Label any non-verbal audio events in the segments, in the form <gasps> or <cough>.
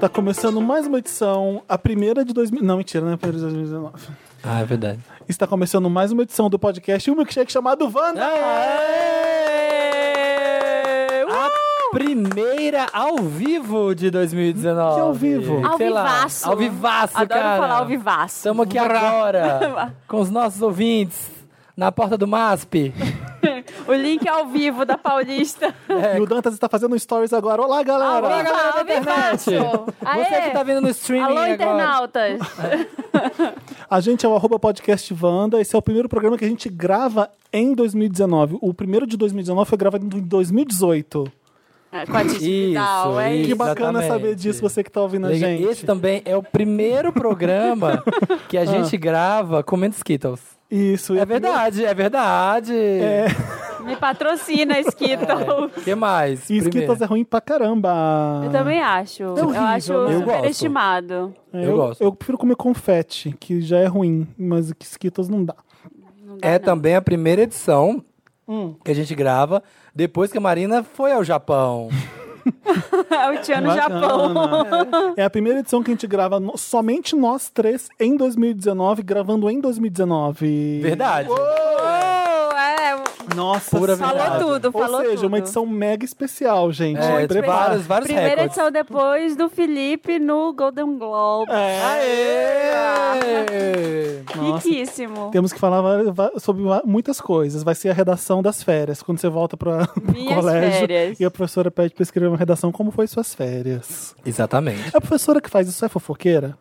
Tá começando mais uma edição, a primeira de 2000. Não, mentira, não é a primeira de 2019. Ah, é verdade. Está começando mais uma edição do podcast Um Milkshake chamado Wanda! Uh! A primeira ao vivo de 2019. Que ao vivo? Ao Sei lá, vivaço. Ao vivaço, Adoro cara. falar ao vivaço. Estamos <laughs> aqui agora com os nossos ouvintes na porta do MASP. O link é ao vivo da <laughs> Paulista. E o Dantas está fazendo stories agora. Olá, galera! É. Olá, galera da ao vivaço. internet. Aê. Você que tá vendo no streaming Alô, agora. <laughs> internautas. A gente é o arroba podcast Wanda. Esse é o primeiro programa que a gente grava em 2019. O primeiro de 2019 foi gravado em 2018. É, Com a Titi Vidal, é isso. Que isso. bacana Exatamente. saber disso, você que tá ouvindo a Legal. gente. Esse também é o primeiro <laughs> programa que a Ah. gente grava comendo Skittles. Isso. e É a primeira- verdade, é verdade. É. Me patrocina, Skittles. que mais? E Esquitas Primeiro. é ruim pra caramba. Eu também acho. horrível, eu acho né? É Eu gosto. superestimado. <laughs> É, Eu gosto. Eu prefiro comer confete, que já é ruim, mas que esquitas não dá. É também a primeira edição que a gente grava depois que a Marina foi ao Japão. É o Tchan no Japão. <laughs> É a primeira edição que a gente grava no- somente nós três em 2019, gravando em 2019. Verdade. Oh, é, Nossa, Pura senhora. verdade. Falou tudo, Ou falou seja, uma tudo. edição mega especial, gente. É, Prepara. vários, vários Primeira recordes. edição depois do Felipe no Golden Globe. É. Aê! Nossa. Riquíssimo. Temos que falar va- va- sobre va- muitas coisas. Vai ser a redação das férias, quando você volta <laughs> para Minhas colégio férias. e a professora pede para escrever uma redação como foi suas férias. Exatamente. A professora que faz isso é fofoqueira?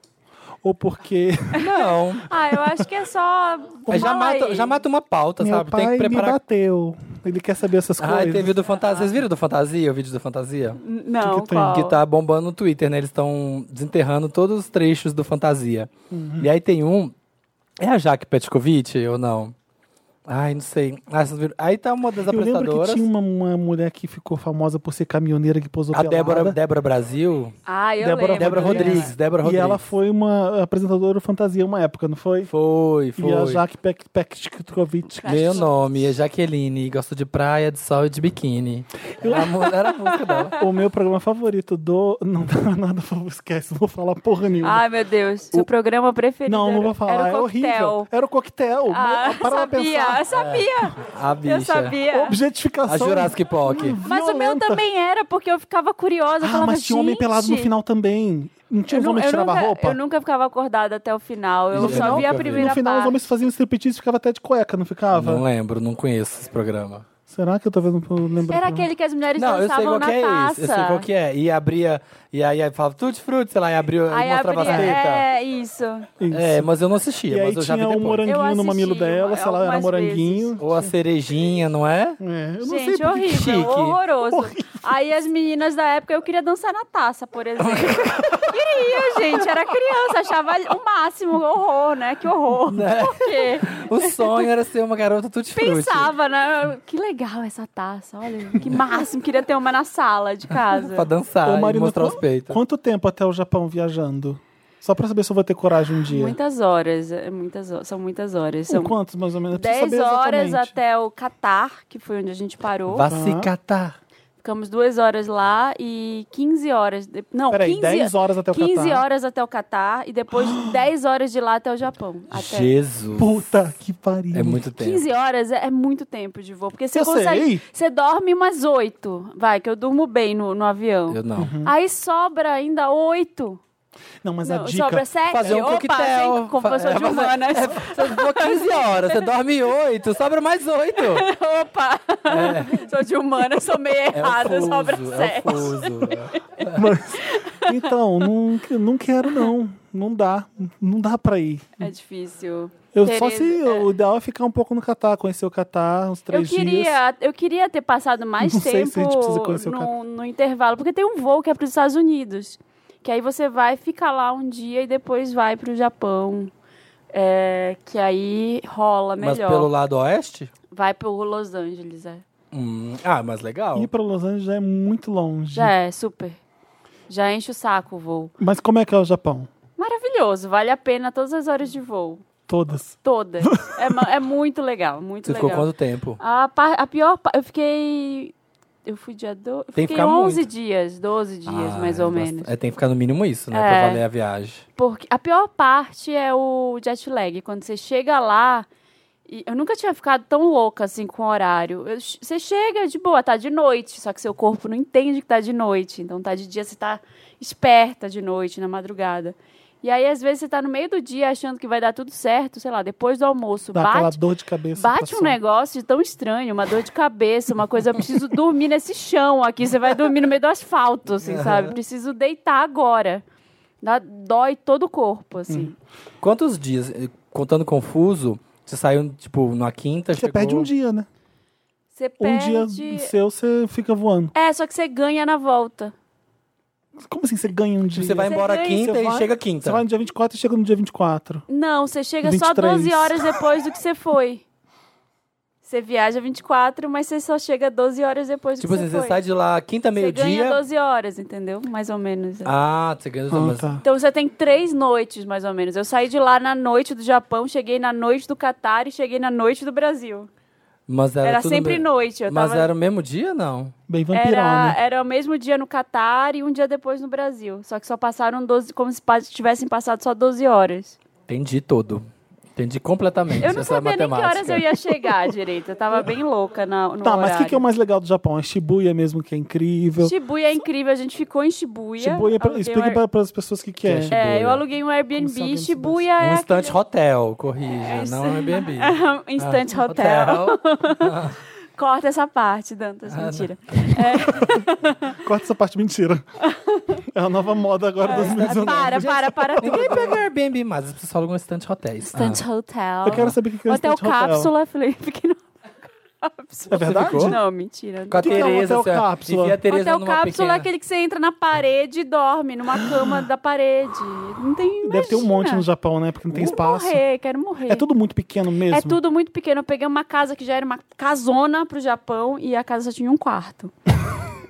Ou porque Não, Ah, eu acho que é só. mas já Fala mata, aí. já mata uma pauta, meu sabe? pai Tem que me preparar. bateu? Ele quer saber essas Ai, coisas. teve o do Fantasia. Vocês viram do Fantasia, o vídeo do Fantasia? Não, que tem? qual? Que tá bombando no Twitter, né? Eles estão desenterrando todos os trechos do Fantasia. Uhum. E aí tem um. É a Jaque Petkovic ou não? Ai, não sei. Ah, vocês viram? Aí tá uma das Eu lembro apresentadoras. que tinha uma, uma mulher que ficou famosa por ser caminhoneira que posou A pelada. Débora, Débora Brasil. Ah, eu Débora- lembro. Débora Débora Rodrigues. E Débora Rodrigues. ela foi uma apresentadora do fantasia uma época, não foi? E Foi, a foi. Jaque Pek- Pektikovic. Meu nome é Jaqueline, gosto de praia, de sol e de biquíni. Era a mu- era a música <laughs> dela. O meu programa favorito do. Não dá nada, esquece, não vou falar porra nenhuma. Ai, meu Deus. Seu programa preferido. não, não vou Ah, era- falar, era é o horrível. coquetel. Era o coquetel. Ah, Meu, para pra sabia, eu pensar. É, sabia. A bicha. Eu sabia. A Objetificação. Jurassic Park. Mas o meu violenta. também era, porque eu ficava curiosa. eu Ah, falava, mas tinha homem "Gente, pelado no final também. Não tinha Eu, os nu- homens eu que tiravam a nunca, roupa? eu nunca ficava acordada até o final. Eu No só final- via a nunca vi. E primeira no final os parte. homens faziam striptease e ficava até de cueca, não ficava? Não lembro, não conheço esse programa. Será que eu tô vendo lembrando? Era aquele que as mulheres Não, eu sei dançavam qual na que é taça. esse. Eu sei qual que é. E abria. E aí, aí falava tutti frutti, sei lá, e abriu e Aí mostrava abria, as tetas. é, isso. Isso. É, mas eu não e assistia, aí mas eu já vi tinha um depois. moranguinho no Eu mamilo assisti dela, sei lá, era algumas moranguinho. Ou a cerejinha, não é? É, eu não Gente, sei por que- horrível, chique. horroroso. Aí as meninas da época, eu queria dançar na taça, por exemplo. <laughs> queria, gente, era criança, achava o máximo, horror, né? Que horror. Por quê? O sonho era ser uma garota tutti frutti. Pensava, né? Que legal essa taça, olha, que máximo. Queria ter uma na sala de casa. Pra dançar Ô, Marina, Ah, e mostrar os qu- peitos. Quanto tempo até o Japão viajando? Só pra saber se eu vou ter coragem um dia. Muitas horas, é, muitas, ho- são muitas horas. São São quantos, mais ou menos? Eu preciso 10 saber horas exatamente. até o Catar, que foi onde a gente parou. Vá se catar. Ficamos duas horas lá e 15 horas. de- Não, Peraí, 15 10 horas até o 15 Catar. horas até o Catar e <gasps> depois 10 horas de lá até o Japão. Até. Jesus. Puta que pariu. É muito tempo. 15 horas é, é muito tempo de voo, porque você Eu consegue. sei. Você dorme umas 8, vai, que eu durmo bem no, no avião. Eu <laughs> não. Aí sobra ainda 8. Não, mas a Não, dica... sobra <laughs> 7. Fazer um Opa, coquetel. gente, como professor Fa- é, de humanas. Você voa 15 horas, você dorme 8, sobra mais 8. <laughs> Opa! <laughs> Sou de humanas, sou meio errada, é o Ah, sobra fuso, é 7. o fuso. <laughs> Então, não, não quero não. Não dá. Não dá pra ir. É difícil. Eu só Tereza, se... O ideal é ficar um pouco no Catar, conhecer o Catar, uns Eu três dias. queria, eu queria ter passado mais Não sei tempo se a gente precisa conhecer o cara. no, no intervalo, porque tem um voo que é para os Estados Unidos. Que aí você vai, fica lá um dia e depois vai para o Japão. É, que aí rola Mas melhor. pelo lado oeste? Vai para Los Angeles, é. Hum, ah, mas legal. Ir pra Los Angeles já é muito longe. Já é, super. Já enche o saco o voo. Mas como é que é o Japão? Maravilhoso, vale a pena todas as horas de voo. Todas. Todas. <laughs> é, ma- é muito legal, muito Você legal. ficou quanto tempo? A, par- a pior pa- eu fiquei eu fui dia do... eu que Fiquei ficar 11 muito. dias, 12 dias, Ah, mais é ou bast- menos. É, tem que ficar no mínimo isso, né? É. Pra valer a viagem. Porque a pior parte é o jet lag. Quando você chega lá. e eu nunca tinha ficado tão louca assim com o horário. Eu ch- você chega de boa, tá de noite, só que seu corpo não entende que tá de noite. Então tá de dia, você tá esperta de noite, na madrugada. E aí, às vezes, você tá no meio do dia achando que vai dar tudo certo, sei lá, depois do almoço. Dá aquela bate dor de cabeça. Bate um passou. negócio de tão estranho, uma dor de cabeça, uma coisa, eu preciso dormir nesse chão aqui, você vai dormir no meio do asfalto, assim, sabe? Preciso deitar agora. Dá, dói todo o corpo, Hum. assim. Quantos dias? eh, Contando confuso, você saiu, tipo, na quinta, Você chegou... perde um dia, né? Você Um perde. dia seu, você fica voando. É, só que você ganha na volta. Como assim você ganha um dia? Tipo, Você vai Você embora ganha- quinta Você e vai- chega Você quinta. vai no dia 24 e chega no dia 24. Não, você chega só 23. 12 horas depois do que você foi. Você viaja 24, mas você só chega 12 horas depois do Tipo que assim, você foi. você sai de lá quinta, Você ganha meio-dia... 12 horas, entendeu? Mais ou menos. é. Ah, você ganha... Ah, mas- tá. Então você tem três noites, mais ou menos. Eu saí de lá na noite do Japão, cheguei na noite do Catar e cheguei na noite do Brasil. Mas era, Era, tudo sempre me- noite. Eu Mas tava- era o mesmo dia, não? Bem vampirão, era, né? era o mesmo dia no Catar e um dia depois no Brasil. Só que só passaram 12, como se pa- tivessem passado só 12 horas. Entendi todo. Entendi completamente Eu não é essa sabia nem que matemática. horas eu ia chegar direito. Eu tava bem louca na, no Tá, horário. mas o que, que é o mais legal do Japão? É Shibuya mesmo, que é incrível. Shibuya é incrível, a gente ficou em Shibuya. Shibuya, pra- Aluguei um explica Air- pra- pras pessoas o que, que Que é é. Shibuya. É, eu aluguei um Como se Airbnb. alguém soubesse. Um Shibuya é Um aquele- instante hotel, corrija, Isso. Um não é <laughs> Airbnb. Instante Ah, hotel. Corta essa parte, Dantas. Ah, mentira. Corta essa parte, mentira. é a nova moda agora dos Ah, para, para, <laughs> para tudo. Ninguém pega Airbnb mais, as pessoas alugam instante hotéis. Ah. Instant Hotel. Eu quero saber o que, que é Hotel Instant Cápsula. Eu falei, fiquei no É Cápsula. verdade? <laughs> ficou? Não, mentira. Com a que que é um Tereza, hotel você- cápsula? enfia a Tereza hotel numa Cápsula pequena- é aquele que você entra na parede e dorme, numa cama da parede. Não tem. Deve ter um imagina. monte no Japão, né? Porque não tem Quero espaço. morrer, quero morrer. É tudo muito pequeno mesmo. É tudo muito pequeno. Eu peguei uma casa que já era uma casona pro Japão e a casa só tinha um <laughs> quarto.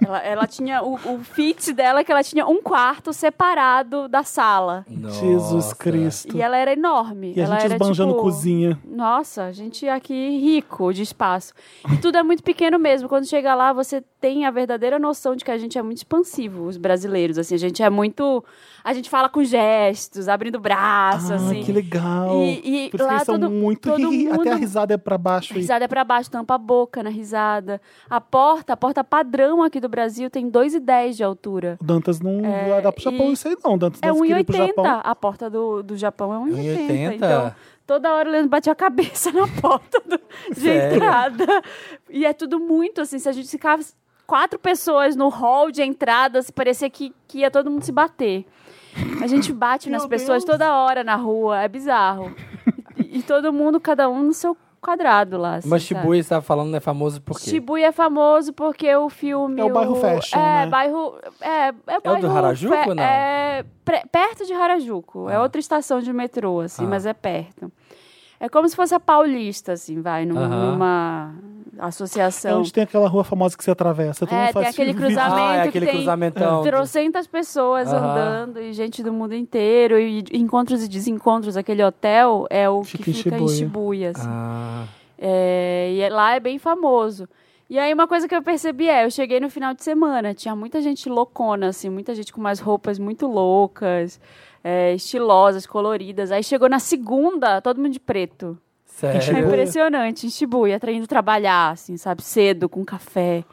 ela, ela tinha o, o fit dela é que ela tinha um quarto separado da sala. Nossa. Jesus Cristo. E ela era enorme. E a ela gente era, esbanjando tipo, cozinha. Nossa, a gente é aqui rico de espaço. E tudo é muito pequeno mesmo. Quando chega lá, você tem a verdadeira noção de que a gente é muito expansivo, os brasileiros. Assim, a gente é muito. A gente fala com gestos, abrindo braço, ah, assim. que legal. E- e Por isso que lá eles são todo- muito... todo Até a mundo- risada é pra A baixo. aí. risada é pra baixo, tampa a boca na risada. A porta, a porta padrão aqui do Brasil tem 2,10 de altura. O Dantas não vai dar pro Japão É, e- isso aí, não. O Dantas É não queria ir pro 1,80. Japão. Então, um A porta do, do Japão é 1,80. 1,80. Então, toda hora o Leandro batia a cabeça na porta <laughs> do- de Sério? entrada. E é tudo muito assim. Se a gente ficava quatro pessoas no hall de entrada, se parecia que, que ia todo mundo se bater. A gente bate nas Meu pessoas Deus. toda hora na rua, é bizarro. E, e todo mundo, cada um no seu quadrado lá. assim, Mas tipo, sabe? Shibuya, você estava falando, é famoso por quê? Shibuya é famoso porque o filme. É o bairro fashion, É, né? bairro. É, é, bairro do Harajuku fe- ou não? É pre- perto de Harajuku. É Ah. outra estação de metrô, assim, Ah. mas é perto. É como se fosse a Paulista, assim, vai, num- Aham. numa É associação. onde tem aquela rua famosa que você atravessa. Todo então. É, mundo faz tem aquele vídeo. cruzamento. ah, é que aquele tem- cruzamentão. Trocentas pessoas Aham. andando e gente do mundo inteiro, e encontros e desencontros. Aquele hotel é o Fica que em fica em Shibuya. Shibuya, assim. Ah, É, e é- lá é bem famoso. E aí uma coisa que eu percebi é, eu cheguei no final de semana, tinha muita gente loucona, assim, muita gente com umas roupas muito loucas, é, estilosas, coloridas. Aí chegou na segunda, todo mundo de preto. É Shibuya. sério? impressionante, em Shibuya, tra- indo trabalhar, assim, sabe, cedo, com café.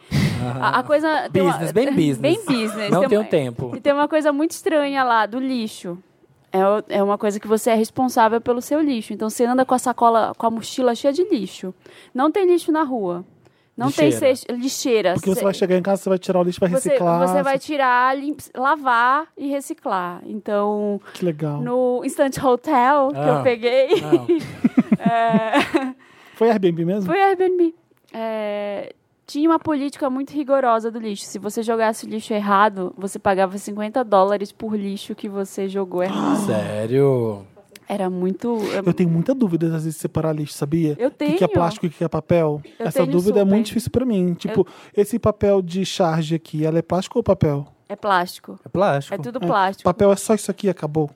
A, a coisa... tem uma- Ah. Business, bem <laughs> business. Bem business. Não tem um tenho uma- <laughs> tempo. E tem uma coisa muito estranha lá, do lixo. É, o- é uma coisa que você é responsável pelo seu lixo. Então você anda com a sacola, com a mochila cheia de lixo. Não tem lixo na rua. Não Lixeira. tem cesto- lixeira. Porque você Cê- vai chegar em casa, você vai tirar o lixo, vai você- reciclar. você vai tirar, lim- lavar e reciclar. Então, Que legal. no Instant Hotel que Ah. eu peguei, Não. Foi Airbnb mesmo? <laughs> Foi Airbnb. É, tinha uma política muito rigorosa do lixo. Se você jogasse o lixo errado, você pagava 50 dólares por lixo que você jogou errado. Sério? Era muito. é Eu tenho muita dúvida, às vezes, de separar lixo, sabia? Eu O que que é tenho. plástico e o que que é papel? Eu Essa tenho dúvida é super. muito difícil pra mim. Tipo, esse papel de charge aqui, ela é plástico ou papel? É plástico. É plástico. É tudo É, plástico. Papel é só isso aqui, acabou.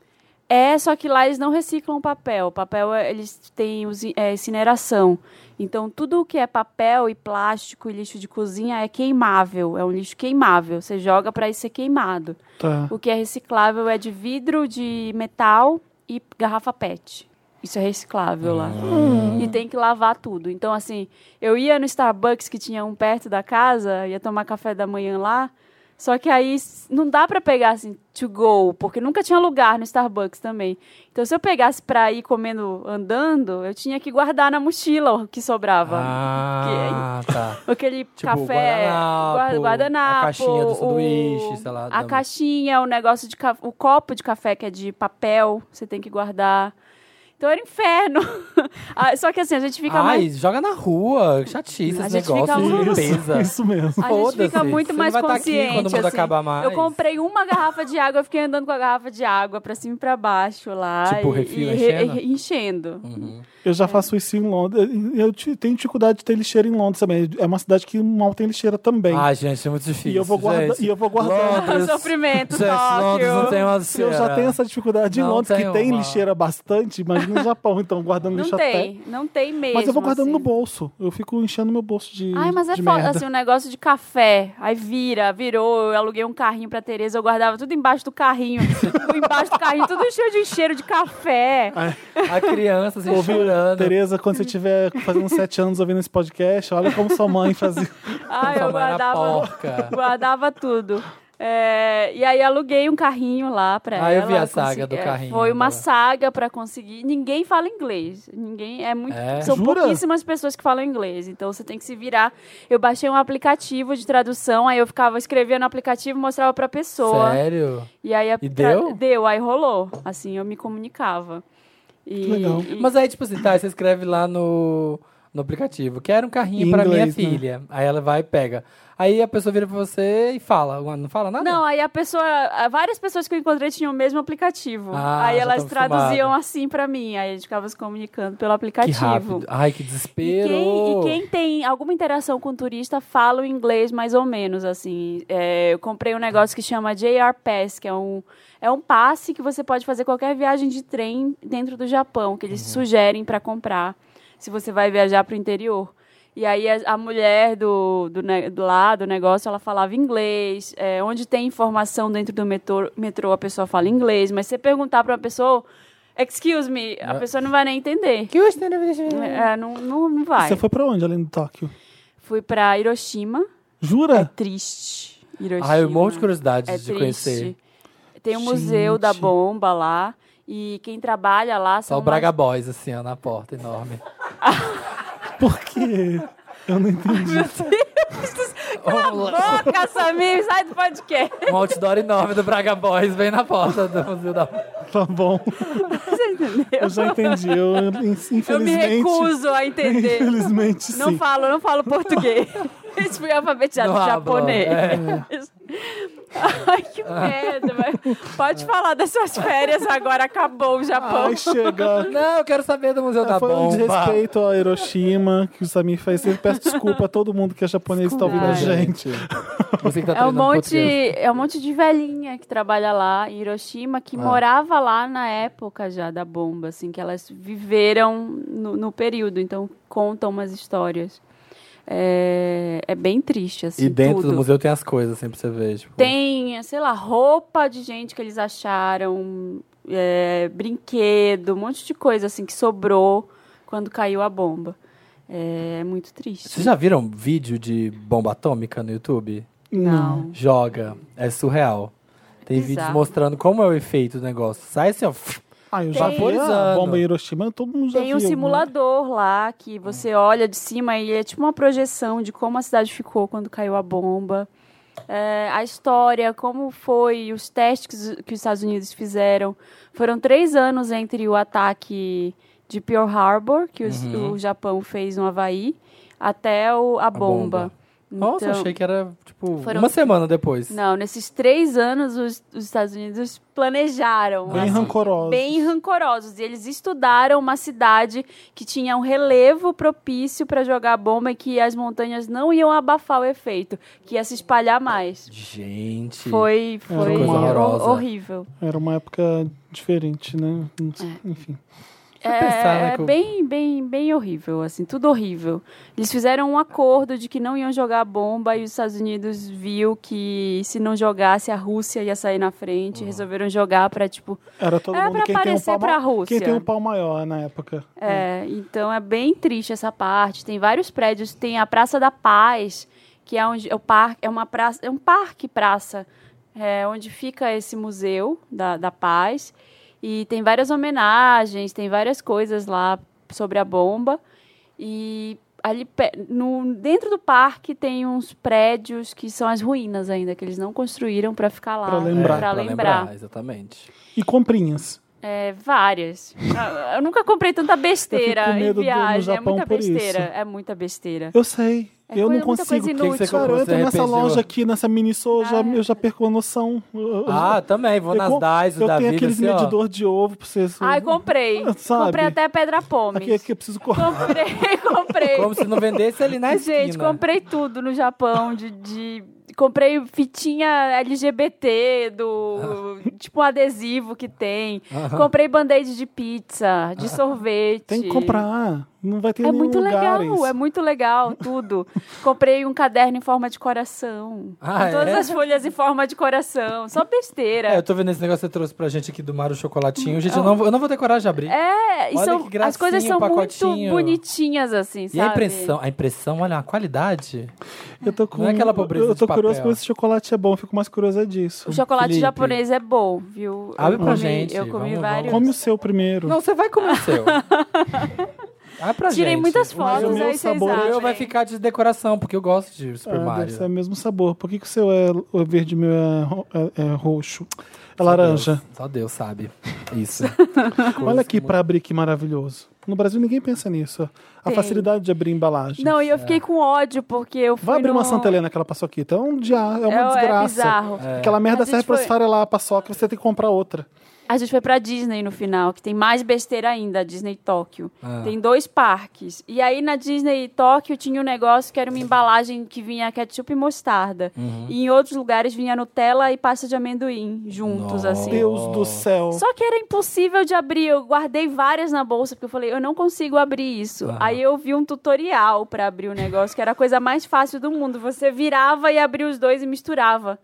É, só que lá eles não reciclam papel. Papel, é- eles têm usi- é, incineração. Então, tudo o que é papel e plástico e lixo de cozinha é queimável. É um lixo queimável. Você joga para isso ser queimado. Tá. O que é reciclável é de vidro, de metal e garrafa PET. Isso é reciclável lá. E tem que lavar tudo. Então, assim, eu ia no Starbucks que tinha um perto da casa, ia tomar café da manhã lá. Só que aí s- não dá pra pegar assim to go, porque nunca tinha lugar no Starbucks também. Então, se eu pegasse pra ir comendo andando, eu tinha que guardar na mochila o que sobrava. Ah, tá. Aquele Tipo, café, guardanapo, guar- guardanapo, a caixinha do o- sanduíche, sei lá, A da- caixinha, o negócio de ca- o copo de café que é de papel, você tem que guardar. Então era inferno. <laughs> Ah, Só que assim, a gente fica Ai, mais joga na rua, que chatice A esse gente fica negócio de louco. limpeza. Isso mesmo. a gente fica foda-se, muito você mais não vai tá aqui consciente. quando o mundo assim. acabar mais. Eu comprei uma garrafa de água, eu fiquei andando com a garrafa de água pra cima e pra baixo lá. Tipo, e, refil e enchendo? Uhum. re- enchendo. <laughs> Eu É. já faço isso em Londres. Eu te- tenho dificuldade de ter lixeira em Londres também. É uma cidade que mal tem lixeira também. Ah, gente, é muito difícil. E eu vou guarda- gente. e eu vou guardando. Londres- Sofrimento, gente, Londres não Tóquio. tem uma eu já lixeira. tenho essa dificuldade em Não Londres, que tem tem uma. lixeira bastante. Imagina o Japão, então, guardando Não lixo até. tem, não tem mesmo. Mas eu vou guardando assim. no bolso. Eu fico enchendo meu bolso de. Ai, mas é de foda, merda. assim, um negócio de café. Aí vira, virou, eu aluguei um carrinho pra Tereza, eu guardava tudo embaixo do <laughs> carrinho. Tudo embaixo do carrinho, tudo cheio de cheiro de café. A criança assim, Ouvi- chorando. É. Tereza, quando você estiver fazendo sete anos ouvindo esse podcast, olha como sua mãe fazia. Ai, Ah, eu Sua mãe era guardava, porca. guardava tudo. É, e aí aluguei um carrinho lá pra Ah, ela. eu vi a consegui- saga do é, carrinho Foi uma dela. saga pra conseguir. Ninguém fala inglês. Ninguém é muito. É? São Jura? pouquíssimas pessoas que falam inglês. Então você tem que se virar. Eu baixei um aplicativo de tradução. Aí eu ficava escrevendo no aplicativo, mostrava pra pessoa. Sério? E aí a E deu? deu, aí rolou. Assim, eu me comunicava. E, legal. e- Mas aí, tipo assim, tá, você escreve lá no, no aplicativo. Quero um carrinho Em pra minha inglês, né? filha. Aí ela vai e pega. Aí a pessoa vira pra você e fala. Ué, Não fala nada? Não, aí a pessoa. Várias pessoas que eu encontrei tinham o mesmo aplicativo. Ah, aí já elas tava traduziam acostumada. assim pra mim. Aí a gente ficava se comunicando pelo Que aplicativo. rápido. Ai, que E desespero. quem, e quem tem alguma interação com o turista fala o inglês mais ou menos, assim. É, eu comprei um negócio que chama JR Pass, que é um, é um passe que você pode fazer qualquer viagem de trem dentro do Japão, que eles sugerem para comprar, se você vai viajar para o interior. E aí a, a mulher do, do, ne- do lá do negócio, ela falava inglês. É, onde tem informação dentro do metrô, metrô, a pessoa fala inglês. Mas se você perguntar para uma pessoa, excuse me, a Ah. pessoa não vai nem entender. Que hoje tem na vida? É, não, não, não vai. Você foi pra onde além do Tóquio? Fui pra Hiroshima. Jura? Triste. Hiroshima. Ai, eu morro de curiosidade É de triste. conhecer. Tem o Museu da Gente. Bomba lá. E quem trabalha lá são. Só o Braga Boys, assim, ó, na porta, enorme. Por quê? Eu não entendi. <laughs> Um, Boca, Samir, sai do podcast. um outdoor enorme do Braga Boys bem na porta do Museu da... Tá bom. Você entendeu? Eu já entendi. Eu, in- infelizmente. Eu me recuso a entender. Infelizmente, Não sim. falo, não falo português. <laughs> Eu fui alfabetizado Não hablo, é. japonês. <laughs> Ai, que merda. mas Pode falar das suas férias agora, acabou o Japão. Ai, chega. Não, eu quero saber do Museu da Foi um Bomba. desrespeito a Hiroshima que o Samir fez. Eu peço desculpa a todo mundo que é japonês e tá ouvindo a Ai. gente. Você que tá É um treinando monte, português. é um monte de velhinha que trabalha lá em Hiroshima, Ah. que morava lá na época já da bomba, assim, que elas viveram no, no período, então contam umas histórias. É, é bem triste, assim, E dentro tudo. do museu tem as coisas, assim, pra você ver. Tipo, Tem, sei lá, roupa de gente que eles acharam, é, brinquedo, um monte de coisa, assim, que sobrou quando caiu a bomba. É, muito triste. Vocês já viram vídeo de bomba atômica no YouTube? Não. Joga. É surreal. Tem Bizarro. vídeos mostrando como é o efeito do negócio. Sai assim, ó. Ah, eu já Tem- vi a Vaporizando. bomba em Hiroshima, todo mundo já Tem viu, um né? simulador lá que você olha de cima e é tipo uma projeção de como a cidade ficou quando caiu a bomba. É, a história, como foi, os testes que os, que os Estados Unidos fizeram. Foram três anos entre o ataque de Pearl Harbor, que os- o Japão fez no Havaí, até o- a, bomba. bomba. Nossa, Então- achei que era, tipo, Foram- uma semana depois. Não, nesses três anos, os, os Estados Unidos planejaram. Bem assim, rancorosos. Bem rancorosos. E eles estudaram uma cidade que tinha um relevo propício para jogar bomba e que as montanhas não iam abafar o efeito, que ia se espalhar mais. Gente. Foi, Era foi coisa hor- É horrorosa. horrível. Era uma época diferente, né? Enfim. É, pensar, né, é que eu- bem, bem, bem horrível, assim, tudo horrível. Eles fizeram um acordo de que não iam jogar bomba e os Estados Unidos viu que se não jogasse a Rússia ia sair na frente, Uhum. resolveram jogar para tipo, Era todo Era mundo pra quem tem um aparecer pau ma- pra Rússia. Quem tem um pau maior na época. é, então é bem triste essa parte. Tem vários prédios, tem a Praça da Paz, que é onde é o parque, é uma praça, é um parque praça, é, onde fica esse museu da, da paz e tem várias homenagens, tem várias coisas lá sobre a bomba e ali pe- no dentro do parque tem uns prédios que são as ruínas ainda que eles não construíram para ficar lá né, Pra lembrar. pra pra lembrar. Exatamente. E comprinhas. É, várias. Ah, Eu nunca comprei tanta Eu besteira fico com em medo do- no viagem. É Japão muita por isso. besteira. É muita besteira. Eu sei. É eu coisa- não muita coisa consigo. inútil. Ah, é. O que que você Cara, eu comprou? entro Você nessa arrependeu? loja aqui, nessa mini show, eu já, eu já perco a noção. Eu- eu- Ah, também. Vou eu nas com- DAIs Eu da tenho vida, aqueles assim, ó. medidor de ovo pra vocês. Ai, comprei. <laughs> Sabe? Comprei até pedra pome. Aqui, aqui eu preciso cortar. Comprei, <laughs> comprei. Como se não vendesse ali na esquina. <laughs> Gente, comprei tudo no Japão. De, de- Comprei fitinha LGBT, do Ah. tipo um adesivo que tem. Comprei band-aid de pizza, Ah. de sorvete. <laughs> Tem que comprar. Não vai ter É um nenhum muito lugar legal, isso. é muito legal tudo. Comprei um caderno em forma de coração. Ah, com todas é? as folhas em forma de coração. Só É, eu besteira. tô vendo esse negócio que você trouxe pra gente aqui do Mario Chocolatinho. Gente, eu não, vou- eu não vou ter coragem de abrir. É, e Olha são, que as coisas gracinha, são o muito pacotinho. bonitinhas, assim, e sabe? a impressão, a impressão, olha, a qualidade. Eu tô com, Não é aquela pobreza Eu tô de curioso papel. pra ver se chocolate é bom, eu fico mais curioso é disso. O chocolate Felipe. japonês é bom, viu? Abre eu pra comi, gente, Eu comi vamos- vários. vamos. Come o seu primeiro. Não, você vai comer <laughs> o seu. Vai pra Tirei gente. muitas mas o fotos, é meu aí vocês sabor- é- O abrem. meu vai ficar de decoração, porque eu gosto de Super Ah, deve Mario. ser o mesmo sabor. Por que, que o seu é o verde e o meu é, ro- é- é roxo? É laranja. Deus, só Deus sabe. Isso. Tipo Olha aqui pra abrir que maravilhoso. No Brasil ninguém pensa nisso. ó. A Tem. facilidade de abrir embalagem. Não, É. e eu fiquei com ódio, porque eu fui Vai abrir no... uma Santa Helena que ela passou aqui. Então é um dia, é uma É, é desgraça. É. bizarro. Aquela merda A gente serve pra foi- esfarelar a paçoca, você tem que comprar outra. A gente foi pra Disney no final, que tem mais besteira ainda, a Disney Tóquio. Ah. Tem dois parques. E aí na Disney Tóquio tinha um negócio que era uma embalagem que vinha ketchup e mostarda. Uhum. E em outros lugares vinha Nutella e pasta de amendoim juntos, Nossa. assim. Deus do céu. Só que era impossível de abrir. Eu guardei várias na bolsa, porque eu falei, eu não consigo abrir isso. Aham. Aí eu vi um tutorial pra abrir o negócio, que era a coisa mais fácil do mundo. Você virava e abria os dois e misturava.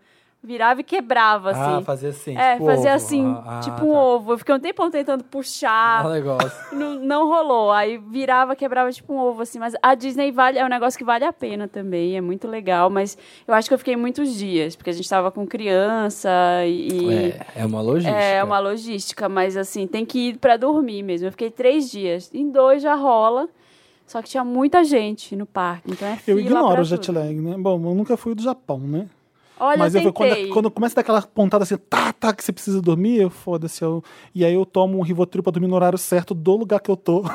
Virava e quebrava, assim. Ah, fazer assim. É, tipo fazer ovo. assim, Ah, ah, tipo tá. um ovo. Eu fiquei um tempão tentando puxar, Ah, negócio. não, não rolou. Aí virava, quebrava tipo um ovo, assim. Mas a Disney vale, é um negócio que vale a pena também, é muito legal. Mas eu acho que eu fiquei muitos dias, porque a gente tava com criança e... É, é uma logística. É, uma logística, mas assim, tem que ir pra dormir mesmo. Eu fiquei três dias. Em dois já rola, só que tinha muita gente no parque, então é Eu fila ignoro pra o jet tudo. lag, né? Bom, eu nunca fui do Japão, né? Olha, Mas eu eu fui- tentei. quando, quando começa a dar aquela pontada assim, tá, tá, que você precisa dormir, eu foda-se. eu- E aí eu tomo um Rivotril pra dormir no horário certo do lugar que eu tô. <laughs>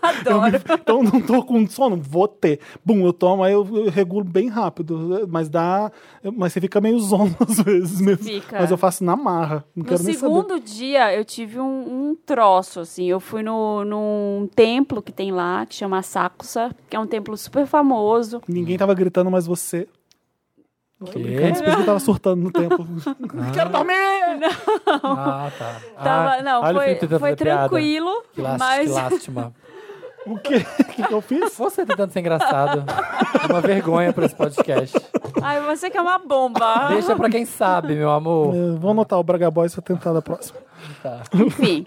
Adoro. então eu não tô com sono, vou ter. Bum, eu tomo, aí eu, eu regulo bem rápido. Mas dá. Mas você fica meio <laughs> zono às vezes mesmo. Fica. Mas eu faço na marra. Não No quero nem saber. segundo dia, eu tive um, um troço, assim. Eu fui no, num templo que tem lá, que chama Sakusa, que é um templo super famoso. Ninguém tava gritando, mas você. Quê? Antes eu tava surtando no tempo. Quero <laughs> dormir! Ah, tá. Tava, ah, não, olha o Felipe foi, tentando foi fazer piada. tranquilo, Que lás- mas... <laughs> que lástima. O quê? O que, que eu fiz? Você tá tentando ser engraçado. É uma vergonha pra esse podcast. Ai, você que é uma bomba. Deixa pra quem sabe, meu amor. É, vou anotar o Braga Boys pra tentar da próxima. Enfim.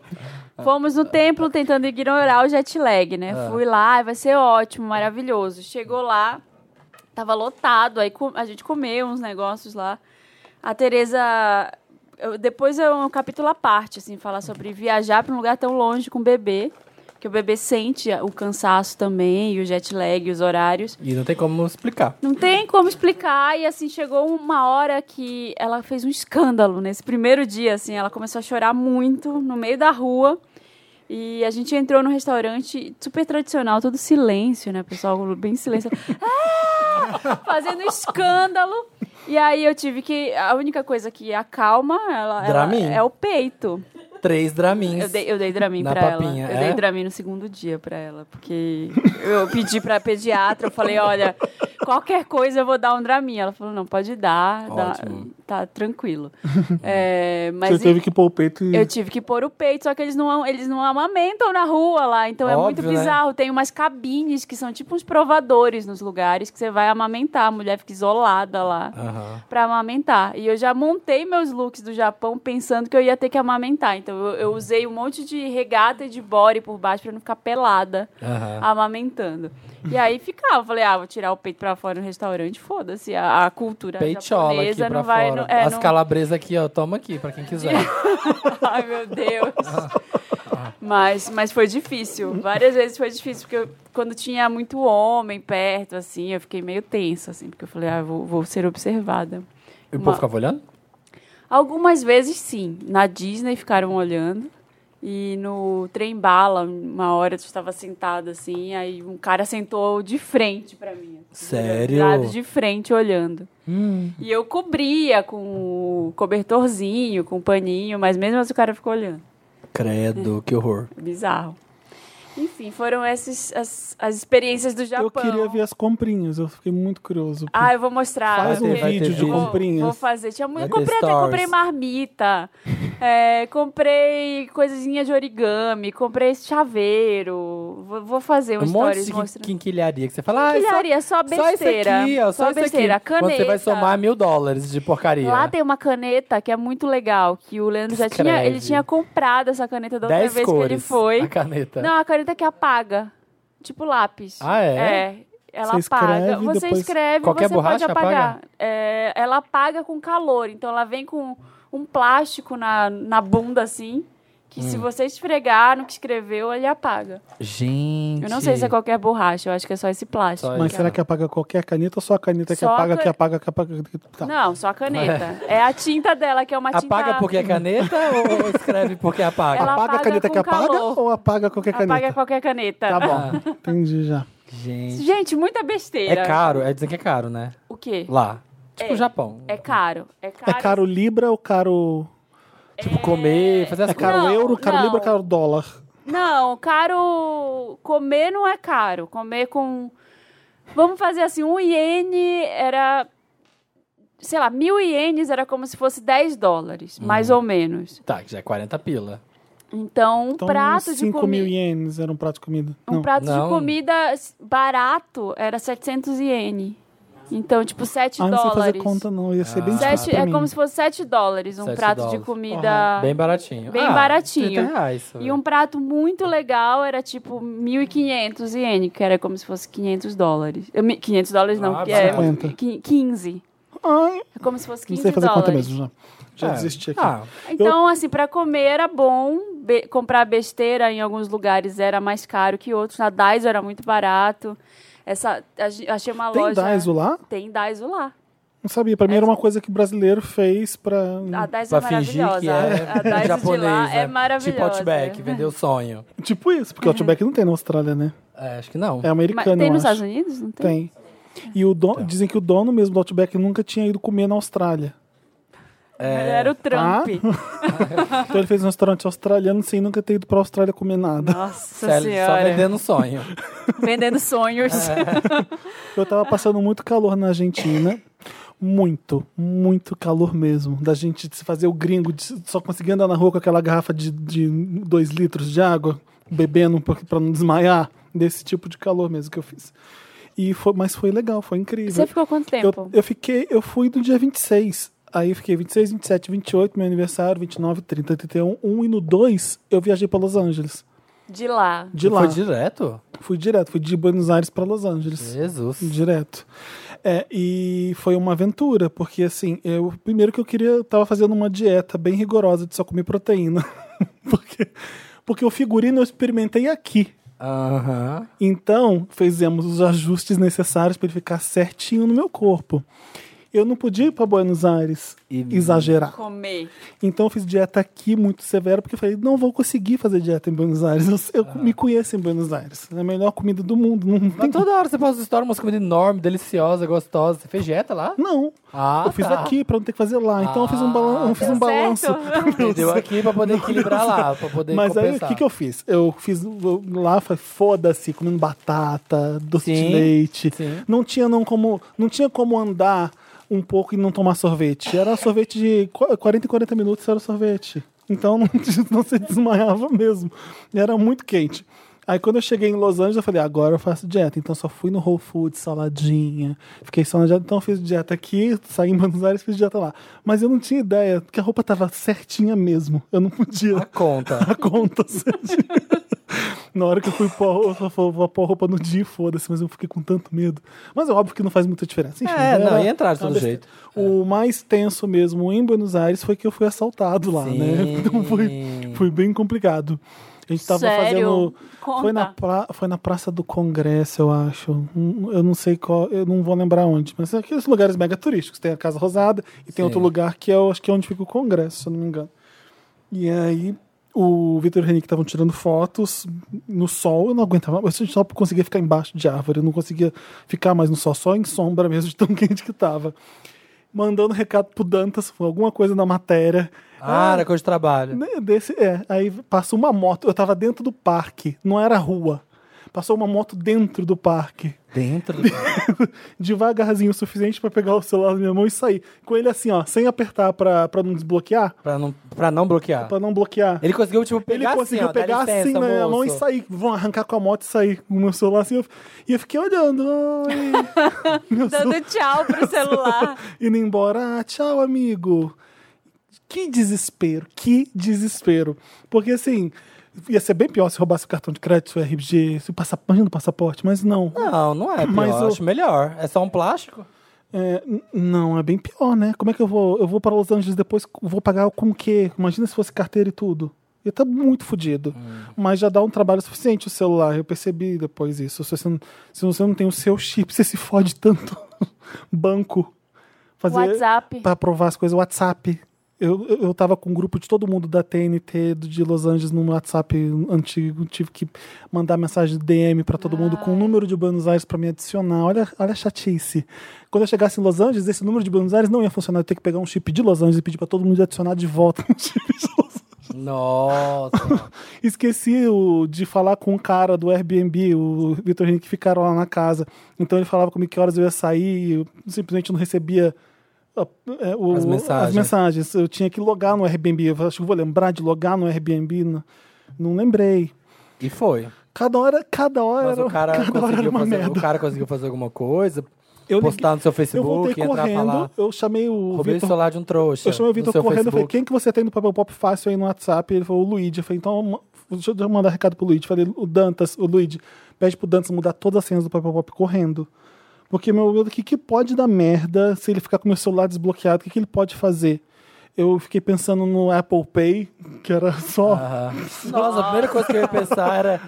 Fomos no templo tentando ignorar o jet lag, né? Fui lá, "Ai, vai ser ótimo, maravilhoso. Chegou lá, tava lotado, aí co- a gente comeu uns negócios lá. A Tereza. eu- Depois é um capítulo à parte, assim, falar sobre viajar para um lugar tão longe com o bebê. Que o bebê sente o cansaço também, e o jet lag, e os horários. E não tem como explicar. Não tem como explicar. E assim, chegou uma hora que ela fez um escândalo nesse primeiro dia, assim. Ela começou a chorar muito no meio da rua. E a gente entrou num restaurante super tradicional, todo silêncio, né, pessoal? Bem silêncio. <laughs> Ah! fazendo escândalo. E aí eu tive que. A única coisa que acalma ela, ela Dramin. é o peito. Três dramins. Eu dei, eu dei Dramin Na pra papinha, ela. Eu é? dei Dramin no segundo dia pra ela. Porque eu pedi pra pediatra, eu falei, olha, qualquer coisa eu vou dar um Dramin. Ela falou, não, pode dar, dá- Ótimo. tá <laughs> tranquilo. É, mas Você teve que pôr o peito e. eu tive que pôr o peito, só que eles não, eles não amamentam na rua lá, então é muito Óbvio, né? bizarro. Tem umas cabines que são tipo uns provadores nos lugares que você vai amamentar, a mulher fica isolada lá Aham. pra amamentar. E eu já montei meus looks do Japão pensando que eu ia ter que amamentar. Então eu, eu usei um monte de regata e de body por baixo pra não ficar pelada Ah, Aham. amamentando. E aí ficava, falei, ah, vou tirar o peito pra fora no restaurante, foda-se, a, a cultura Peitiola aqui japonesa pra não fora. vai... não- é, As não- calabresas aqui, ó. Toma aqui, pra quem quiser. <laughs> Ai, meu Deus. Mas, mas foi difícil. Várias vezes foi difícil, porque eu- quando tinha muito homem perto, assim, eu fiquei meio tensa, assim, porque eu falei, ah, vou, vou ser observada. E o Uma- povo ficava olhando? Algumas vezes, sim. Na Disney ficaram olhando. E no trem bala, uma hora eu estava sentada assim, aí um cara sentou de frente pra mim. assim, Sério? do lado de frente olhando. Hum. E eu cobria com o cobertorzinho, com o paninho, mas mesmo assim o cara ficou olhando. É Credo, que horror. Bizarro. Enfim, foram essas as, as experiências do Japão. Eu queria ver as comprinhas, eu fiquei muito curioso. Ah, eu vou mostrar. Faz vai um ter- vai ter vídeo de vídeo. vou, comprinhas. vou fazer. Tinha muito. Vai ter Comprei até stories. comprei marmita. é, comprei coisinha de origami. Comprei chaveiro. Vou, vou fazer um, Um monte stories de quin- mostrando. quinquilharia que você fala, ah, é só, Quinquilharia, só só isso besteira. aqui, ó, só, isso besteira. aqui. Quando você vai Caneta. somar mil dólares de porcaria. Lá tem uma caneta que é muito legal, que o Leandro já tinha, Descreve. ele tinha comprado essa caneta da outra Dez vez cores que ele foi. a caneta. Não, a caneta que apaga. Tipo lápis. Ah, é? É. Ela Você apaga. escreve, Você depois- escreve, Qualquer você borracha pode apagar. apaga? É, ela apaga com calor. Então ela vem com um plástico na, na bunda, assim. Que se você esfregar no que escreveu, ele apaga. Gente. Eu não sei se é qualquer borracha, eu acho que é só esse plástico. Só Mas Legal. será que apaga qualquer caneta ou só a caneta que Só a apaga, ca- que apaga, que apaga? que- Tá. Não, só a caneta. É a tinta dela, que é uma Apaga tinta. porque é caneta ou escreve porque apaga? Ela- apaga a apaga caneta que com apaga calor. ou apaga qualquer Apaga é caneta? qualquer caneta. Tá bom, Ah. entendi já. Gente. Gente, muita É besteira. caro, é dizer que é caro, né? O quê? Lá. Tipo É. o Japão. É caro. É É caro. caro libra ou caro... Tipo, comer, fazer as É caro Não, euro, caro não. Um libra, caro dólar? Não, caro. Comer não é caro. Comer com. Vamos fazer assim: um iene era. Sei lá, mil ienes era como se fosse 10 dólares, Uhum. mais ou menos. Tá, que já é 40 pila. Então, um Então, prato uns de 5 mil comida. ienes era um prato de comida. Um não. prato de Não. comida barato era 700 iene. Então, tipo, 7 Ah, não sei dólares. fazer conta não, ia ser bem Ah. difícil Sete- pra é mim. como se fosse 7 dólares um Sete prato de dólares. comida. Bem baratinho. Bem Ah, baratinho. 30 reais. sabe? E um prato muito legal era tipo 1.500 iene, que era como se fosse 500 dólares. Eu me- 500 dólares não, Ah, que é 50. qui- 15. Ai, É como se fosse não 15 sei fazer dólares. conta mesmo, já. Já Ah, desisti aqui. Ah, Então, assim, pra comer era bom, be- comprar besteira em alguns lugares era mais caro que outros. Na Daiso era muito barato. Essa, a gen- achei uma Tem loja... Daiso lá? Tem Daiso lá. Não sabia, pra mim era uma coisa que brasileiro fez pra... A Daiso Hum. pra é fingir maravilhosa. que a é Daiso japonês. de lá é né? maravilhosa. Tipo Outback, vendeu sonho. Tipo isso, porque o Outback não tem na Austrália, né? É, acho que não. É Mas americano, tem eu nos Estados acho. Unidos? Não tem? Tem. E o dono, dizem que o dono mesmo do Outback nunca tinha ido comer na Austrália. É. Era o Trump. Então ele fez um restaurante australiano sem nunca ter ido pra Austrália comer nada. Nossa Sério, é só senhora. vendendo sonho. Vendendo <laughs> sonhos. Eu tava passando muito calor na Argentina. Muito, muito calor mesmo. Da gente se fazer o gringo de só conseguir andar na rua com aquela garrafa de, de dois litros de água, bebendo um pouco pra não desmaiar. Desse tipo de calor mesmo que eu fiz. E foi, mas foi legal, foi incrível. Você ficou quanto Eu, tempo? eu fiquei, eu fui do dia 26. Aí eu fiquei 26, 27, 28, meu aniversário, 29, 30, 31, 1 e no 2 eu viajei pra Los Angeles. De lá. De lá. Foi direto? Fui direto, fui de Buenos Aires pra Los Angeles. Jesus. Direto. É, e foi uma aventura, porque assim, eu primeiro que eu queria, eu tava fazendo uma dieta bem rigorosa de só comer proteína. <laughs> porque, porque o figurino eu experimentei aqui. Aham. Então, fizemos os ajustes necessários para ele ficar certinho no meu corpo. Eu não podia ir pra Buenos Aires E- exagerar. Comer. Então eu fiz dieta aqui muito severa, porque eu falei, não vou conseguir fazer dieta em Buenos Aires. Eu, eu me conheço em Buenos Aires. É a melhor comida do mundo. Não tem Ah. Mas toda hora você posta história, umas comidas enormes, deliciosas, gostosas. Você fez dieta lá? Não. Ah, eu fiz tá. aqui pra não ter que fazer lá. Então eu fiz um, balan eu fiz deu um balanço. certo? Deu aqui pra poder equilibrar lá, pra poder Mas aí, o compensar. que, que eu fiz? Eu fiz eu- lá, foi foda-se, comendo batata, doce de Sim, leite. sim. Não tinha não como, não tinha como andar um pouco e não tomar sorvete. Era sorvete de qu- 40 e 40 minutos, era sorvete. Então <laughs> não, não se desmaiava mesmo. Era muito quente. Aí quando eu cheguei em Los Angeles, eu falei, agora eu faço dieta. Então só fui no Whole Foods, saladinha. Fiquei só na dieta. Então eu fiz dieta aqui, saí em Buenos Aires, fiz dieta lá. Mas eu não tinha ideia, porque a roupa tava certinha mesmo. Eu não podia A conta. a conta. Sandy. Na hora que eu fui pôr, eu falei, vou pôr a roupa no dia, foda-se, mas eu fiquei com tanto medo. Mas é óbvio que não faz muita diferença. Enfim, É, era não, ia entrar de uma todo besteira. jeito. O mais tenso mesmo em Buenos Aires foi que eu fui assaltado lá, né? Sim. <laughs> Então foi, foi bem complicado. A gente tava Sério? fazendo. Conta. Foi na, pra- foi na Praça do Congresso, eu acho. Hum, Eu não sei qual, eu não vou lembrar onde, mas é aqueles lugares mega turísticos. Tem a Casa Rosada e tem outro lugar que eu acho que é onde fica o Congresso, se eu não me engano. E aí o Vitor e o Henrique estavam tirando fotos no sol, eu não aguentava, eu só conseguia ficar embaixo de árvore, eu não conseguia ficar mais no sol, só em sombra mesmo, <laughs> de tão quente que tava. Mandando recado pro Dantas, alguma coisa na matéria. Ah, era coisa de trabalho. Né, Desse, é, aí passou uma moto, eu tava dentro do parque, não era rua. Passou uma moto dentro do parque, <laughs> Dentro. devagarzinho o suficiente pra pegar o celular na minha mão e sair. Com ele assim, ó, sem apertar pra, pra não desbloquear, pra, não, pra não bloquear. pra não bloquear. Ele conseguiu, tipo, pegar Ele assim, conseguiu ó, dá pegar licença, assim na minha mão e moço. sair. Vão arrancar com a moto e sair com o meu celular assim. eu- E eu fiquei olhando. <laughs> ai, meu celular Dando tchau pro celular. indo embora. Ah, tchau, amigo. Que desespero, que desespero. Porque assim, ia ser bem pior se roubasse o cartão de crédito, o RG, se o passaporte, imagina o passaporte, mas não. Não, não é pior. Mas eu o- acho melhor. É só um plástico? É, n- não, é bem pior, né? Como é que eu vou? Eu vou para Los Angeles depois, vou pagar com o quê? Imagina se fosse carteira e tudo. Ia estar muito fodido. Mas já dá um trabalho suficiente o celular. Eu percebi depois isso. Se você não, se você não tem o seu chip, você se fode tanto. <laughs> Banco. Fazer WhatsApp. Pra provar as coisas. WhatsApp. Eu, eu, eu tava com um grupo de todo mundo da TNT do- de Los Angeles num WhatsApp antigo. Tive que mandar mensagem DM pra todo mundo com o número de Buenos Aires pra me adicionar. Olha, olha a chatice. Quando eu chegasse em Los Angeles, esse número de Buenos Aires não ia funcionar. Eu ia ter que pegar um chip de Los Angeles e pedir pra todo mundo adicionar de volta <laughs> no chip de Los Angeles. Nossa. Esqueci o- de falar com um cara do Airbnb, o Vitor Henrique, que ficaram lá na casa. Então ele falava comigo que horas eu ia sair, eu simplesmente não recebia ah, é, o- As mensagens. as mensagens. Eu tinha que logar no Airbnb. Eu acho que eu vou lembrar de logar no Airbnb. Não, não lembrei. E foi. Cada hora, cada hora, Mas era, o <laughs> cara, cada hora era conseguiu uma fazer, merda. o cara conseguiu fazer alguma coisa, Eu liguei- postar no seu eu voltei Facebook, entrar e falar. correndo, eu chamei o Roubei o Vitor celular de um trouxa. Eu chamei o no Vitor seu correndo e falei, Facebook. quem que você tem no papel pop fácil aí no WhatsApp? Ele falou, o Luigi. Eu falei, então ma- deixa eu mandar recado pro Luigi. Falei, o Dantas, o Luigi, pede pro Dantas mudar todas as senhas do papel pop correndo. Porque meu medo que, que pode dar merda se ele ficar com meu celular desbloqueado, o que, que ele pode fazer? Eu fiquei pensando no Apple Pay, que era <laughs> só. Aham. Nossa, a primeira coisa que eu ia pensar era.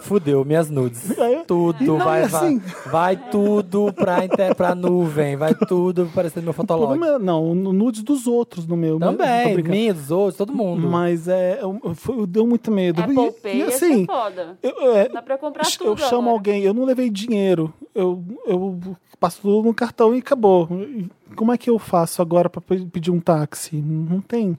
Fudeu, minhas nudes. Aí- Tudo, Não, vai, e assim- vai, vai tudo pra, inter, pra nuvem, vai tudo parecendo meu O fotolog. problema era, não, o nudes dos outros no meu. mas- tô Também, brincando. minha, dos outros, todo mundo. Mas é, eu, eu- deu muito medo. E- Apple Pay e, ia ser assim, foda. eu, é, Dá pra comprar Ch- tudo Eu chamo agora. alguém, eu não levei dinheiro, eu, eu passo tudo no cartão e acabou. E Como é que eu faço agora para pedir um táxi? Não tem.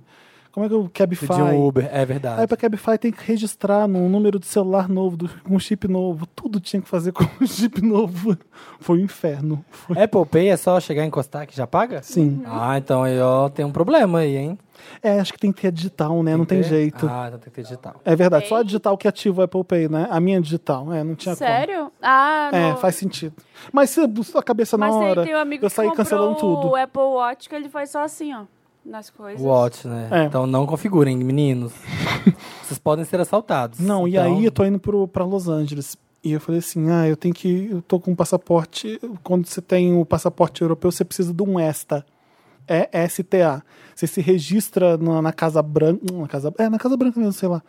Como é que eu Cabify? Pedir um Uber, é Aí verdade. pra Cabify tem que registrar num número de celular novo, do- com um chip novo. Tudo tinha que fazer <laughs> com um chip novo. Foi um inferno. Foi- Apple Pay é só chegar e encostar que já paga? Sim. Ah, então aí ó, tem um problema aí, hein? É, acho que tem que ter digital, né? não tem Ter? jeito. Ah, então tem que ter digital. É verdade, só a digital que ativa o Apple Pay, né? A minha digital, é, não tinha como. Sério? Ah, É, no- faz sentido. Mas se a sua cabeça Mas na tem- hora, tem um amigo eu que saí comprou cancelando tudo. o Apple Watch que ele faz só assim, ó. Nas coisas. Watch, né? É. Então não <laughs> configurem, meninos. Vocês podem ser assaltados. Não, e Então, aí eu tô indo pro, pra Los Angeles. E eu falei assim: ah, eu tenho que. Eu tô com um passaporte. Quando você tem o passaporte europeu, você precisa de um ESTA. É STA. Você se registra na, na Casa Branca. Na Casa, é, na Casa Branca mesmo, sei lá.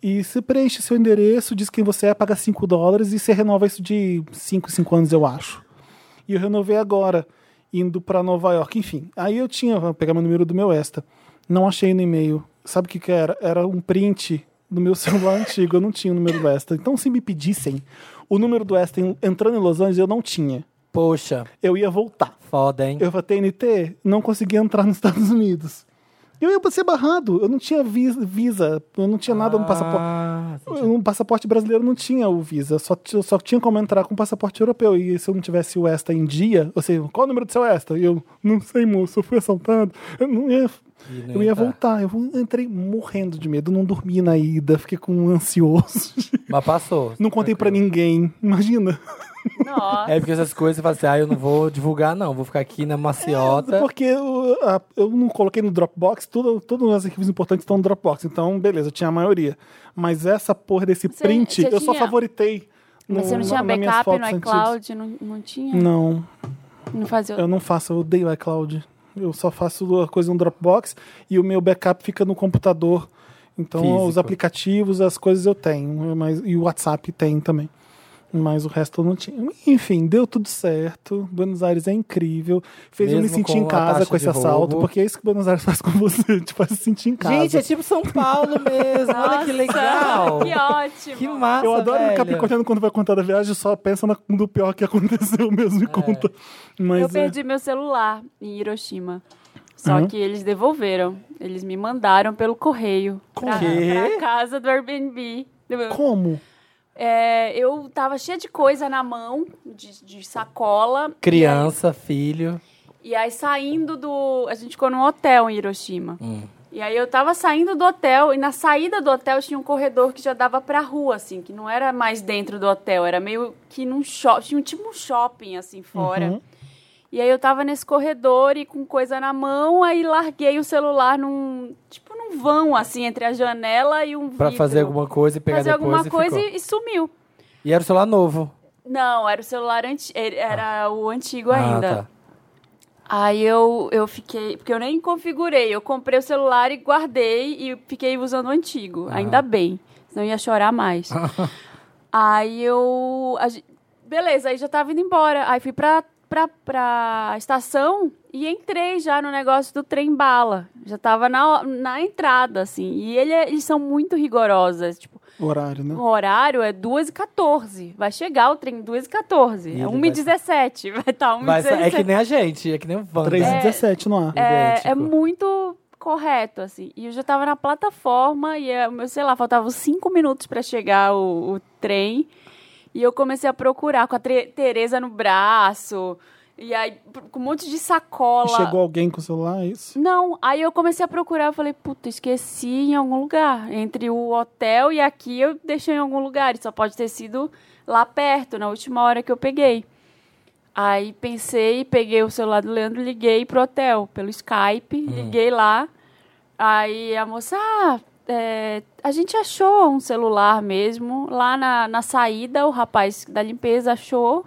E você preenche seu endereço, diz quem você é, paga 5 dólares e você renova isso de 5, 5 anos, eu acho. E eu renovei agora. indo para Nova York. Enfim, aí eu tinha, vou pegar meu número do meu Esta. Não achei no e-mail. Sabe o que, que era? Era um print do meu <laughs> celular antigo. Eu não tinha o número do Esta. Então, se me pedissem o número do Esta em- entrando em Los Angeles, eu não tinha. Poxa, Eu ia voltar. foda, hein? Eu pra TNT, não conseguia entrar nos Estados Unidos. Eu ia ser barrado. Eu não tinha vis- visa, eu não tinha nada no passaporte. Ah, senti- Um passaporte brasileiro não tinha o Visa, só, ti- só tinha como entrar com passaporte europeu. E se eu não tivesse o ESTA em dia, ou seja, qual o número do seu ESTA? E eu, não sei, moço, eu fui assaltado. Eu não ia, E não eu ia ia entrar. voltar. Eu entrei morrendo de medo, não dormi na ida, fiquei com um ansioso. <laughs> Mas passou. Não contei pra ninguém, imagina. Nossa. É porque essas coisas você fala assim, ah, eu não vou divulgar, não. Vou ficar aqui na maciota. Porque eu, a- eu não coloquei no Dropbox, tudo, todos os arquivos importantes estão no Dropbox, então beleza, eu tinha a maioria. Mas essa porra desse Você- print, você eu só tinha- favoritei. Mas você não no- tinha nas minhas backup fotos no iCloud? Não, não tinha? antigas. Não, Não fazia. eu não faço, eu odeio iCloud. Eu só faço a coisa no Dropbox e o meu backup fica no computador. Então Físico. os aplicativos, as coisas eu tenho, né, mas, e o WhatsApp tem também. Mas o resto eu não tinha. Enfim, deu tudo certo. Buenos Aires é incrível. Fez eu me Mesmo sentir com em a casa taxa com esse de assalto, roubo. porque é isso que Buenos Aires faz <laughs> com você. Te faz se sentir em casa. Gente, é tipo São Paulo mesmo. Olha que legal. Que ótimo. Que massa, eu adoro o velho. Capricorniano quando vai contar da viagem, só pensa na- no pior que aconteceu <laughs> mesmo É. e conta. Mas eu é- perdi meu celular em Hiroshima. Só Aham. que eles devolveram. Eles me mandaram pelo correio. Pra, Quê? pra casa do Airbnb. é, como? É, eu tava cheia de coisa na mão, de, de sacola. Criança, filho. E aí saindo do. A gente ficou num hotel em Hiroshima. Hum. E aí eu tava saindo do hotel e na saída do hotel tinha um corredor que já dava pra rua, assim, que não era mais dentro do hotel, era meio que num shopping, tinha um- tipo um shopping, assim, fora. Uhum. E aí eu tava nesse corredor e com coisa na mão, aí larguei o celular num, tipo num vão, assim, entre a janela e um Pra vidro. fazer alguma coisa e pegar Fazer depois alguma e coisa ficou. e, e sumiu. E era o celular novo. Não, era o celular antigo, era o antigo ainda. Ah, tá. Aí eu, eu fiquei. Porque eu nem configurei. Eu comprei o celular e guardei e fiquei usando o antigo. Aham. Ainda bem. Senão eu ia chorar <laughs> mais. aí eu. a gen- beleza, aí já tava indo embora. Aí fui pra, pra, pra estação e entrei já no negócio do trem bala. Já tava na, na entrada, assim. E ele é- eles são muito rigorosas. Tipo, Horário, né? o horário é 2h14. Vai chegar o trem 2h14. Ele É vai- 1h17. <laughs> Vai tá estar Mas 1h17. é que nem a gente, é que nem o Wanda. 3 e 17 no ar. É, Idêntico. é muito correto, assim. E eu já tava na plataforma e, é, meu, sei lá, faltavam cinco minutos pra chegar o, o trem. E eu comecei a procurar com a Tre- Tereza no braço. E aí, pr- com um monte de sacola. E chegou alguém com o celular, é isso? Não, aí eu comecei a procurar, eu falei, puta, esqueci em algum lugar. Entre o hotel e aqui eu deixei em algum lugar. E só pode ter sido lá perto, na última hora que eu peguei. Aí pensei, peguei o celular do Leandro, liguei pro hotel, pelo Skype, Hum. liguei lá. Aí a moça, ah, é, a gente achou um celular mesmo. Lá na, na saída, o rapaz da limpeza achou.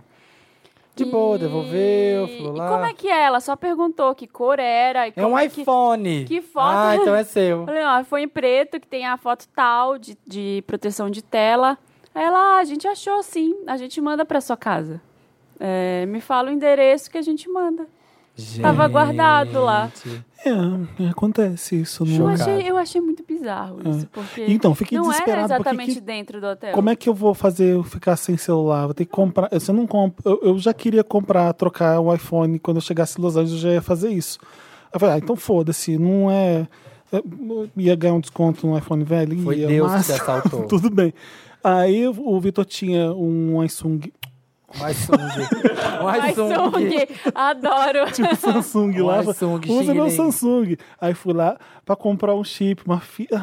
De boa, E- devolveu, falou lá. E como é que é? Ela só perguntou que cor era. E É um como que- iPhone. que foto? Ah, então é seu. Falei, ó, foi em preto, que tem a foto tal de, de proteção de tela. Aí ela, ah, a gente achou sim, a gente manda pra sua casa. É, me fala o endereço que a gente manda. Tava guardado lá. Gente. É, acontece isso. Eu Não... Chocado. achei, eu achei muito bizarro isso, porque Então, fiquei não era desesperado. porque exatamente que- dentro do hotel. como é que eu vou fazer eu ficar sem celular? Vou ter que comprar. Eu, se eu não compro, eu, eu já queria comprar, trocar o iPhone. Quando eu chegasse em Los Angeles, eu já ia fazer isso. Eu falei, ah, então foda-se, não é. é- Ia ganhar um desconto no iPhone velho? Foi ia, Deus que mas- te assaltou. <laughs> Tudo bem. Aí o Vitor tinha um Samsung, Um <laughs> iSung. Um Ai, iSung. Sung, adoro. <laughs> tipo Samsung Um lá. iSung usa meu chinelinho." Samsung. Aí fui lá pra comprar um chip, uma fita.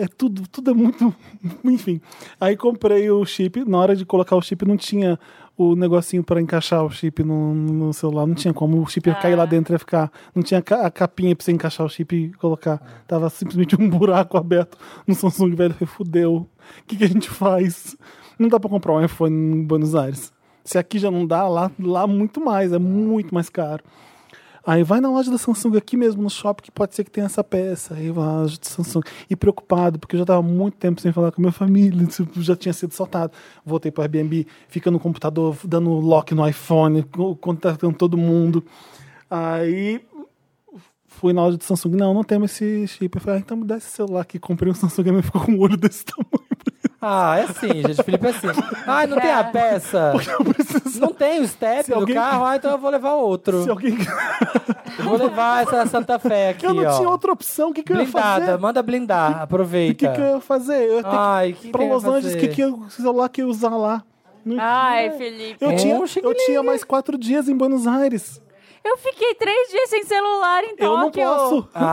é tudo, tudo é muito. <laughs> Enfim. Aí comprei o chip. Na hora de colocar o chip, não tinha o negocinho pra encaixar o chip no, no celular. Não tinha como. O chip ia cair lá dentro e ia ficar. Não tinha ca- a capinha pra você encaixar o chip e colocar. Tava simplesmente um <laughs> buraco aberto no Samsung velho. Eu falei, fudeu. O que, que a gente faz? Não dá pra comprar um iPhone em Buenos Aires. Se aqui já não dá, lá, lá muito mais. É muito mais caro. Aí vai na loja da Samsung aqui mesmo, no shopping, que pode ser que tenha essa peça. Aí vai na loja da Samsung. E preocupado, porque eu já estava muito tempo sem falar com a minha família, <laughs> tipo, já tinha sido soltado. Voltei para o Airbnb, fica no computador, dando lock no iPhone, co- contatando todo mundo. Aí fui na loja de Samsung, não, não temos esse chip. Eu falei, ah, então me dá esse celular aqui. Comprei um Samsung e ficou com um olho desse tamanho. Ah, é assim, gente. O Felipe é assim. Ai, não tem a peça. Eu preciso- Não tem o step Se do alguém- carro. Ah, então eu vou levar outro. Se alguém... <laughs> Eu Vou levar essa Santa Fé aqui, Eu não ó. tinha outra opção, o que, que eu ia Blindada, fazer? manda blindar. O que, Aproveita. que eu ia fazer? Eu ia ter Ai, que que ir pra que eu ia Los Angeles, o que, fazer? que eu, o celular que eu ia usar lá? Não- Ai, Felipe. Eu, É, tinha, um eu chiquilinho. tinha mais quatro dias em Buenos Aires. Eu fiquei três dias sem celular em Eu não Tóquio. posso. Ai,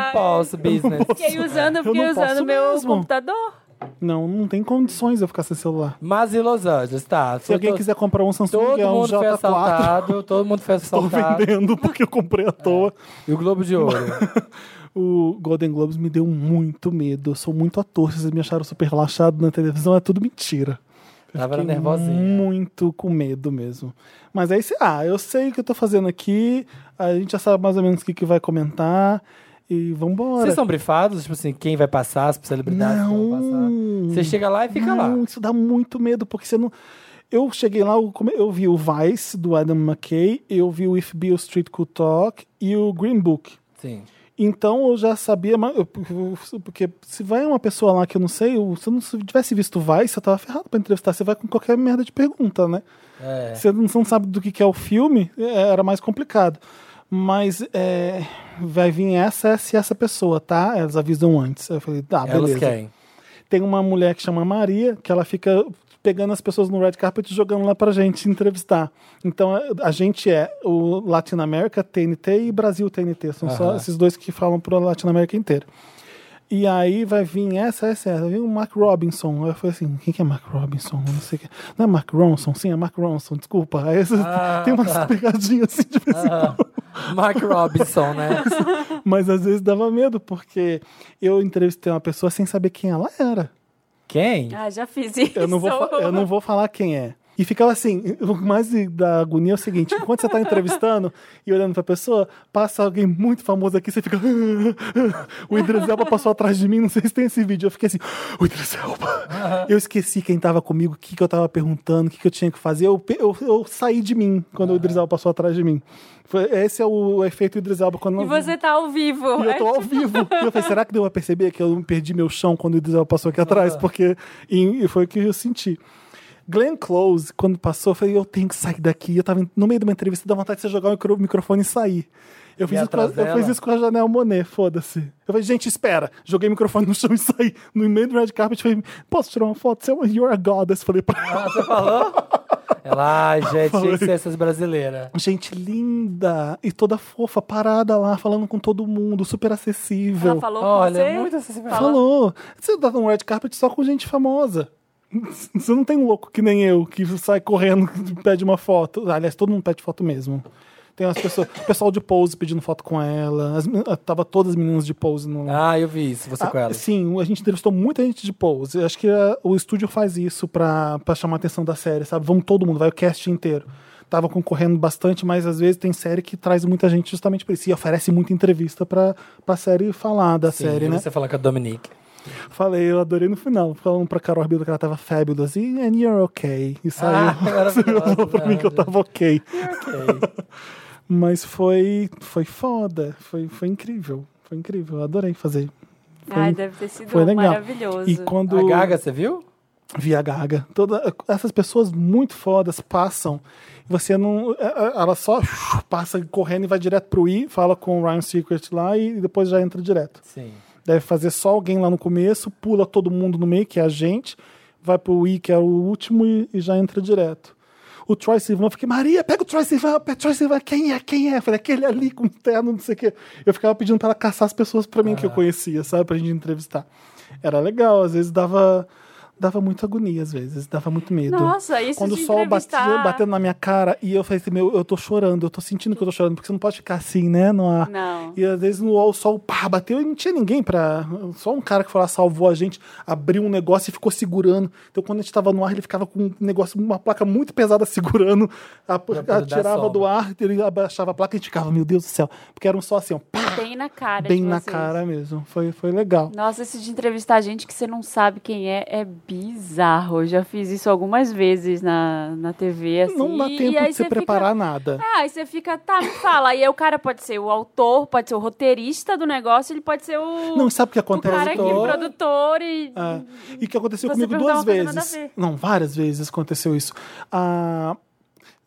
eu não posso, business. Fiquei usando, fiquei não posso usando meu mesmo. computador. Não, não tem condições eu ficar sem celular. Mas e Los Angeles, tá. Se alguém to- quiser comprar um Samsung, Todo é um mundo foi J4, assaltado, todo mundo foi <laughs> tô assaltado. vendendo porque eu comprei à toa. E o Globo de <laughs> Ouro. O Golden Globes me deu muito medo. Eu sou muito ator. Vocês me acharam super relaxado na televisão, é tudo mentira. Eu Tava fiquei nervosinha. Muito com medo mesmo. Mas aí, se- ah, eu sei o que eu tô fazendo aqui, a gente já sabe mais ou menos o que, que vai comentar. E vambora. Vocês são brifados? Tipo assim, quem vai passar, as celebridades que vão passar? Não. Você chega lá e fica lá. Não, isso dá muito medo, porque você não. Eu cheguei lá, eu come- eu vi o Vice do Adam McKay, eu vi o If Bill Street Could Talk e o Green Book. Sim. Então eu já sabia, mas eu- porque se vai uma pessoa lá que eu não sei, eu- se eu não tivesse visto o Vice, eu tava ferrado pra entrevistar. Você vai com qualquer merda de pergunta, né? É. Você não você não sabe do que que é o filme, é, era mais complicado. Mas é, vai vir essa, essa e essa pessoa, tá? Elas avisam antes. Eu falei, tá, Elas beleza. querem. Tem uma mulher que chama Maria, que ela fica pegando as pessoas no red carpet e jogando lá pra gente entrevistar. Então a- a gente é o Latin America TNT e Brasil TNT. São só Aham. esses dois que falam pra Latin America inteira. E aí vai vir essa, essa, essa. Vai vir o Mark Robinson. Aí eu falei assim, quem que é Mark Robinson? Eu Não sei o que. Não é Mark Ronson? Sim, é Mark Ronson, desculpa. Aí você- Ah, <laughs> tem umas pegadinhas assim de vez em Ah, Mark Robinson, né? Mas às vezes dava medo, porque eu entrevistei uma pessoa sem saber quem ela era. Quem? Ah, já fiz isso. Eu não vou, fa- eu não vou falar quem é. E ficava assim, <laughs> o mais da agonia é o seguinte, enquanto você tá entrevistando e olhando pra pessoa, passa alguém muito famoso aqui, você fica... <laughs> O Idris Elba passou atrás de mim, não sei se tem esse vídeo. Eu fiquei assim, o Idris Elba. Eu esqueci quem tava comigo, o que, que eu tava perguntando, o que, que eu tinha que fazer. Eu, pe- eu, eu saí de mim quando o Idris Elba passou atrás de mim. Foi- Esse é o efeito Idris Elba quando... E você tá ao vivo. E eu tô ao vivo. E eu falei, será que deu pra perceber que eu perdi meu chão quando o Idrisel passou aqui atrás? Porque e, e foi o que eu senti. Glenn Close, quando passou, eu falei, eu tenho que sair daqui. Eu tava no meio de uma entrevista, dá vontade de você jogar o micro- microfone e sair. Eu fiz, isso com a, atrás eu dela? fiz isso com a Janel Monet, foda-se. Eu falei, gente, espera. Joguei o microfone no chão e saí. No meio do red carpet, falei, posso tirar uma foto? Você é uma- You're a goddess. Falei pra ela. Ah, você falou? Ela, <laughs> ai, gente, tinha Falei. que ser essas brasileiras. Gente linda e toda fofa, parada lá, falando com todo mundo, super acessível. Ela falou Olha, com você? muito assim. acessível. Falou. Você tá no red carpet só com gente famosa. Você não tem um louco que nem eu, que sai correndo <laughs> e pede uma foto. Aliás, todo mundo pede foto mesmo. Tem as pessoas, o pessoal de pose pedindo foto com ela. As, men- eh, tava todas as meninas de pose no. Ah, eu vi isso, você Ah, com ela. Sim, a gente entrevistou muita gente de pose. Eu Acho que ah, o estúdio faz isso pra, pra chamar a atenção da série, sabe? Vamos todo mundo, vai o cast inteiro. Tava concorrendo bastante, mas às vezes tem série que traz muita gente justamente pra isso. E oferece muita entrevista pra, pra série falar da Sim, série, eu vi né? Você falar com a Dominique. Falei, eu adorei no final, falando pra Carol Rebelo que ela tava fabulous e and you're okay. E <laughs> saiu. maravilhoso, Você falou pra mim que eu tava ok. Ah, <laughs> Ok. Mas foi, foi foda, foi, foi incrível. Foi incrível, eu adorei fazer. Ai, deve ter sido Foi legal. maravilhoso. E quando A Gaga, você viu? vi a Gaga, toda, essas pessoas muito fodas passam. Você não. é, é, Ela só passa correndo e vai direto pro I, fala com o Ryan Secret lá e depois já entra direto. Sim. Deve fazer só alguém lá no começo, pula todo mundo no meio, que é a gente, vai pro I, que é o último, e, e já entra direto. O Troy Sivan, eu fiquei, Maria, pega o Troy Sivan, pega o Troy Sivan, quem é, quem é? Eu falei, aquele ali com o terno, não sei o quê. Eu ficava pedindo pra ela caçar as pessoas pra mim Ah. que eu conhecia, sabe, pra gente entrevistar. Era legal, às vezes dava, dava muita agonia, às vezes, dava muito medo. Nossa, isso Quando o de sol entrevistar... batia, batendo na minha cara e eu falei assim, meu, eu tô chorando, eu tô sentindo que eu tô chorando, porque você não pode ficar assim, né, no ar. Não. E às vezes no UOL, o sol pá, bateu e não tinha ninguém pra. Só um cara que foi lá, salvou a gente, abriu um negócio e ficou segurando. Então quando a gente tava no ar, ele ficava com um negócio, uma placa muito pesada <laughs> segurando, a- poder dar atirava sombra. do ar, ele abaixava a placa e a gente ficava, meu Deus do céu. Porque eram só assim, ó, pá, bem na cara. Bem de na vocês. cara mesmo. Foi, foi legal. Nossa, esse de entrevistar gente que você não sabe quem é, é bizarro. Eu já fiz isso algumas vezes na, na TV, assim. Não dá e- e tempo aí de você se fica- preparar nada. Ah, aí você fica, tá, me fala. E aí o cara pode ser o autor, pode ser o roteirista do negócio, ele pode ser o, Não, sabe o que o acontece? cara aqui, o Tô- produtor e... É. E que aconteceu Você comigo perguntar uma duas coisa nada a vezes. ver. Não, várias vezes aconteceu isso. A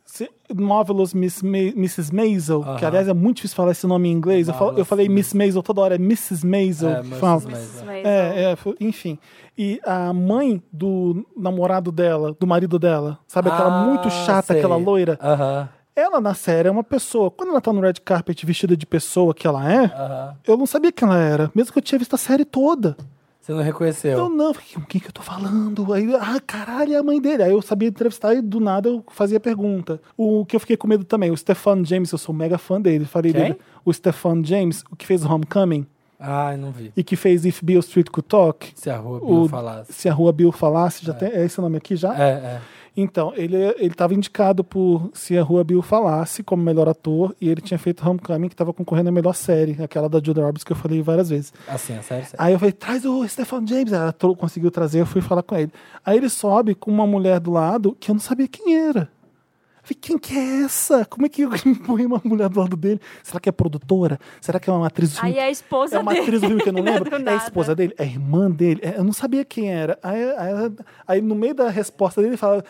se- Marvelous Miss Ma Mrs. Maisel, que Aham. aliás é muito difícil falar esse nome em inglês. Eu, falo- eu Marvelous falei Miss- Miss Maisel toda hora, é Mrs. Maisel. É, que Mrs. fala. Maisel. Isso mesmo. É, é, foi- enfim. E a mãe do namorado dela, do marido dela, sabe aquela Ah, muito chata, sei. aquela loira? Aham, Ela na série é uma pessoa. Quando ela tá no red carpet vestida de pessoa que ela é, aham. eu não sabia quem ela era, mesmo que eu tinha visto a série toda. Você não reconheceu. Eu Então, não, fiquei, com quem que eu tô falando? Aí, ah, caralho, é a mãe dele. Aí eu sabia entrevistar e do nada eu fazia pergunta. O que eu fiquei com medo também, o Stefan James, eu sou mega fã dele, falei Quem? dele. O Stefan James, o que fez Homecoming Ai, não vi. e que fez If Bill Street Could Talk. Se a rua O- Bill falasse. Se a rua Bill falasse, já tem é esse nome aqui já? É, é. Então, ele, ele tava indicado por Se a Rua Bill Falasse como melhor ator, e ele tinha feito Homecoming, que tava concorrendo à melhor série, aquela da Julia Roberts que eu falei várias vezes. Assim, é sério, sério. Aí eu falei, traz o Stefan James. Ela tro- conseguiu trazer, eu fui falar com ele. Aí ele sobe com uma mulher do lado que eu não sabia quem era. Eu Falei, quem que é essa? Como é que <laughs> eu põe uma mulher do lado dele? Será que é produtora? Será que é uma atriz do filme? Aí a esposa É uma dele. atriz do filme que eu não <laughs> né, lembro. do É a nada. esposa dele? É a irmã dele? É, eu não sabia quem era. Aí, aí- aí no meio da resposta dele, ele fala...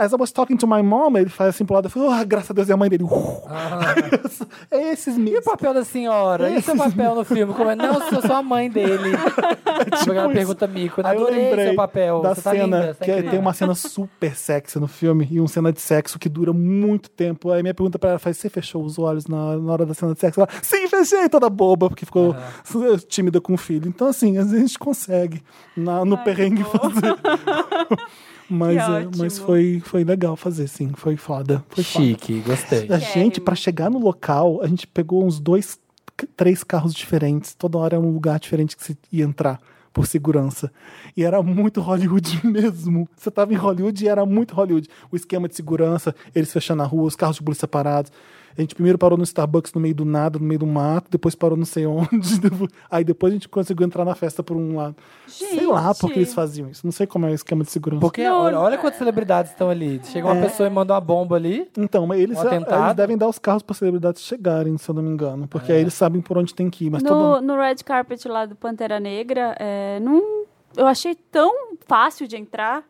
As I was talking to my mom, ele faz assim pro lado. Eu falo, ah, graças a Deus, é a mãe dele. <laughs> Uh. é esses E o mesmos. papel da senhora? E seu papel no filme? Como é? Não, eu sou a mãe <laughs> dele. tipo aquela isso. pergunta mico. Aí eu Adorei lembrei seu papel. da você tá cena, linda, você que é tem incrível. uma cena super sexy no filme e uma cena de sexo que dura muito tempo. Aí minha pergunta pra ela faz, você fechou os olhos na, na hora da cena de sexo? Ela, sim, fechei, toda boba, porque ficou <laughs> tímida com o filho. Então, assim, às vezes a gente consegue na- no perrengue <laughs> fazer. mas, Que é, mas ótimo. foi, foi legal fazer, sim. Foi foda. Foi foda. Chique, gostei. A gente, pra Chiquérrimo. chegar no local, a gente pegou uns dois, c- três carros diferentes. Toda hora era um lugar diferente que você ia entrar por segurança. E era muito Hollywood <laughs> mesmo. Você tava em Hollywood e era muito Hollywood. O esquema de segurança, eles fechando a rua, os carros de polícia parados. A gente primeiro parou no Starbucks no meio do nada, no meio do mato, depois parou não sei <laughs> onde. depois- Aí depois a gente conseguiu entrar na festa por um lado. Sei lá por que Gente. eles faziam isso. Não sei como é o esquema de segurança. Porque Não, é. olha, olha quantas celebridades estão ali. Chega É. uma pessoa e manda uma bomba ali. Então, mas eles, Um atentado? É. eles devem dar os carros para celebridades chegarem, se eu não me engano. Porque aí eles sabem por onde tem que ir. Mas todo No, mundo. no red carpet lá do Pantera Negra, é, não, eu achei tão fácil de entrar.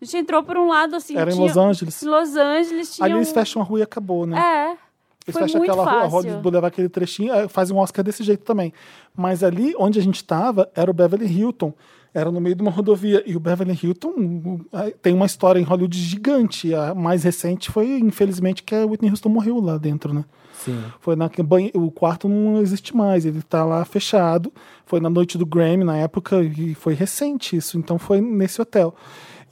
A gente entrou por um lado assim. Era em tinha- Los Angeles. Em Los Angeles tinha. Ali eles um- fecham a rua e acabou, né? É. eles foi fecham muito aquela rua, a fácil. Hollywood Boulevard, aquele trechinho, aí fazem um Oscar desse jeito também. Mas ali onde a gente estava era o Beverly Hilton. Era no meio de uma rodovia. E o Beverly Hilton um, um, tem uma história em Hollywood gigante. A mais recente foi, infelizmente, que a Whitney Houston morreu lá dentro, né? Sim. Foi na banhe- o quarto não existe mais, ele tá lá fechado. Foi na noite do Grammy na época e foi recente isso, então foi nesse hotel.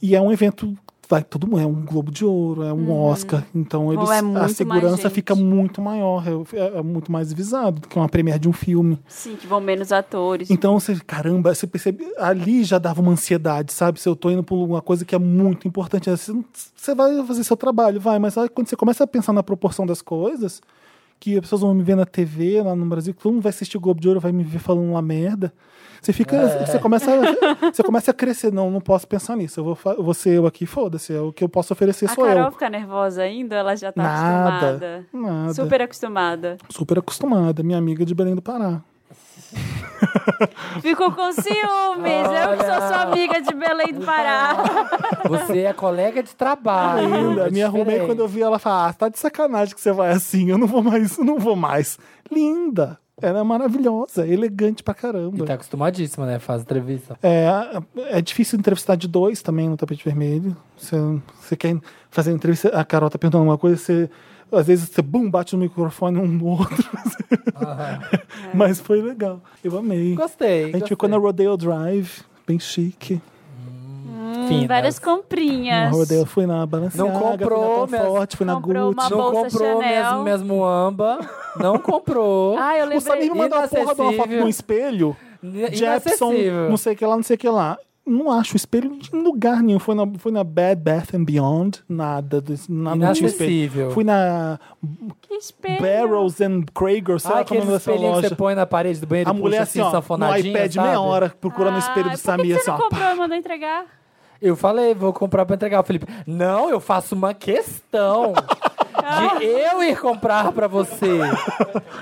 E é um evento vai todo mundo, é um Globo de Ouro, é um Oscar, então eles Bom, Uhum. é a muito mais segurança gente. fica muito maior, é, é muito mais visado do que uma premiere de um filme. Sim, que vão menos atores. Então você, caramba, você percebe, ali já dava uma ansiedade, sabe? Se eu tô indo por uma coisa que é muito importante, você, não- você vai fazer seu trabalho, vai, mas aí quando você começa a pensar na proporção das coisas, que as pessoas vão me ver na TV lá no Brasil, que todo mundo vai assistir o Globo de Ouro, vai me ver falando uma merda. Você fica, você começa, a, você começa a crescer, não, não posso pensar nisso. Eu vou, fa- eu vou ser eu aqui, foda-se, é o que eu posso oferecer a sou Carol eu. fica nervosa ainda, ela já tá Nada. acostumada. Nada. Super acostumada. Super acostumada, minha amiga de Belém do Pará. Ficou <laughs> com ciúmes. Eu que sou sua amiga de Belém do Pará. Você é colega de trabalho. Ainda, é Ah, me arrumei diferente. quando Tá eu vi ela falar: Ah, tá de sacanagem que você vai assim, eu não vou mais, <laughs> eu não vou mais. Linda! Ela é maravilhosa, elegante pra E caramba. tá acostumadíssima, né? Faz entrevista. É, é difícil entrevistar de dois também no tapete vermelho. Você, você quer fazer entrevista, a Carol tá perguntando uma coisa, você. Às vezes você bum, bate no microfone um no outro. <laughs> Mas foi legal. Eu amei. Gostei. a gente ficou na Rodeo Drive, bem chique. Finas. Hum, Várias Na comprinhas. Rodeo fui na Balenciaga, Não fui comprou, na Comfort, fui na comprou uma Gucci. Não Bolsa comprou Chanel. mesmo, mesmo amba. Não comprou. Ah, eu O Samir lembrei. me mandou a porra de uma foto Inacessível. no espelho. Ina- Jepson, inacessível. não sei o que lá, não sei o que lá. não acho espelho em lugar nenhum. Foi na, foi na Bad Bath and Beyond, nada. desse- nada não tinha espelho. Inacessível. Fui na Que espelho. Barrels and Krager, sei Ah, lá como é o aqueles nome dessa espelhinhos que loja. você põe na parede do banheiro A e puxa mulher assim, assim, ó, no sanfonadinha, iPad sabe? meia hora procurando o Ai, espelho Ah, por do que que Samir, você assim, não ó. comprou e mandou entregar? Eu falei, vou comprar pra entregar. O Felipe, não, eu faço uma questão <laughs> de eu ir comprar pra você.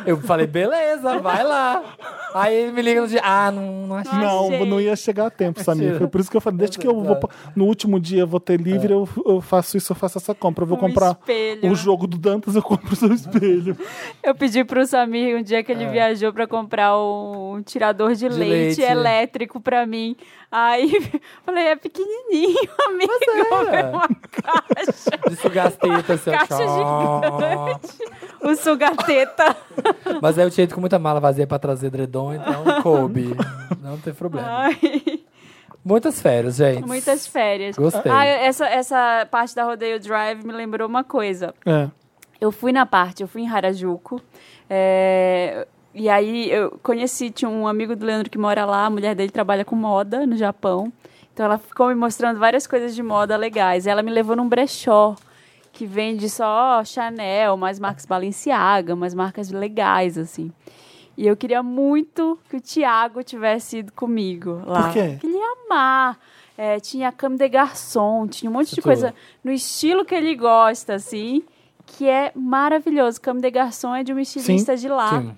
Eu falei, beleza, vai lá. Aí ele me liga no dia, ah, não, não achei. Ai, Não, gente. não ia chegar a tempo, Samir. Mentira. É. Foi por isso que eu falei, desde que eu vou. Exato. No último dia eu vou ter livre, eu, eu faço isso, eu faço essa compra. Eu vou Um comprar espelho. o jogo do Dantas, eu compro o seu espelho. Eu pedi pro Samir um dia que ele É. viajou pra comprar um, um tirador de, De leite, leite. elétrico pra mim. Aí <laughs> falei, é pequenininho, <laughs> amigo. era. É uma caixa. De sugar as tetas, seu Caixa gigante. O sugateta. Mas aí eu tinha ido com muita mala vazia pra trazer edredom, então coube. Não tem problema. Ai, Muitas férias, gente. muitas férias. Gostei. Ah, essa, essa parte da Rodeio Drive me lembrou uma coisa. É. Eu fui na parte, eu fui em Harajuku. é, e aí eu conheci, tinha um amigo do Leandro que mora lá, a mulher dele trabalha com moda no Japão. Então ela ficou me mostrando várias coisas de moda legais. Ela me levou num brechó que vende só Chanel, mais marcas Balenciaga, umas marcas legais, assim. E eu queria muito que o Thiago tivesse ido comigo lá. Por quê? Que ele ia amar. É, tinha Cam de Garçom, tinha um monte de Isso coisa no estilo que ele gosta, assim, que é maravilhoso. Cam de Garçom é de uma estilista de lá. Sim.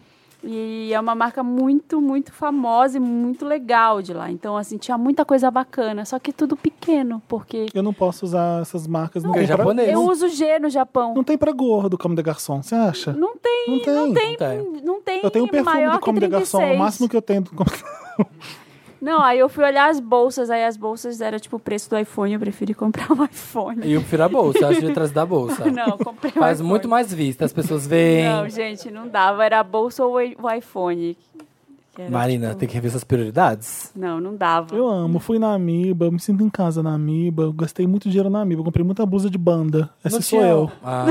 E é uma marca muito, muito famosa e muito legal de lá. Então, assim, tinha muita coisa bacana, só que tudo pequeno, porque Eu não posso usar essas marcas. Não, Porque tem, é pra, japonês. eu uso G no Japão. não tem pra gordo como de garçom, você acha? Não tem, Não tem. não tem, Não não tem Eu tenho o perfume maior do que Comme de Garçom, é o 36. máximo que eu tenho do Comme Não, aí eu fui olhar as bolsas, aí as bolsas eram tipo o preço do iPhone, eu preferi <laughs> comprar um iPhone. E eu prefiro a bolsa, eu acho que eu ia trazer da bolsa. Não, eu comprei um <laughs> Faz iPhone. muito mais vista, as pessoas veem. Não, gente, não dava. Era a bolsa ou o iPhone. Que era, Marina, tipo, tem que rever suas prioridades. Não, não dava. <laughs> Eu amo, fui na Amiba, eu me sinto em casa na Amiba, eu gastei muito dinheiro na Amiba, eu comprei muita blusa de banda. Essa Não sou tinha- eu. Ah,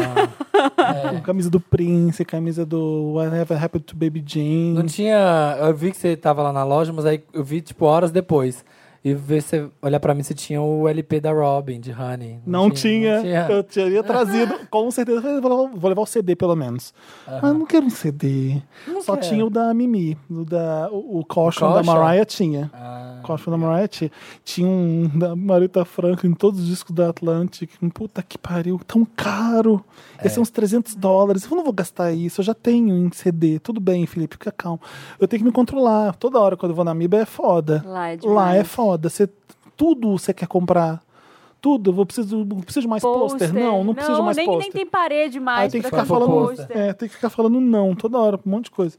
Com Camisa do Prince, camisa do What Never Happened to Baby <laughs> não Jane. tinha. Eu vi que você tava lá na loja, mas aí eu vi, tipo, horas depois. E ver você olhar pra mim se tinha o LP da Robin, de Honey. Não, tinha, eu teria <laughs> trazido, com certeza. Eu falei, Vou levar, vou levar o CD, pelo menos. Ah, não quero um CD. Só quero. tinha o da Mimi, o, da, o, o Caution O da Caution? Mariah tinha. Ah, Caution da Mariah tinha. Tinha um da Marita Franklin, todos os discos da Atlantic. Um Puta que pariu, tão caro. Ia ser uns 300 dólares. Eu não vou gastar isso, eu já tenho em CD. Tudo bem, Felipe, fica calmo. Eu tenho que me controlar. Toda hora quando eu vou na Amiba é foda. Lá é Lá demais. é foda. Você, tudo você quer comprar. Tudo. Eu vou preciso, eu preciso de mais pôster. Não, não, preciso de mais nem, pôster. nem tem parede Aí mais. tem que pra ficar ter falando, pôster. é, tem que ficar falando não toda hora, pra um monte de coisa.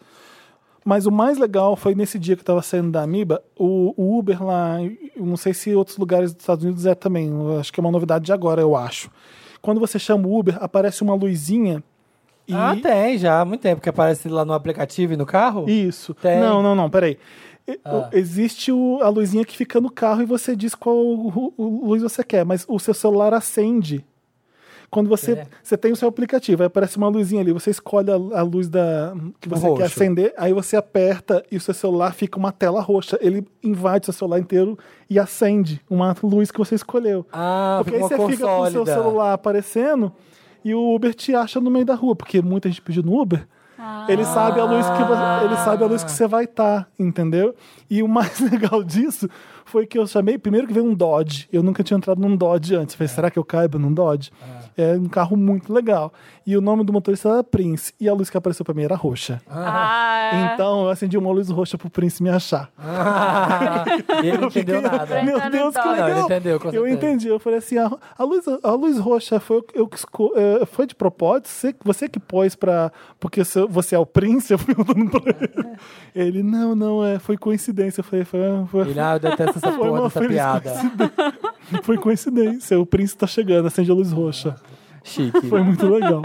Mas o mais legal foi nesse dia que eu tava saindo da Amiba, o, o Uber lá, eu não sei se outros lugares dos Estados Unidos é também, eu acho que é uma novidade de agora, eu acho. Quando você chama o Uber, aparece uma luzinha e Ah, tem já, há muito tempo que aparece lá no aplicativo e no carro. isso. Tipo, Tem. Ah. Não, não, não, peraí. E- o- Existe o- a luzinha que fica no carro e você diz qual ru- o luz você quer, mas o seu celular acende. Quando você, É. você tem o seu aplicativo, aí aparece uma luzinha ali, você escolhe a, a luz da, que você Roxo. quer acender, aí você aperta e o seu celular fica uma tela roxa. Ele invade o seu celular inteiro e acende uma luz que você escolheu. Ah, Porque aí fica uma você cor fica com o seu sólida. celular aparecendo e o Uber te acha no meio da rua, porque muita gente pediu no Uber. Ah. Ele sabe a luz que você, ele sabe a luz que você vai estar, entendeu? E o mais <laughs> legal disso foi que eu chamei, primeiro que veio um Dodge. Eu nunca tinha entrado num Dodge antes. Eu Falei, será que eu caibo num Dodge? É um carro muito legal. E o nome do motorista era Prince e a luz que apareceu pra mim era roxa. Ah, Então eu acendi uma luz roxa pro Prince me achar. <laughs> e ele não entendeu Fiquei- nada. Meu Tá no Deus, que Dodge. legal. Não, ele entendeu, com eu certeza. entendi. Eu falei assim, a, a luz, a luz roxa foi, eu- eu que esco- eh, foi de propósito? Você, você que pôs pra... Porque se- você é o príncipe? <laughs> Eu fui perguntando pra ele. Ele, não, não, é, foi coincidência. Eu falei, foi, foi, Ele, ah, eu detesto essa porra uma dessa feliz piada. <laughs> foi coincidência. O príncipe tá chegando, acende a luz roxa. Chique. Foi muito <laughs> legal.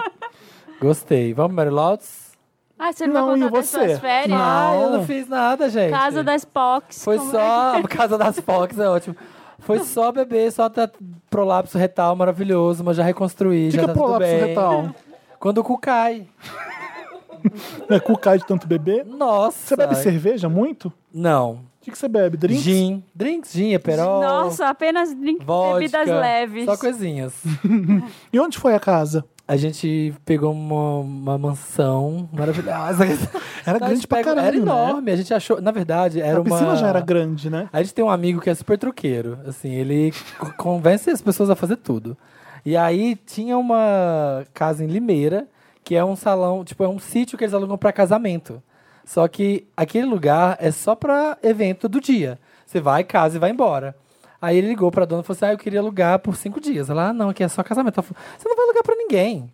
Gostei. Vamos, Mary Lotus? Ah, você não, Não, vai e contar das você? suas férias? Ah, eu Não. não fiz nada, gente. Casa das Pox. Foi como é só. <laughs> Casa das Fox é ótimo. Foi só beber, só ter prolapso retal maravilhoso, mas já tá reconstruí, O que, que já é tá tudo prolapso bem. retal? Quando o cu cai. Não é cu cai de tanto beber? Nossa. Você bebe cerveja muito? Não. O que, que você bebe? Drinks? Gin. Drinks, gin, Aperol. Nossa, apenas drink, vodka, bebidas leves. Só coisinhas. E onde foi a casa? A gente pegou uma, uma mansão maravilhosa. <laughs> Era Nós grande pra pegamos- caralho, Era né? enorme. A gente achou... Na verdade, era a uma... piscina já era grande, né? A gente tem um amigo que é super truqueiro. Assim, ele co- convence as pessoas a fazer tudo. E aí tinha uma casa em Limeira, que é um salão, tipo, é um sítio que eles alugam para casamento. Só que aquele lugar é só para evento do dia. Você vai, casa e vai embora. Aí ele ligou pra dona e falou assim: Ah, eu queria alugar por cinco dias. Ela, ah, não, aqui é só casamento. Ela falou, você não vai alugar pra ninguém.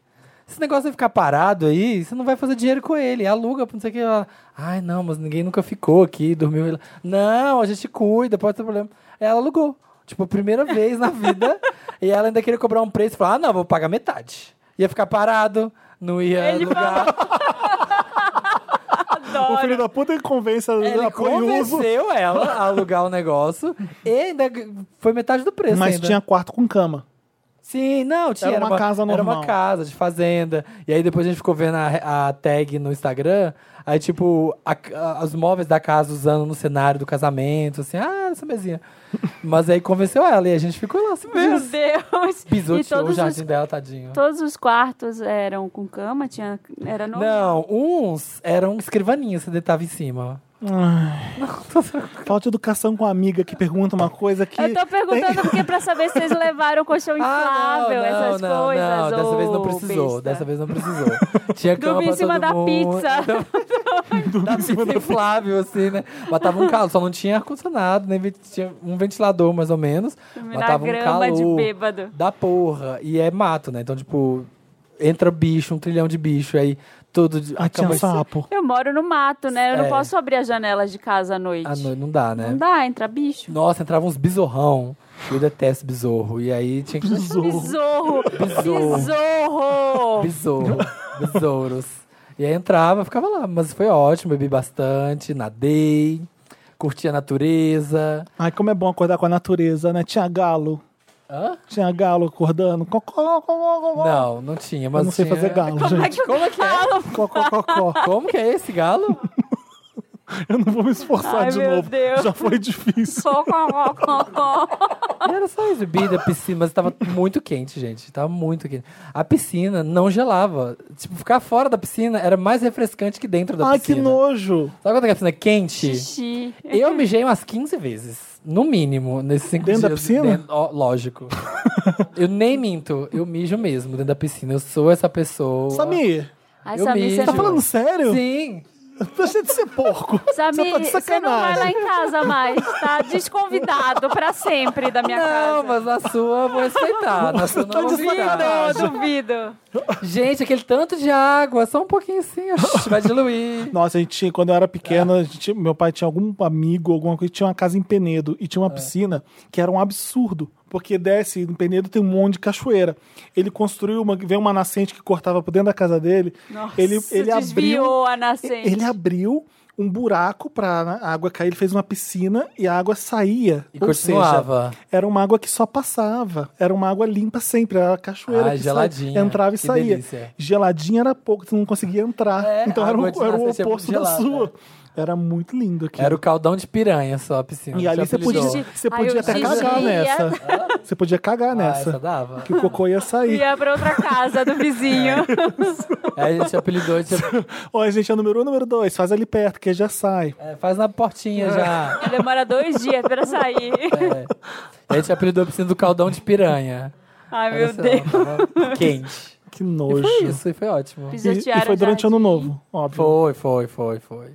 Esse negócio vai ficar parado aí, você não vai fazer dinheiro com ele. Aluga, pra não sei o que. Ela, Ai, não, mas ninguém nunca ficou aqui, dormiu. Ela, não, a gente cuida, pode ter problema. Ela alugou. Tipo, a primeira vez na vida. e ela ainda queria cobrar um preço. Falou, ah, não, vou pagar metade. Ia ficar parado, não ia Ele alugar. O Adoro. filho da puta que convence a Ele a pôr em uso. convenceu ela a alugar o negócio. E ainda g- foi metade do preço Mas ainda. tinha quarto com cama. Sim, não, tinha. Era uma casa Era uma normal. casa de fazenda. E aí depois a gente ficou vendo a, a tag no Instagram. Aí, tipo, a- a- os móveis da casa usando no cenário do casamento, assim, ah, <laughs> essa mesinha. Mas aí convenceu ela e a gente ficou lá assim Meu mesmo. Deus. E Pisoteou o todos jardim os, dela, tadinho. todos os quartos eram com cama? Tinha, era no... Não, uns eram escrivaninhas, você deitava em cima. Falta educação com a amiga que pergunta uma coisa que. Eu tô perguntando porque pra saber se vocês levaram o colchão <laughs> Ah, inflável, essas coisas. Não, dessa ô, vez não precisou. besta. Dessa vez não precisou. <laughs> Tinha cama Dormi em pra cima todo da mundo. <laughs> pizza. Então, da pizza inflável, assim, né? Mas tava um calor, só não tinha ar-condicionado, nem vent- tinha um ventilador, mais ou menos. Mas Na tava um grama calor de bêbado. da porra. E é mato, né? Então, tipo, entra bicho, um trilhão de bicho, aí tudo... de- Ah, tinha acaba- sapo. Eu moro no mato, né? Eu não É. posso abrir as janelas de casa à noite. Ah, não, não dá, né? Não dá, entra bicho. Nossa, entrava uns besorrão. Eu detesto besorro. E aí tinha que... Besorro! Besouro. Besorro! Besouro. Besouros. <laughs> E aí entrava, ficava lá. Mas foi ótimo, bebi bastante, nadei, curti a natureza. Ai, como é bom acordar com a natureza, né? Tinha galo. Hã? Tinha galo acordando. Cocó, cocó, cocó. Não, não tinha, mas. Eu não sei tinha- fazer galo, <laughs> Como é gente. que eu falo? Cocó, cocó. Como que é esse galo? Eu não vou me esforçar Ai, de meu novo. Deus. Já foi difícil. Só co- co- co- E era só isso, bebida, piscina, mas tava muito quente, gente. Tava muito quente. A piscina não gelava. Tipo, ficar fora da piscina era mais refrescante que dentro da Ai, que piscina. nojo. Sabe quando é que a piscina é quente? xixi. Eu mijei umas 15 vezes, no mínimo, nesses cinco Dentro da dias. piscina? Dentro- ó, lógico. <laughs> eu nem minto, eu mijo mesmo dentro da piscina. Eu sou essa pessoa. Samir, Ai, Eu Samir, mijo. você tá Juro. falando sério? Sim. Deixa de ser porco. você tá Samir, de você não vai lá sacanagem. em casa mais, tá desconvidado pra sempre da minha casa. Não, mas na sua eu vou respeitar. Na sua eu não tá vou de respeitar. Duvido, duvido. Gente, aquele tanto de água, só um pouquinho assim, oxi, vai diluir. Nossa, a gente tinha, quando eu era pequena, a gente- meu pai tinha algum amigo, alguma coisa, tinha uma casa em Penedo e É. tinha uma piscina que era um absurdo. Porque desce em Penedo tem um monte de cachoeira. Ele construiu uma, veio uma nascente que cortava por dentro da casa dele. Nossa, ele ele abriu, desviou a nascente. ele abriu um buraco para a água cair, ele fez uma piscina e a água saía. E Ou continuava. seja, era uma água que só passava. Era uma água limpa sempre, era a cachoeira Ah, que saía, geladinha. entrava e Que saía. delícia. Geladinha era pouco, tu não conseguia entrar. É, então a era, o- água de era o nascente é muito oposto da gelada, sua. é. Era muito lindo aqui. Era o caldão de piranha só a piscina. E ali você podia, apelidou. Gigi. você Ai, podia eu até Gigi cagar ia. nessa. Você podia cagar Ah, essa nessa. dava. Que o cocô ia sair. Ia pra outra casa do <laughs> vizinho. É. Aí a gente apelidou de... Olha, gente, é o número um, número dois. Faz ali perto, que já sai. É, faz na portinha já. Demora dois dias pra sair. É. E A gente apelidou a piscina do caldão de piranha. Ai, Era, meu sei Deus. lá, tava Quente. Que E nojo. foi isso, e foi ótimo. E, e foi durante o ano novo, óbvio. Foi, foi, foi, foi.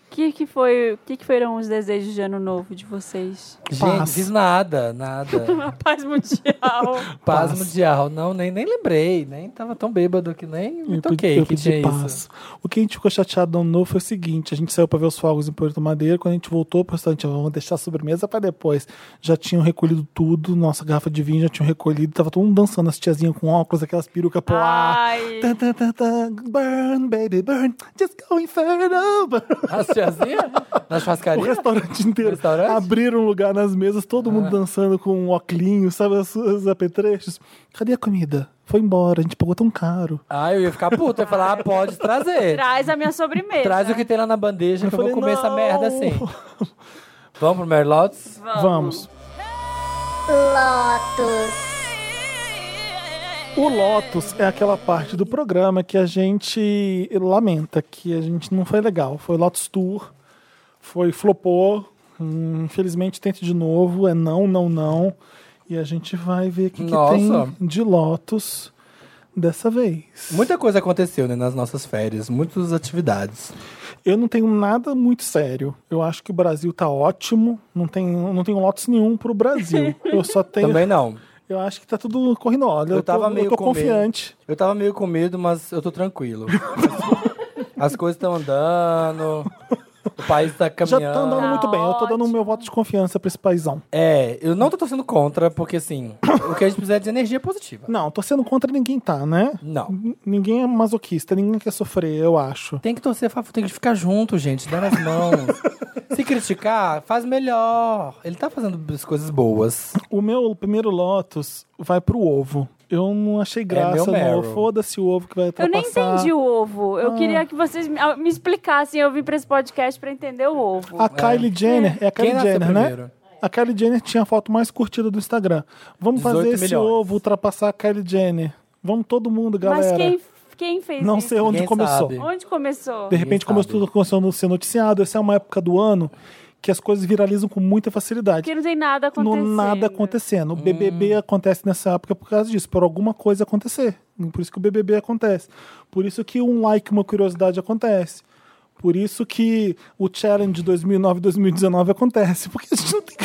O que, que, foi, que, que foram os desejos de ano novo de vocês? Gente, Paz. fiz nada, nada. <laughs> A paz mundial. Paz mundial. Não, nem, nem lembrei, nem tava tão bêbado que nem me Eu toquei pedi- eu Então, que pedi tinha paz. isso. O que a gente ficou chateado no ano novo foi o seguinte: a gente saiu pra ver os fogos em Porto Madeira. Quando a gente voltou pro restaurante, vamos deixar a sobremesa pra depois. Já tinham recolhido tudo, nossa garrafa de vinho já tinham recolhido. Tava todo mundo dançando, as tiazinhas com óculos, aquelas perucas pro ar. Ai. Tan, tan, tan, tan. Burn, baby, burn. Just go inferno. <laughs> Burn. <laughs> As tiazinhas? Na O churrascaria? restaurante inteiro. Restaurante? Ah. Abriram um lugar nas mesas, todo mundo dançando com um óculos, sabe, os, os apetrechos. Cadê a comida? foi embora, a gente pagou tão caro. Ah, eu ia ficar puto. Eu ia falar, ah, pode trazer. Traz a minha sobremesa. Traz o que tem lá na bandeja que eu vou falei, comer essa "Não." merda assim. Vamos pro Mary Lotus? Vamos. Lotus, O Lotus é aquela parte do programa que a gente lamenta, que a gente não foi legal. Foi Lotus Tour, foi flopou. hum, infelizmente, tente de novo. É não, não, não. E a gente vai ver o que, que Nossa. tem de Lotus dessa vez. Muita coisa aconteceu, né, nas nossas férias. Muitas atividades. Eu não tenho nada muito sério. Eu acho que o Brasil tá ótimo. Não tenho, não tenho Lotus nenhum pro <laughs> Brasil. Eu só tenho. Também não. Eu acho que tá tudo correndo. Olha, eu, Eu tava tô, meio eu tô com confiante. <laughs> Eu tava meio com medo, mas eu tô tranquilo. As coisas estão andando, o país tá Já caminhando. tá andando Tá muito bem. Eu tô dando o ótimo. meu voto de confiança pra esse paizão. É, eu não tô torcendo contra, porque assim, o que a gente precisa é de energia positiva. Não, torcendo contra ninguém tá, né? Não. N- Ninguém é masoquista, ninguém quer sofrer, eu acho. Tem que torcer a favor, tem que ficar junto, gente, dar as mãos. Se criticar, faz melhor. Ele tá fazendo as coisas boas. O meu primeiro Lotus vai pro ovo. Eu não achei graça É meu no Meryl. ovo. Foda-se o ovo que vai Eu nem ultrapassar. entendi o ovo. Eu Ah. queria que vocês me, ah, me explicassem. Eu vim pra esse podcast pra entender o ovo. A Kylie Jenner, é a Quem Kylie nasceu Jenner, primeiro? né? A Kylie Jenner tinha a foto mais curtida do Instagram. Vamos fazer 18 esse milhões. ovo ultrapassar a Kylie Jenner. Vamos todo mundo, galera. Mas quem, quem fez Não isso? sei onde Ninguém começou. sabe. Onde começou? De repente, como isso sabe. tudo começou a ser noticiado, essa é uma época do ano que as coisas viralizam com muita facilidade. Porque não tem nada no tá acontecendo. nada acontecendo. O BBB acontece nessa época por causa disso, por alguma coisa acontecer. Por isso que o BBB acontece. Por isso que um like, uma curiosidade acontece. Por isso que o challenge de 2009 2019 acontece. <laughs> Porque a gente não tem...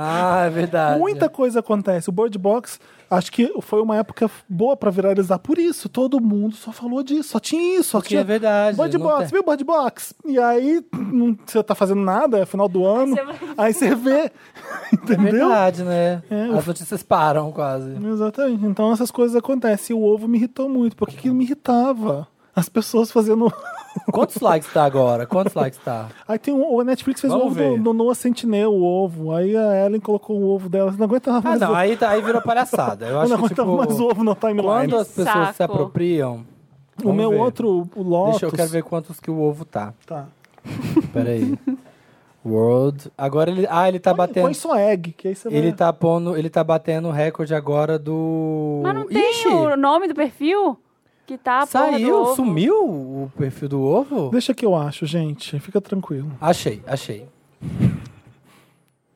Ah, é verdade. muita coisa acontece. O Bird Box, acho que foi uma época boa pra viralizar por isso. Todo mundo só falou disso, só tinha isso. Só Porque tinha... é verdade, Bird não Box, tem- viu Bird Box? E aí, não- você tá fazendo nada, é final do ano. você vai- Aí você vê. <laughs> É Entendeu? verdade, né? É, As notícias param quase. Exatamente. Então essas coisas acontecem. E o ovo me irritou muito, porque aquilo me irritava. As pessoas fazendo. <laughs> Quantos likes tá agora? Quantos likes tá? Aí tem um, o Netflix fez o Vamos ovo do, ver. do Noah Sentinel, o ovo. Aí a Ellen colocou o ovo dela. Você não aguentava Ah, mais não, ovo. aí, tá- aí virou palhaçada. Eu Eu <laughs> acho não que, aguentava tipo, mais ovo na timeline. quando as pessoas Saco. se apropriam... O vamos meu ver. outro, o Lotus. Deixa eu quero ver quantos que o ovo tá. Tá. Peraí. <laughs> World. Agora ele. Ah, ele tá batendo. Põe né? só egg, que aí você Ele vai. tá pondo. Ele tá batendo o recorde agora do. Mas não tem Tipo, Ixi, o nome do perfil? Que tá a porra do Saiu, ovo. sumiu o perfil do ovo? Deixa que eu acho, gente. Fica tranquilo. Achei, achei. <laughs>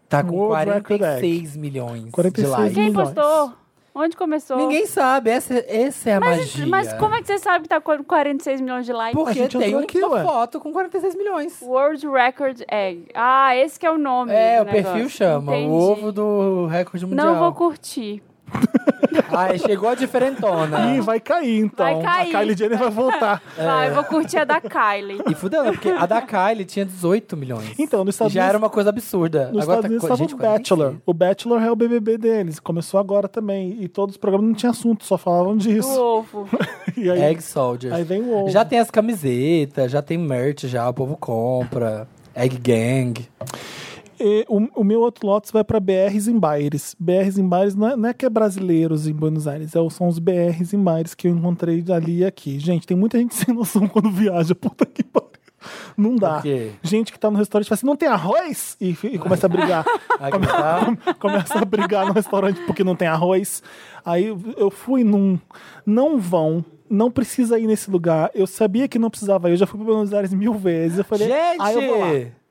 Tá com World Record 46 milhões 46 de likes. Quem milhões. postou? Onde começou? Ninguém sabe, essa, essa é a Mas, magia. mas como é que você sabe que tá com 46 milhões de likes? A Porque gente tem entrou uma aqui, ué. foto com 46 milhões. World Record Egg. Ah, esse que é o nome. É, do o perfil negócio. chama. Entendi. O ovo do recorde mundial. Não vou curtir. Ai, chegou a <laughs> diferentona. Ih, vai cair então. Ah. Vai cair. A Kylie Jenner <laughs> vai voltar. É. Vai, eu vou curtir a da <laughs> Kylie. E fudeu, né? porque a da Kylie tinha 18 milhões. Então, nos Estados Já era Unidos. uma coisa absurda. Nos Agora Estados Unidos tá, co- estava gente, o quase nem Bachelor. sei. O Bachelor é o BBB deles. Começou agora também. E todos os programas não tinham assunto, só falavam O disso. <laughs> ovo. <laughs> E aí, Egg Soldiers. aí vem o ovo. Já tem as camisetas, já tem merch já, o povo compra. Egg Gang. E o, o meu outro Lotus vai para BRs em Baires. BRs em Baires não é, não é que é brasileiros em Buenos Aires, é, o- são os BRs em Baires que eu encontrei ali e aqui. Gente, tem muita gente <laughs> sem noção quando viaja. Puta que pariu. Não dá. Por quê? Gente que tá no restaurante fala assim: não tem arroz? E, fi- e começa a brigar. <laughs> Aqui tá. começa a brigar no restaurante porque não tem arroz. Aí eu fui num. Não vão. Não precisa ir nesse lugar. Eu sabia que não precisava ir. Eu já fui para Buenos Aires mil vezes. Eu falei, aí eu vou lá. Gente!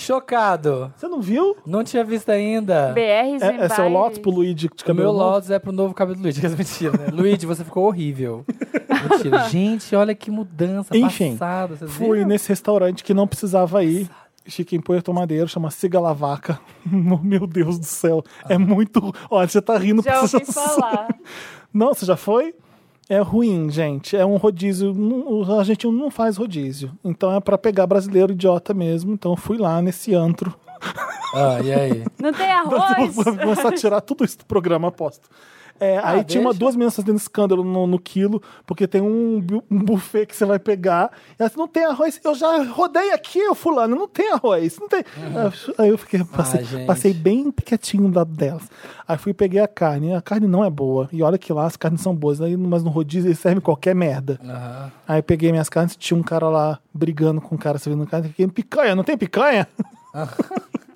Chocado. Você não viu? Não tinha visto ainda. BRs É, é seu Lotus pro Luigi de O meu cabelo novo? Lotus é pro novo cabelo do Luigi, <laughs> que é mentira, né? Luigi, você ficou horrível. <laughs> Mentira. Gente, olha que mudança Enfim, né? passada. vocês Fui viram? nesse restaurante que não precisava ir. Fica em Puerto Madeiro, chama Siga La Vaca. <laughs> Oh, Meu Deus do céu. É muito. Olha, você tá rindo <laughs> Já porque ouvi você falar. Não, você já foi? É ruim, gente. É um rodízio. não- o argentino não faz rodízio. Então é pra pegar brasileiro idiota mesmo. Então eu fui lá nesse antro. Ah, e aí? Não tem arroz? Vou começar a tirar tudo isso do programa, aposto. É, aí tinha uma, Ah, deixa. duas meninas fazendo escândalo no, no quilo, porque tem um, bu- um buffet que você vai pegar. E elas, não tem arroz. Eu já rodei aqui, ô fulano, não tem arroz. Não tem. Aí eu fiquei, passei, Uhum. gente. passei bem piquetinho do lado delas. Aí fui e peguei a carne. A carne não é boa. E olha que lá as carnes são boas. Aí, mas no rodízio eles servem qualquer merda. Aham. Aí eu peguei minhas carnes, tinha um cara lá brigando com o cara servindo carne. Fiquei, picanha, não tem picanha?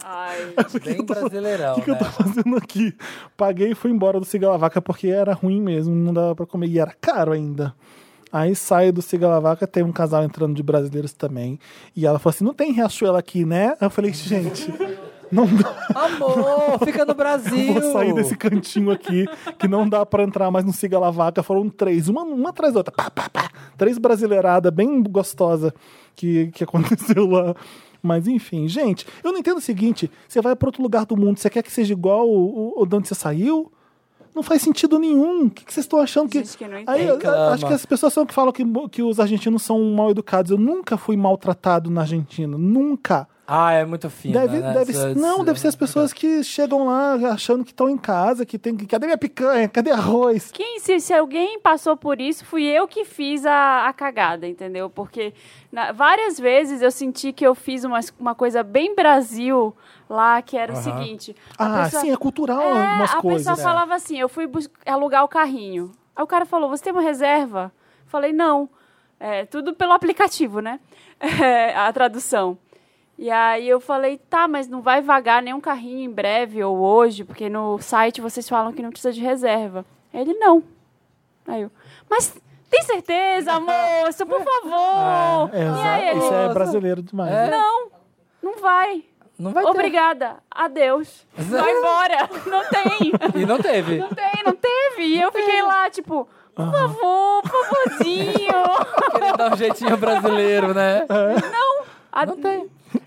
Ai. Bem brasileirão, O que eu tô né? fazendo aqui? Paguei e fui embora do Cigalavaca porque era ruim mesmo, não dava pra comer e era caro ainda. Aí saio do Cigalavaca, tem um casal entrando de brasileiros também. E ela falou assim: não tem Riachuelo aqui, né? Aí eu falei: gente, não dá. Amor, fica no <laughs> Eu Brasil. Vou sair desse cantinho aqui, que não dá pra entrar mais no Cigalavaca. Foram três, uma, uma atrás da outra. Pá, pá, pá. Três brasileirada bem gostosa que, que aconteceu lá. Mas enfim, gente, eu não entendo o seguinte: você vai pra outro lugar do mundo, você quer que seja igual o, o, o de onde você saiu? Não faz sentido nenhum. O que, que vocês estão achando que. Gente que não Aí, eu- eu Reclama. acho que as pessoas são que falam que, que os argentinos são mal educados. Eu nunca fui maltratado na Argentina. Nunca. Ah, é muito fino. Deve, né? deve, Essa- não, deve ser as pessoas que chegam lá achando que estão em casa, que tem que. Cadê minha picanha? Cadê arroz? Quem, se, se alguém passou por isso, fui eu que fiz a, a cagada, entendeu? Porque na- várias vezes eu senti que eu fiz uma, uma coisa bem Brasil lá, que era o seguinte. a Ah, pessoa- sim, é cultural É, algumas a coisas. pessoa falava assim, eu fui bus- alugar o carrinho. Aí o cara falou, você tem uma reserva? Falei, não. É, tudo pelo aplicativo, né? <laughs> É, a tradução. E aí eu falei, tá, mas não vai vagar nenhum carrinho em breve ou hoje, porque no site vocês falam que não precisa de reserva. Ele, não. Aí eu, mas tem certeza, moço? Por favor. É, e aí exato. ele, Isso é Nossa. brasileiro demais. né? É. não, não vai. Não vai ter. um- Obrigada. Adeus. Vai embora. <laughs> Não tem. E não teve. Não tem, não teve. E eu fiquei lá, tipo, por favor, por <laughs> favorzinho. Queria dar um jeitinho <laughs> brasileiro, né? É. A- Não tem.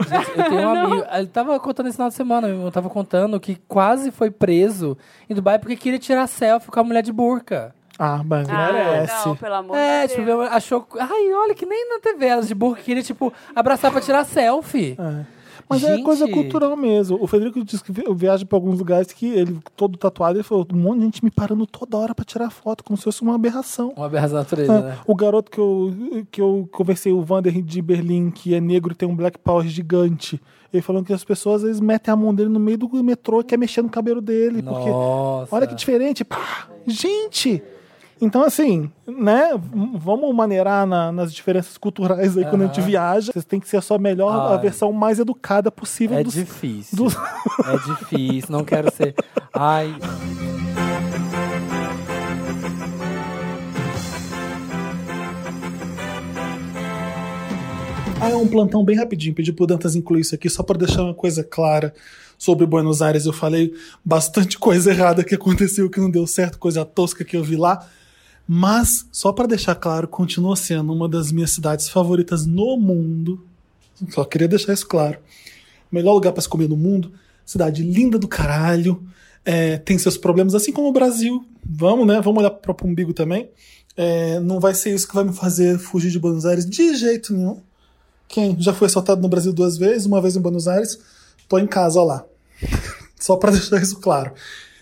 Gente, eu tenho um Não. amigo. Ele tava contando esse final de semana, eu tava contando que quase foi preso em Dubai porque queria tirar selfie com a mulher de burca. Ah, mas Ah, merece. não, pelo amor É, de tipo, Deus. achou. Ai, olha que nem na TV elas de burca queria, tipo, abraçar pra tirar selfie. É. Mas é Gente. coisa cultural mesmo. O Federico disse que vi- viaja pra alguns lugares que ele, todo tatuado, ele falou: um monte de gente me parando toda hora pra tirar foto, como se fosse uma aberração. Uma aberração da natureza, É, né? O garoto que eu, que eu conversei, o Vander de Berlim, que é negro e tem um black power gigante. Ele falando que as pessoas eles metem a mão dele no meio do metrô e quer mexer no cabelo dele. Nossa. Porque olha que diferente. Pá, gente! Então, assim, né? v- Vamos maneirar na- nas diferenças culturais aí quando a gente viaja. Vocês têm que ser a sua melhor, a Ai. versão mais educada possível É dos- difícil. <laughs> dos- É difícil, não quero ser. Ai. Ah, é um plantão bem rapidinho. Pedi pro Dantas incluir isso aqui só para deixar uma coisa clara sobre Buenos Aires. Eu falei bastante coisa errada que aconteceu, que não deu certo, coisa tosca que eu vi lá. Mas, só para deixar claro, continua sendo uma das minhas cidades favoritas no mundo. Só queria deixar isso claro. Melhor lugar para se comer no mundo. Cidade linda do caralho. É, tem seus problemas, assim como o Brasil. Vamos, né? Vamos olhar pro próprio umbigo também. É, não vai ser isso que vai me fazer fugir de Buenos Aires de jeito nenhum. Quem já foi assaltado no Brasil duas vezes, uma vez em Buenos Aires, tô em casa, ó lá. <laughs> Só para deixar isso claro.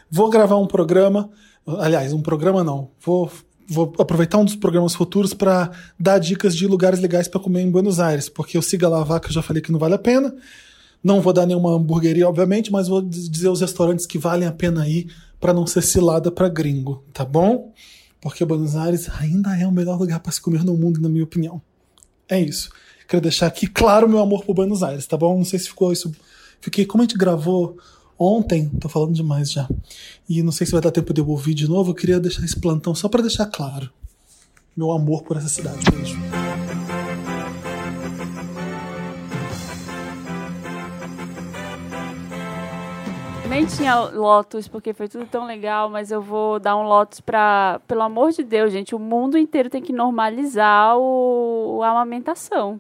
Vou gravar um programa, aliás, um programa não. Vou, vou aproveitar um dos programas futuros para dar dicas de lugares legais para comer em Buenos Aires, porque o Siga Lá Vaca eu já falei que não vale a pena. Não vou dar nenhuma hamburgueria, obviamente, mas vou diz- dizer os restaurantes que valem a pena ir para não ser cilada para gringo, tá bom? Porque Buenos Aires ainda é o melhor lugar para se comer no mundo, na minha opinião. É isso. Quero deixar aqui claro meu amor por Buenos Aires, tá bom? Não sei se ficou isso. Fiquei. Como a gente gravou ontem, tô falando demais já. E não sei se vai dar tempo de eu ouvir de novo. Eu queria deixar esse plantão só pra deixar claro meu amor por essa cidade. Beijo. Nem tinha Lotus, porque foi tudo tão legal, mas eu vou dar um Lotus pra. Pelo amor de Deus, gente, o mundo inteiro tem que normalizar o... a amamentação.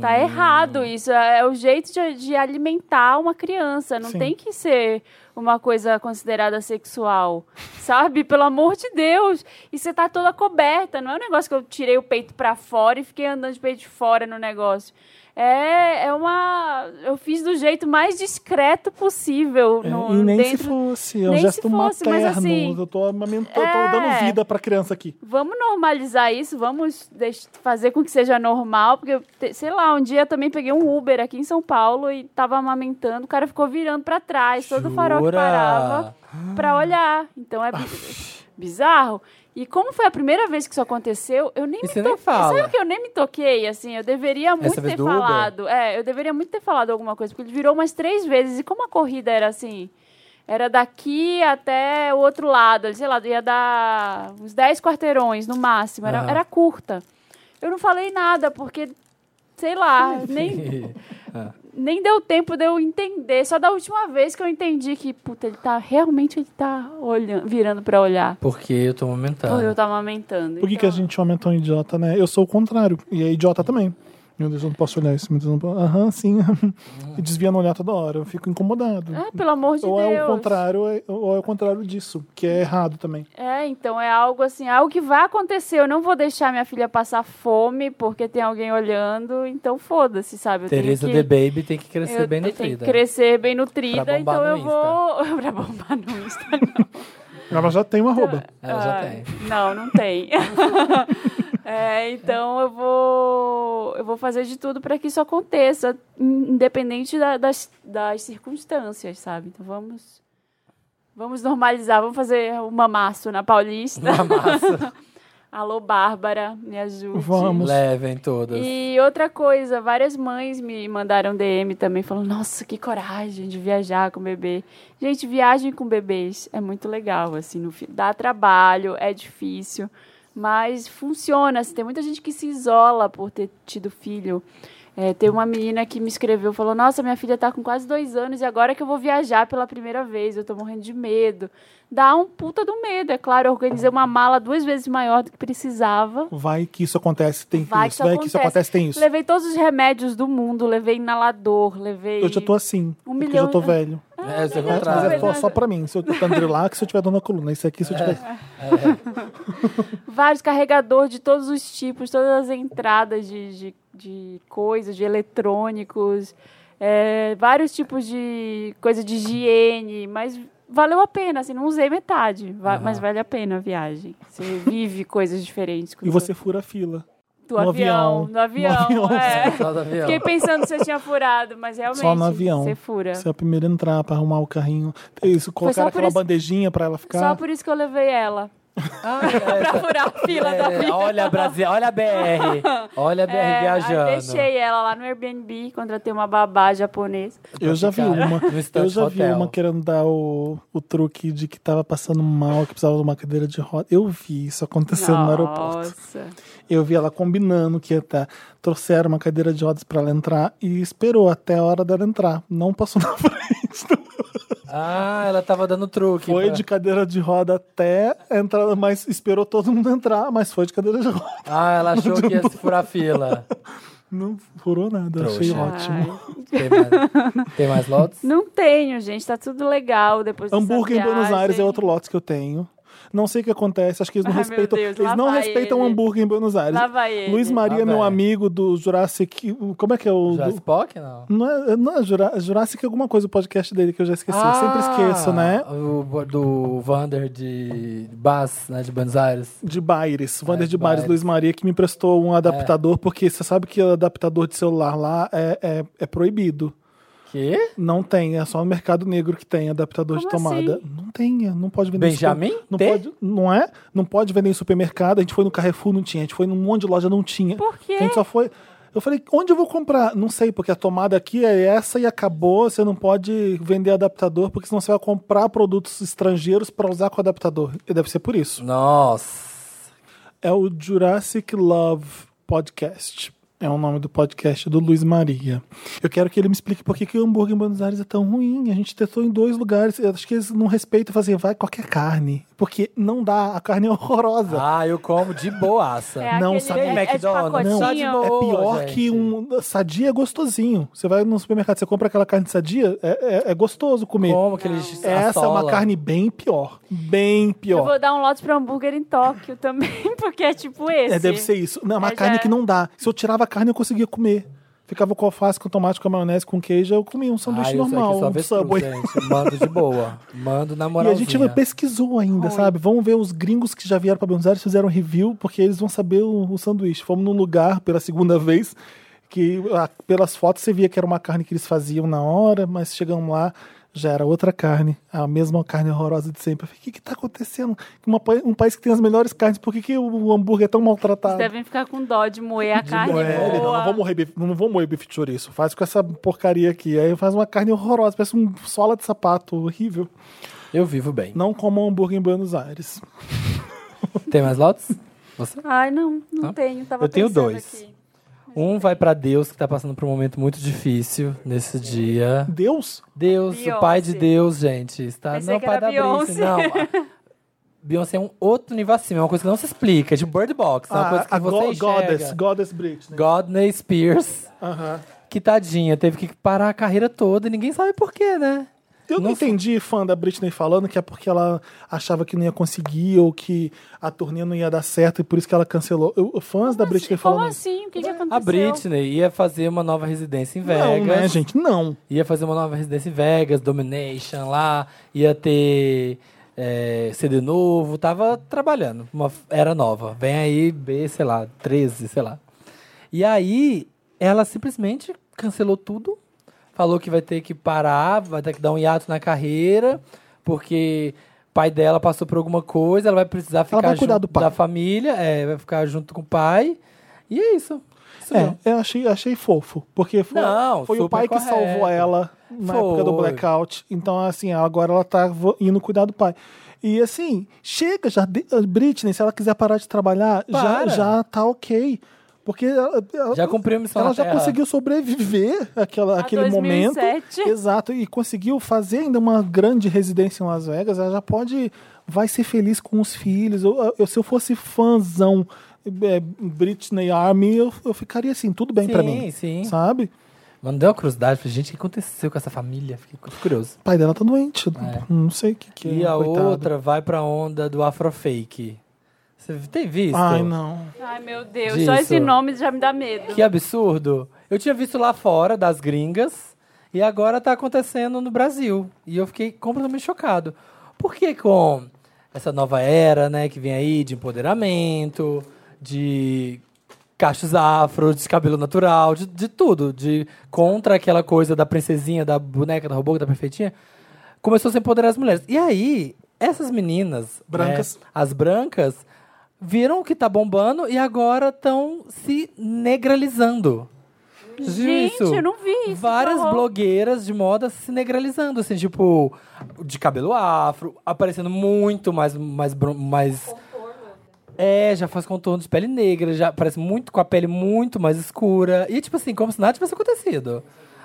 Tá Hum. é errado isso. É o jeito de, de alimentar uma criança. Não Sim. tem que ser uma coisa considerada sexual, sabe? Pelo amor de Deus. E você tá toda coberta, não é um negócio que eu tirei o peito pra fora e fiquei andando de peito de fora no negócio. É, é uma. Eu fiz do jeito mais discreto possível. É, no, e nem dentro... se fosse, é um nem se gesto fosse, mas materno. assim, eu tô amamentando, eu tô é. dando vida pra criança aqui. Vamos normalizar isso, vamos deix- fazer com que seja normal, porque, eu te- sei lá, um dia eu também peguei um Uber aqui em São Paulo e tava amamentando, o cara ficou virando pra trás, todo o farol que Jura? parava pra Ah. olhar. Então é bi- bizarro. E como foi a primeira vez que isso aconteceu, eu nem E me você to- nem fala. Sabe o que eu nem me toquei, assim? Eu deveria muito vez ter do Uber? falado. É, eu deveria muito ter falado alguma coisa, porque ele virou umas três vezes. E como a corrida era assim? Era daqui até o outro lado, sei lá, ia dar uns 10 quarteirões no máximo, era, Aham. era curta. Eu não falei nada, porque, sei lá, nem, nem deu tempo de eu entender. Só da última vez que eu entendi que, puta, ele tá, realmente ele tá olhando, virando pra olhar. <laughs> Porque eu Porque tô eu aumentando. tava amamentando. É. então. Por que, que a gente aumentou um idiota, né? Eu sou o contrário. E é idiota também. Meu Deus, eu não posso olhar isso. Meu Deus, eu não posso- Aham, sim. <laughs> e desviando olhar toda hora. Eu fico incomodado. É, pelo amor de ou Deus. é o contrário, ou é- ou é o contrário disso, que é errado também. É, então é algo assim, algo que vai acontecer. Eu não vou deixar minha filha passar fome porque tem alguém olhando, então foda-se, sabe? Eu tenho Tereza que- The Baby tem que é crescer eu bem tenho que nutrida. crescer bem Pra nutrida, bombar então no eu vou. <laughs> pra bombar no Insta. não. Ela já tem uma arroba. Ela já Ah, <laughs> tem. Não, não tem. <laughs> É, então eu vou. Eu vou fazer de tudo para que isso aconteça, in- independente da- das, das circunstâncias, sabe? Então vamos. Vamos normalizar, vamos fazer um mamaço na Paulista. <laughs> Massa. Alô, Bárbara, me ajude. Vamos. Levem todas. E outra coisa, várias mães me mandaram DM também, falando: Nossa, que coragem de viajar com bebê. Gente, viagem com bebês é muito legal, assim, no, fi- dá trabalho, é difícil, mas funciona. Assim, tem muita gente que se isola por ter tido filho. É, tem uma menina que me escreveu, falou: Nossa, minha filha tá com quase dois anos e agora que eu vou viajar pela primeira vez, eu tô morrendo de medo. Dá um puta do medo, é claro. Eu organizei uma mala duas vezes maior do que precisava. Vai que isso acontece, tem Vai que isso. isso Vai que isso acontece, tem isso. Levei todos os remédios do mundo, levei inalador, levei. Eu já tô assim, Um porque eu milhão- já tô velho. É, você Mas é contrário. só, só pra mim. Se eu tô lá, que se eu tiver dando a coluna. Isso aqui, se eu É. tiver. vários carregadores de todos os tipos, todas as entradas de, de, de coisas, de eletrônicos, é, vários tipos de coisa de higiene, mas valeu a pena, assim, não usei metade, va- Aham. mas vale a pena a viagem. Você vive <laughs> coisas diferentes com E o você fura a fila. do no avião. No avião, No avião, é. Só tá do avião. <laughs> Fiquei pensando se eu tinha furado, mas realmente Só no avião. você fura. Você é a primeira a entrar pra arrumar o carrinho. É Isso, colocaram por aquela isso- bandejinha pra ela Só ficar. por isso que eu levei ela. Ah, é, Pra furar a <laughs> fila da É, vida. olha, Brasil, olha a BR. Olha a BR É, aí viajando. Deixei ela lá no Airbnb, contratei uma babá japonesa. Eu já vi Ficar uma. no Eu estante já vi hotel. uma querendo dar o, o truque de que tava passando mal, que precisava de uma cadeira de roda. Eu vi isso acontecendo Tá no aeroporto. Nossa. Eu vi ela combinando que ia estar. Trouxeram uma cadeira de rodas pra ela entrar e esperou até a hora dela entrar. Não passou na <laughs> frente. Ah, ela tava dando truque. né? Foi pra- de cadeira de roda até entrar, mas esperou todo mundo entrar, mas foi de cadeira de roda. Ah, ela achou que ia se furar a fila. Não furou nada, Trouxa. achei Ai. ótimo. Tem mais, tem mais lotes? Não tenho, gente. Tá tudo legal depois dessa Hambúrguer em Buenos viagem. Aires é outro lote que eu tenho. Não sei o que acontece, acho que eles não Ai, meu respeitam. Deus, lá eles não vai respeitam ele. hambúrguer em Buenos Aires. Lá vai ele. Luiz Maria, Lá meu vai. amigo do Jurassic. Como é que é o. Já do- Spock, não? Não é, não é Jura- Jurassic alguma coisa, o podcast dele que eu já esqueci. Eu sempre esqueço, né? Ah, O, bo- do Vander de Bass, né? De Buenos Aires. De Baires, Vander É, de Baires, Baires. Luiz Maria, que me emprestou um adaptador, porque você sabe que o adaptador de celular lá é, é, é proibido. Que? Não tem, é só no mercado negro que tem adaptador de Como tomada. assim? Não tem, é, não pode vender. em super- Benjamin? Não T? pode, não é? Não pode vender em supermercado. A gente foi no Carrefour, não tinha. A gente foi num monte de loja, não tinha. Por quê? A gente só foi. Eu falei, onde eu vou comprar? Não sei, porque a tomada aqui é essa e acabou. Você não pode vender adaptador, porque senão você vai comprar produtos estrangeiros pra usar com adaptador. E deve ser por isso. Nossa. É o Jurassic Love Podcast. É o nome do podcast do Luiz Maria. Eu quero que ele me explique por que, que o hambúrguer em Buenos Aires é tão ruim. A gente testou em dois lugares. Eu acho que eles não respeitam fazer, vai qualquer carne. Porque não dá, a carne é horrorosa. Ah, eu como de boaça. É Não, aquele, sabe- é, é de McDonald's. Não, Só de pacotinho. boa. é pior Ah, gente. que um sadia é gostosinho. Você vai no supermercado, você compra aquela carne de sadia, é, é- é gostoso comer. Como que eles Essa é uma assola. carne bem pior. Bem Eu pior. vou dar um lote pra hambúrguer em Tóquio também, <laughs> porque é tipo esse. É, deve ser isso. Não, é uma É, já carne é. que não dá. Se eu tirava a carne, eu conseguia comer. Ficava com alface, com tomate, com maionese, com queijo, eu comia um sanduíche Ai, eu sei que normal, sou um avestruz, é. subway. gente. Mando de boa. Mando na E a moralzinha. gente vai- pesquisou ainda, sabe? Vamos ver os gringos que já vieram para Buenos Aires fizeram review, porque eles vão saber o, o sanduíche. Fomos num lugar pela segunda <laughs> vez, que ah, pelas fotos você via que era uma carne que eles faziam na hora, mas chegamos lá, já era outra carne, a mesma carne horrorosa de sempre. Eu falei, o que que tá acontecendo? Uma pa- um país que tem as melhores carnes, por que, que o, o hambúrguer é tão maltratado? Vocês devem ficar com dó de moer a carne Não, é, ele, não, boa. não vou morrer bife, não vou moer bife de chouriço. Faz com essa porcaria aqui. Aí faz uma carne horrorosa, parece um sola de sapato horrível. Eu vivo bem. Não coma hambúrguer em Buenos Aires. Tem mais lotes? Você? Ai, não, não Hã? tenho. Tava Eu tenho pensando dois. aqui. Um vai pra Deus, que tá passando por um momento muito difícil nesse dia. Deus? Deus, Beyoncé. o pai de Deus, gente. Está Pensei não que pai era da Beyoncé, Beyoncé. não. A- Beyoncé é um outro nível acima, é uma coisa que não se explica, é de Bird Box, é uma coisa que Ah, a você go- Goddess, enxerga. Goddess Britney. Godney Spears, Aham. que tadinha, teve que parar a carreira toda e ninguém sabe por quê, né? Eu não Não sei. entendi fã da Britney falando que é porque ela achava que não ia conseguir ou que a turnê não ia dar certo e por isso que ela cancelou. Eu, eu- fãs da Britney Como falando. isso. assim? O que, que aconteceu? A Britney ia fazer uma nova residência em Vegas. Não, né, gente? Não. Ia fazer uma nova residência em Vegas, Domination lá, ia ter é, CD novo, tava trabalhando, uma f- era nova. Vem aí B, sei lá, 13, sei lá. E aí ela simplesmente cancelou tudo, falou que vai ter que parar, vai ter que dar um hiato na carreira, porque o pai dela passou por alguma coisa, ela vai precisar ficar vai cuidar junto do pai. da família, é, vai ficar junto com o pai. E é isso. Isso mesmo. É, eu achei, achei fofo. Porque foi, Não, foi o super pai que correto. salvou ela na Foi. época do blackout. Então, assim, agora ela tá vo- indo cuidar do pai. E assim, chega já. de- a Britney, se ela quiser parar de trabalhar, já, Para. já tá ok. Porque ela, ela- Já cumpriu a missão ela na já Terra. conseguiu sobreviver àquela, A àquele 2007. momento. Exato. E conseguiu fazer ainda uma grande residência em Las Vegas. Ela já pode. Vai ser feliz com os filhos. Eu, eu- se eu fosse fãzão é, Britney Army, eu, eu ficaria assim, tudo bem pra mim. sim. Sabe? Mano, deu uma curiosidade. Falei, gente, o que aconteceu com essa família? Fiquei cu- curioso. O pai dela tá doente. É. Não sei o que, que e é. a coitado. outra vai pra onda do Afrofake. Você tem visto? Ai, não. Ai, meu Deus. Disso. Só esse nome já me dá medo. <laughs> Que absurdo. Eu tinha visto lá fora, das gringas, e agora tá acontecendo no Brasil. E eu fiquei completamente chocado. Por que com essa nova era, né, que vem aí de empoderamento, de cachos afro, de cabelo natural, de, de tudo, de contra aquela coisa da princesinha, da boneca, da robô, da perfeitinha, começou a se empoderar as mulheres. E aí, essas meninas, Brancas. né, as brancas, viram que tá bombando e agora estão se negralizando. Viu Gente, isso? eu não vi isso. Várias que horror. blogueiras de moda se negralizando, assim, tipo, de cabelo afro, aparecendo muito mais. mais, bron- mais é, já faz contorno de pele negra, já parece muito com a pele muito mais escura. E tipo assim, como se nada tivesse acontecido.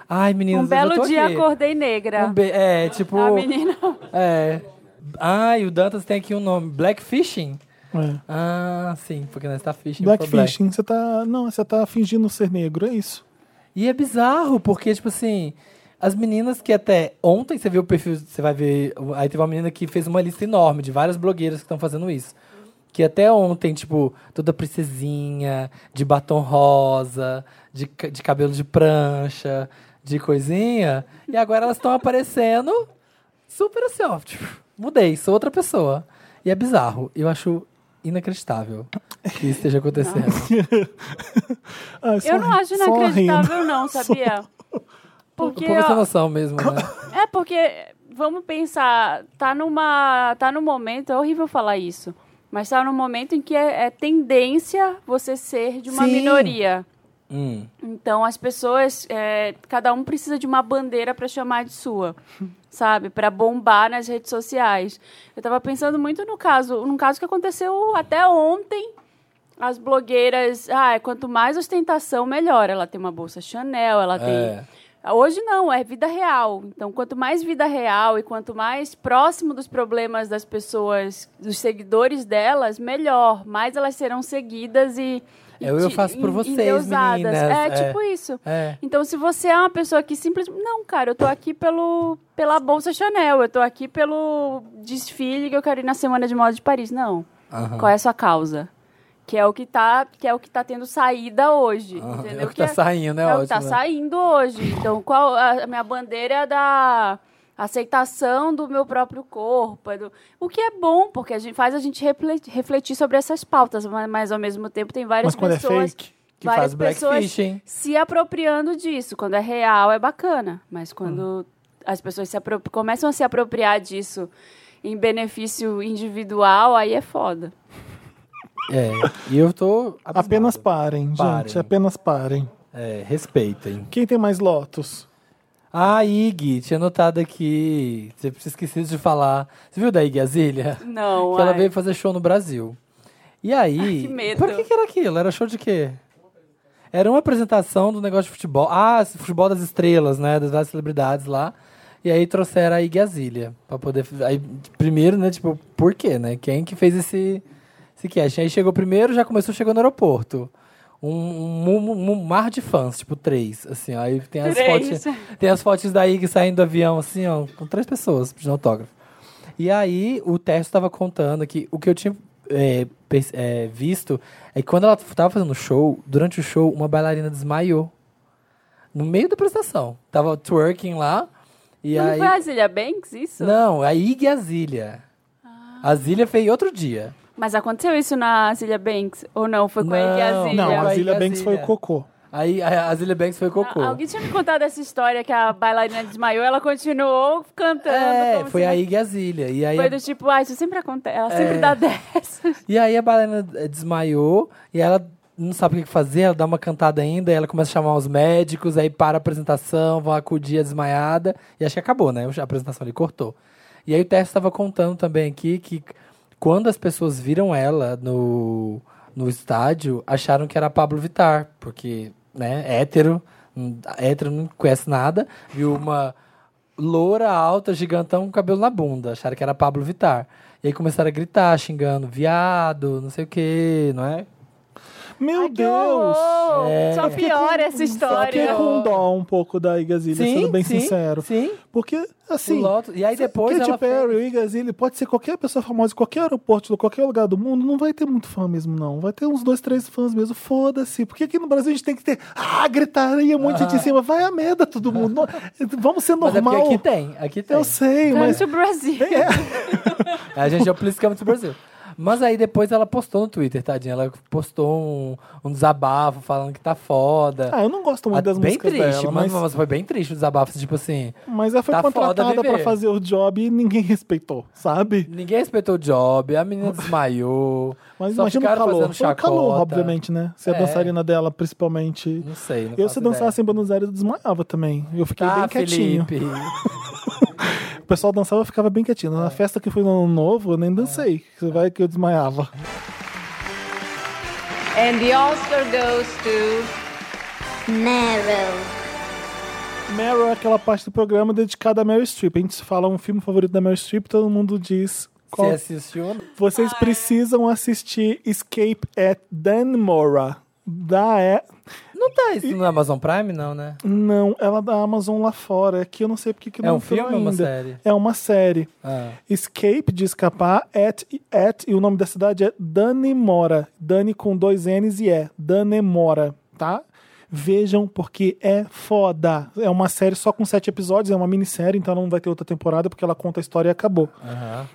Ai, meninas, Um belo eu já tô dia aqui. acordei negra. Um be- é, tipo. A <laughs> menina. É. Ai, o Dantas tem aqui um nome. Blackfishing? É. Ah, sim, porque nós tá fishing. for black. Blackfishing, você tá. Não, você tá fingindo ser negro, é isso. E é bizarro, porque, tipo assim, as meninas que até ontem você viu o perfil, você vai ver. Aí teve uma menina que fez uma lista enorme de várias blogueiras que estão fazendo isso. Que até ontem, tipo, toda princesinha, de batom rosa, de, ca- de cabelo de prancha, de coisinha. E agora elas estão aparecendo super assim, ó. Tipo, mudei, sou outra pessoa. E é bizarro. Eu acho inacreditável que isso esteja acontecendo. <laughs> Ah, só Eu não ri- acho só rindo. inacreditável, não, <laughs> sabia? Porque, Porque, Pouca ó, noção mesmo, né? <laughs> É porque, vamos pensar, tá numa. tá num momento, é horrível falar isso. Mas tá num momento em que é, é tendência você ser de uma Sim. minoria. Hum. Então as pessoas, é, cada um precisa de uma bandeira para chamar de sua, sabe? Para bombar nas redes sociais. Eu tava pensando muito no caso, num caso que aconteceu até ontem As blogueiras, ah, quanto mais ostentação, melhor. Ela tem uma bolsa Chanel, ela É. tem. Hoje não, é vida real. Então, quanto mais vida real e quanto mais próximo dos problemas das pessoas, dos seguidores delas, melhor. Mais elas serão seguidas e. e É o eu te- faço por en- vocês, endeusadas. meninas. É, É. tipo isso. É. Então, se você é uma pessoa que simplesmente. Não, cara, eu tô aqui pelo, pela Bolsa Chanel, eu tô aqui pelo desfile que eu quero ir na Semana de Moda de Paris. Não. Aham. Qual é a sua causa? Que é o que tá, que é o que tá tendo saída hoje. Aham. entendeu? É o que tá saindo, né? é o que tá saindo hoje. Então, qual a, a minha bandeira é da aceitação do meu próprio corpo, é do- o que é bom, porque a gente faz a gente refle- refletir sobre essas pautas, mas, mas, ao mesmo tempo tem várias Mas quando é pessoas fake, Que faz várias pessoas blackfish, hein? se apropriando disso. Quando é real, é bacana. Mas quando Hum. as pessoas se apro- começam a se apropriar disso em benefício individual, aí é foda. É. E eu tô. abismado. apenas parem, gente. Parem. Apenas parem. É, respeitem. Quem tem mais Lotus? Ah, Ig, tinha notado aqui. Você tinha esquecido de falar. Você viu da Ig Azalea? Não, Que ela ai. veio fazer show no Brasil. E aí. que medo. Por que, que era aquilo? Era show de quê? Era uma apresentação do negócio de futebol. Ah, esse futebol das estrelas, né? Das várias celebridades lá. E aí trouxeram a Iggy Azalea pra poder. Aí, primeiro, né? Tipo, por quê, né? Quem que fez esse, esse casting? Aí chegou primeiro, já começou, chegou no aeroporto. Um, um mu- mu- mar de fãs, tipo, três, assim, ó. Aí tem as Três. fotos. Tem as fotos da Ig saindo do avião, assim, ó, com três pessoas pedindo autógrafo. E aí, o Tércio estava contando que o que eu tinha é, perce- é, visto é que quando ela estava fazendo o show, durante o show, uma bailarina desmaiou. No meio da apresentação. Tava twerking lá. E Não aí. foi a Zilia Banks isso? Ah. Não, a Ig e a Zília. A Zília fez outro dia. Mas aconteceu isso na Zilia Banks? Ou não? Foi com a Não. Iggy Não, Não, a aí Zilia a Banks foi Zilia. o cocô. Aí a, a Zília Banks foi cocô. Ah, Alguém tinha me contado essa história que a bailarina desmaiou, ela continuou cantando. é, como foi se- a Ig e a Zília. E aí Foi a do tipo, ah, isso sempre acontece. É. Ela sempre dá <laughs> dessas. E aí a bailarina eh, desmaiou e ela não sabe o que fazer, ela dá uma cantada ainda, aí ela começa a chamar os médicos, aí para a apresentação, vão acudir a desmaiada. E acho que acabou, né? A apresentação ali cortou. E aí o Tércio estava contando também aqui que quando as pessoas viram ela no, no estádio, acharam que era a Pablo Vittar, porque, né, hétero, hum, hétero não conhece nada, viu uma loura alta, gigantão, com cabelo na bunda. Acharam que era Pablo Vittar. E aí começaram a gritar, xingando, viado, não sei o quê, não é? Meu Ai, que Deus! horror! É. Só Eu piora essa Eu fiquei história. com dó um pouco da Igazilha, sendo bem sim, sincero. Sim. Porque, assim. O Lotus- e aí depois Katy ela Perry, o Igazilha, pode ser qualquer pessoa famosa, em qualquer aeroporto, de qualquer lugar do mundo, não vai ter muito fã mesmo, não. Vai ter uns dois, três fãs mesmo. Foda-se. Porque aqui no Brasil a gente tem que ter. Ah, gritaria, um monte de gente em cima. Vai a merda, todo mundo. <laughs> Não- Vamos ser Mas é normal. porque aqui tem, aqui tem. Eu sei, mas. Cante o Brasil. A gente já politica muito o Brasil. Mas aí depois ela postou no Twitter, tadinha. Ela postou um, um desabafo falando que tá foda. Ah, eu não gosto muito Ah, das bem músicas triste, dela, mas, mas, mas foi bem triste o desabafo, tipo assim. mas ela foi tá foda contratada pra viver. fazer o job e ninguém <laughs> respeitou, sabe? Ninguém respeitou o job, a menina desmaiou. Mas só imagina o ficaram calor. fazendo Foi o chacota. calor, obviamente, né? Se a É. dançarina dela, principalmente. Não sei, não Eu, faço se dançasse ideia. em Buenos Aires, eu desmaiava também. Eu fiquei Tá, bem quietinho. <laughs> Felipe. O pessoal dançava, eu ficava bem quietinho. É. Na festa que fui no Ano Novo, eu nem dancei. Você Vai que eu desmaiava. And the Oscar goes to. Meryl. Meryl é aquela parte do programa dedicada a Meryl Streep. A gente fala um filme favorito da Meryl Streep, todo mundo diz... Qual... Você é assistiu? ou não? Vocês precisam assistir Escape at Danmora. Da é... Não tá isso no Amazon Prime, não, né? Não, ela é da Amazon lá fora. É que eu não sei porque que É não um entrou filme ou uma ainda. série? É uma série. Ah. Escape de escapar, at, at, e o nome da cidade é Danemora. Dani com dois N's e E. Danemora, tá? Vejam, porque é foda. É uma série só com sete episódios, é uma minissérie, então não vai ter outra temporada, porque ela conta a história e acabou.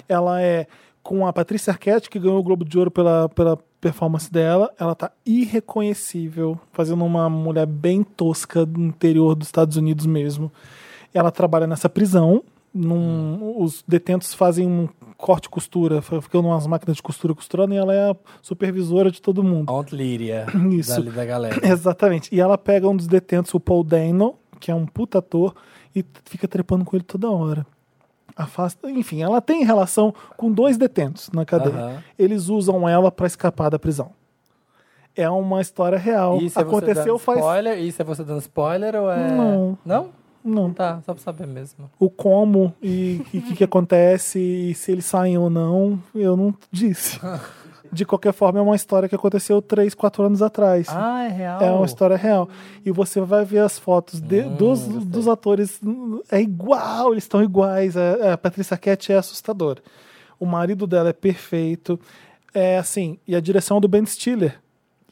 Ela é com a Patrícia Arquette, que ganhou o Globo de Ouro pela, pela performance dela. Ela tá irreconhecível, fazendo uma mulher bem tosca do interior dos Estados Unidos mesmo. Ela trabalha nessa prisão. num- os detentos fazem um corte e costura, fa- ficam umas máquinas de costura costurando, e ela é a supervisora de todo mundo. Aunt Líria. <clears throat> Isso. Dali <laughs> da galera. Exatamente. E ela pega um dos detentos, o Paul Dano, que é um puta ator, e t- fica trepando com ele toda hora. Afasta. Enfim, ela tem relação com dois detentos na cadeia. Aham. Eles usam ela pra escapar da prisão. É uma história real. Isso é você Aconteceu dando faz. Spoiler? Isso é você dando spoiler ou é. Não. Não? Não. Tá, só pra saber mesmo. O como e o que, que acontece, e se eles saem ou não, eu não <laughs> disse. De qualquer forma, é uma história que aconteceu 3, 4 anos atrás. Ah, é real. É uma história real. E você vai ver as fotos de- dos, dos atores. É igual, eles estão iguais. A, a Patrícia Arquette é assustadora. O marido dela é perfeito. É assim, e a direção é do Ben Stiller.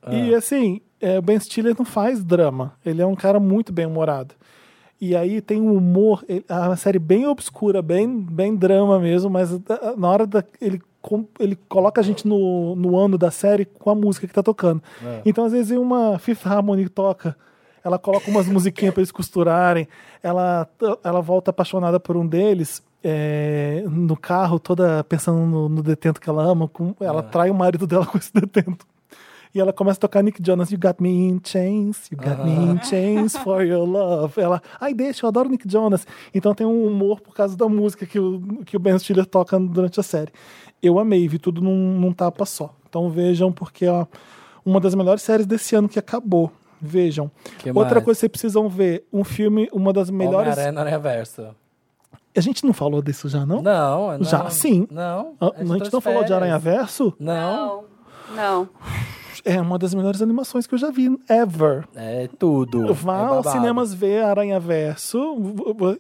E assim, é, o Ben Stiller não faz drama. Ele é um cara muito bem-humorado. E aí tem um humor, ele- é uma série bem obscura, bem, bem drama mesmo, mas da- na hora da, ele, com- ele coloca a gente no, no ano da série com a música que tá tocando. Então, às vezes, uma Fifth Harmony toca, ela coloca umas musiquinhas pra eles costurarem, ela, ela volta apaixonada por um deles. é, no carro, toda pensando no, no detento que ela ama, com- ela trai o marido dela com esse detento. E ela começa a tocar Nick Jonas, You Got Me in Chains, You Got Me in Chains for Your Love. Ela, ai, deixa, eu adoro Nick Jonas. Então tem um humor por causa da música que o, que o Ben Stiller toca durante a série. Eu amei, vi tudo num, num tapa só. Então vejam, porque é uma- uma das melhores séries desse ano que acabou. Vejam. Que Outra coisa mais? que vocês precisam ver, um filme, uma das melhores. Homem-Aranha no Reverso. A gente não falou disso já, não? Não, não. Já, sim. Não. Ah, é A de gente não todas falou de férias. Aranha Verso? Não. Não. É uma das melhores animações que eu já vi ever. É tudo. Vá é aos babado. cinemas ver Aranha Verso.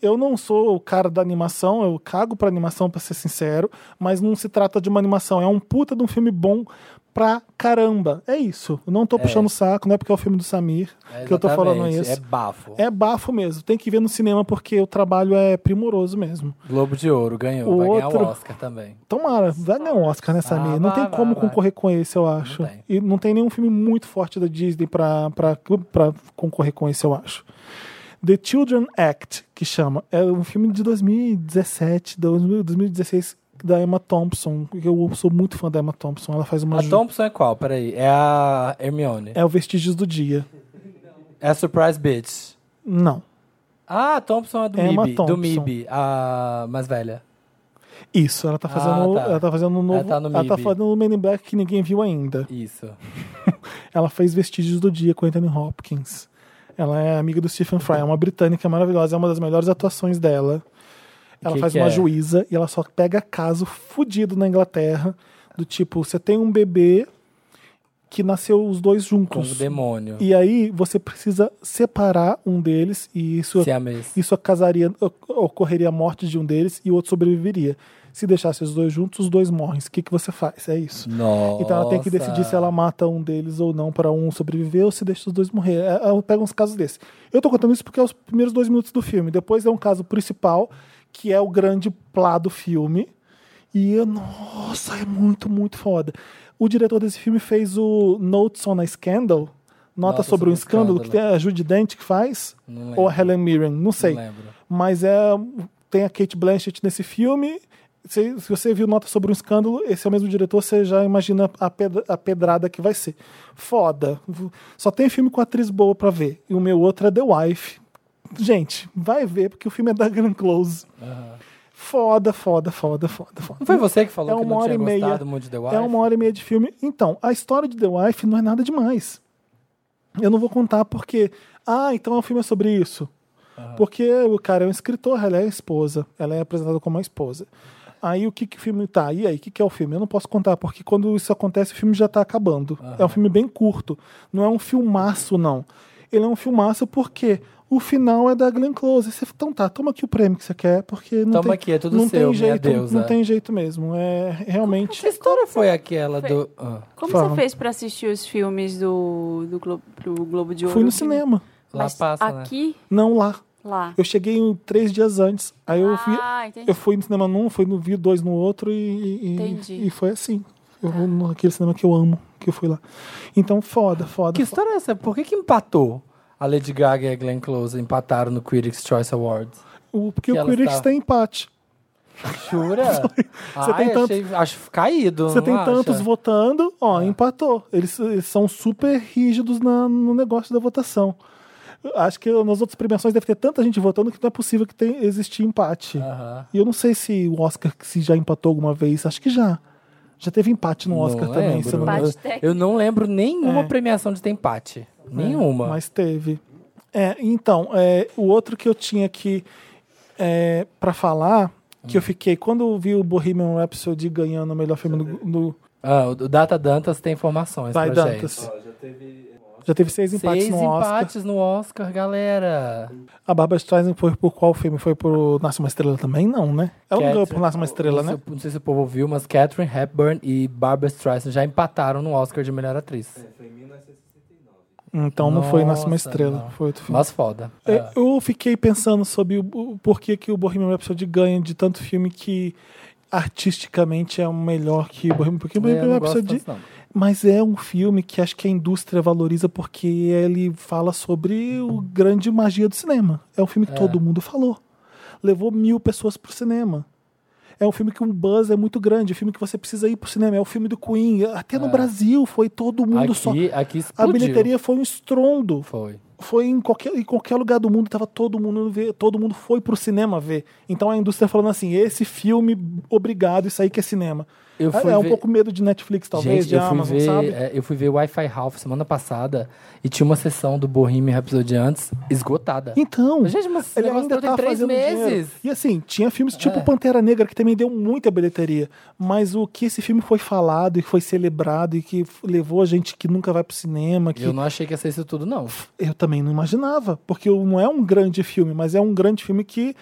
Eu não sou o cara da animação, eu cago pra animação, pra ser sincero, mas não se trata de uma animação, é um puta de um filme bom pra caramba. É isso. Eu não tô puxando o saco, não é porque é o filme do Samir É, que eu tô falando exatamente, isso. É bafo. É bafo mesmo. Tem que ver no cinema porque o trabalho é primoroso mesmo. Globo de Ouro ganhou. O vai ganhar outro- o Oscar também. Tomara, vai ganhar um Oscar, né, Samir? não vai, tem vai, como vai. concorrer com esse, eu acho. Não tem. E não tem nenhum filme muito forte da Disney pra, pra, pra concorrer com esse, eu acho. The Children Act, que chama. É um filme de 2017, 2000, 2016, da Emma Thompson. que Eu sou muito fã da Emma Thompson. Ela faz uma. A ju- Thompson é qual? Peraí. É a Hermione. É o Vestígios do Dia. É a Surprise Bitch. Não. Ah, a Thompson é do Emma MIB. Thompson. Do MIB, a mais velha. Isso, ela tá fazendo. Ah, tá. Ela tá fazendo um novo. Ela tá no MIB. fazendo o Men in Black que ninguém viu ainda. Isso. Ela fez Vestígios do Dia com Anthony Hopkins. Ela é amiga do Stephen Fry, é uma britânica maravilhosa, é uma das melhores atuações dela. Ela Que faz que uma é? juíza e ela só pega caso fudido na Inglaterra, do tipo, você tem um bebê que nasceu os dois Com o juntos. demônio. E aí você precisa separar um deles e isso Se a mesma. isso ocasaria- ocorreria a morte de um deles e o outro sobreviveria. Se deixasse os dois juntos, os dois morrem. O que, que você faz? É isso. Nossa. Então ela tem que decidir se ela mata um deles ou não para um sobreviver ou se deixa os dois morrer. É, Ela pega uns casos desses. Eu tô contando isso porque é os primeiros dois minutos do filme. Depois é um caso principal, que é o grande plá do filme. E eu- nossa, é muito, muito foda. O diretor desse filme fez o Notes on a Scandal. Nota Notas sobre um sobre um escândalo, escândalo. que tem a Judy Dent que faz. Não lembro. Ou a Helen Mirren, não sei. lembro. Mas é, tem a Kate Blanchett nesse filme. Se, se você viu Nota sobre um Escândalo, esse é o mesmo diretor, você já imagina a, pedra- a pedrada que vai ser. Foda. Só tem filme com atriz boa pra ver. E o meu outro é The Wife. Gente, vai ver, porque o filme é da Glenn Close. Foda, foda, foda, foda, foda. Não foi você que falou É que uma não hora e tinha meia. gostado muito de The Wife? É uma hora e meia de filme. Então, a história de The Wife não é nada demais. Eu não vou contar porque. Ah, então o filme é sobre isso. Porque o cara é um escritor, ela é a esposa. Ela é apresentada como a esposa. Aí o que que o filme tá? E aí, o que que é o filme? Eu não posso contar, porque quando isso acontece, o filme já tá acabando. É um filme bem curto. Não é um filmaço, não. Ele é um filmaço porque o final é da Glenn Close. Você, então tá, toma aqui o prêmio que você quer, porque não Toma tem, aqui, é tudo não seu, tem minha jeito, deusa. Não tem jeito mesmo. É realmente... Que história foi aquela do... Ah, Como Fala. você fez pra assistir os filmes do, do Globo, pro Globo de Ouro? Fui no Que- cinema. lá Mas passa, né? aqui, Não lá. lá. Eu cheguei um- três dias antes. Aí eu fui, Ah, entendi. eu fui no cinema num, fui no, vi dois no outro e, e, Entendi. Tá. e foi assim. Eu vou naquele cinema que eu amo, que eu fui lá. Então, foda, foda. Que foda. história é essa? Por que que empatou? A Lady Gaga e a Glenn Close empataram no Critics' <laughs> Choice Awards. O- porque que o ela Critics tá- tem empate. Jura? Você tem tanto- acho caído, Você não tem acha? É. tantos votando, ó, empatou. Eles, eles são super rígidos na- no negócio da votação. Acho que nas outras premiações deve ter tanta gente votando que não é possível que tenha, existir empate. Aham. E eu não sei se o Oscar se já empatou alguma vez, acho que já. Já teve empate no Oscar também, se eu não me Empate engano. Bate técnico. Eu não lembro nenhuma É. premiação de ter empate. Nenhuma. Mas teve. É, então, é, o outro que eu tinha que é, para falar, Hum. que eu fiquei, quando eu vi o Bohemian Rhapsody ganhando o melhor filme no, no Ah, o Data Dantas tem informações Vai pra Dantas. gente. Já teve seis empates Seis no Oscar. empates no Oscar, galera. A Barbara Streisand foi por qual filme? Foi por Nasce Uma Estrela também? Não, né? Ela não ganhou por Nasce Uma Estrela, não né? Sei, não sei se o povo viu, mas Catherine Hepburn e Barbara Streisand já empataram no Oscar de melhor atriz. Então não foi Nasce Uma Nossa, Estrela. não. Foi outro filme. Mas foda. É, Ah. Eu fiquei pensando sobre o, o porquê que o Bohemian Rhapsody ganha de tanto filme que artisticamente é o melhor que o Bohemian, porque o É, eu Bohemian não gosto Rhapsody tanto, não. Mas é um filme que acho que a indústria valoriza porque ele fala sobre o grande magia do cinema. É um filme que todo mundo falou. Levou mil pessoas pro cinema. É um filme que um buzz é muito grande, é um filme que você precisa ir pro cinema. É o filme do Queen. Até no Brasil foi todo mundo só. É. Aqui, aqui A explodiu. bilheteria foi um estrondo. Foi. Foi em qualquer, em qualquer lugar do mundo, tava todo mundo ver, todo mundo foi pro cinema ver. Então a indústria falando assim: esse filme, obrigado, isso aí que é cinema. Eu É, fui é um ver- pouco medo de Netflix, talvez, Gente, de eu fui, Amazon, ver, sabe? é, eu fui ver Wi-Fi Half semana passada e tinha uma sessão do Bohemian Rhapsody antes esgotada. Então, Gente, mas esse ele negócio ainda deu tem tá três fazendo meses. É. dinheiro. E assim, tinha filmes tipo Pantera Negra, que também deu muita bilheteria. Mas o que esse filme foi falado e foi celebrado e que f- levou a gente que nunca vai pro cinema, que Eu não achei que ia ser isso tudo, não. eu também não imaginava. Porque não é um grande filme, mas é um grande filme que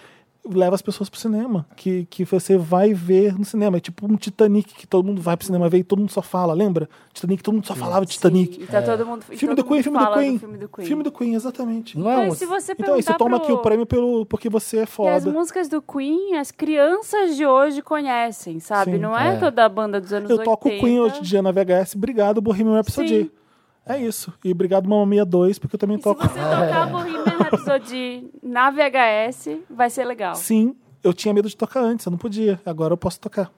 leva as pessoas pro cinema. Que, que você vai ver no cinema. É tipo um Titanic que todo mundo vai pro cinema ver e todo mundo só fala, lembra? Titanic, todo mundo só falava Titanic. E tá todo mundo. e Filme todo do Queen, mundo filme do fala Queen. filme do Queen. Filme do Queen, exatamente. Não é um... Mas se você perguntar Então é isso, toma pro... aqui o prêmio pelo, porque você é E as foda. músicas do Queen, as crianças de hoje conhecem, sabe? Sim. não é, É. toda a banda dos anos Eu 80. toco o Queen hoje em dia na VHS. Obrigado, Bohemian Rhapsody. Sim. É isso. E obrigado, Mamma Mia 2, porque eu também E se toco. <laughs> É. você tocar Bohemian Rhapsody na VHS, vai ser legal. Sim, eu tinha medo de tocar antes, eu não podia. Agora eu posso tocar.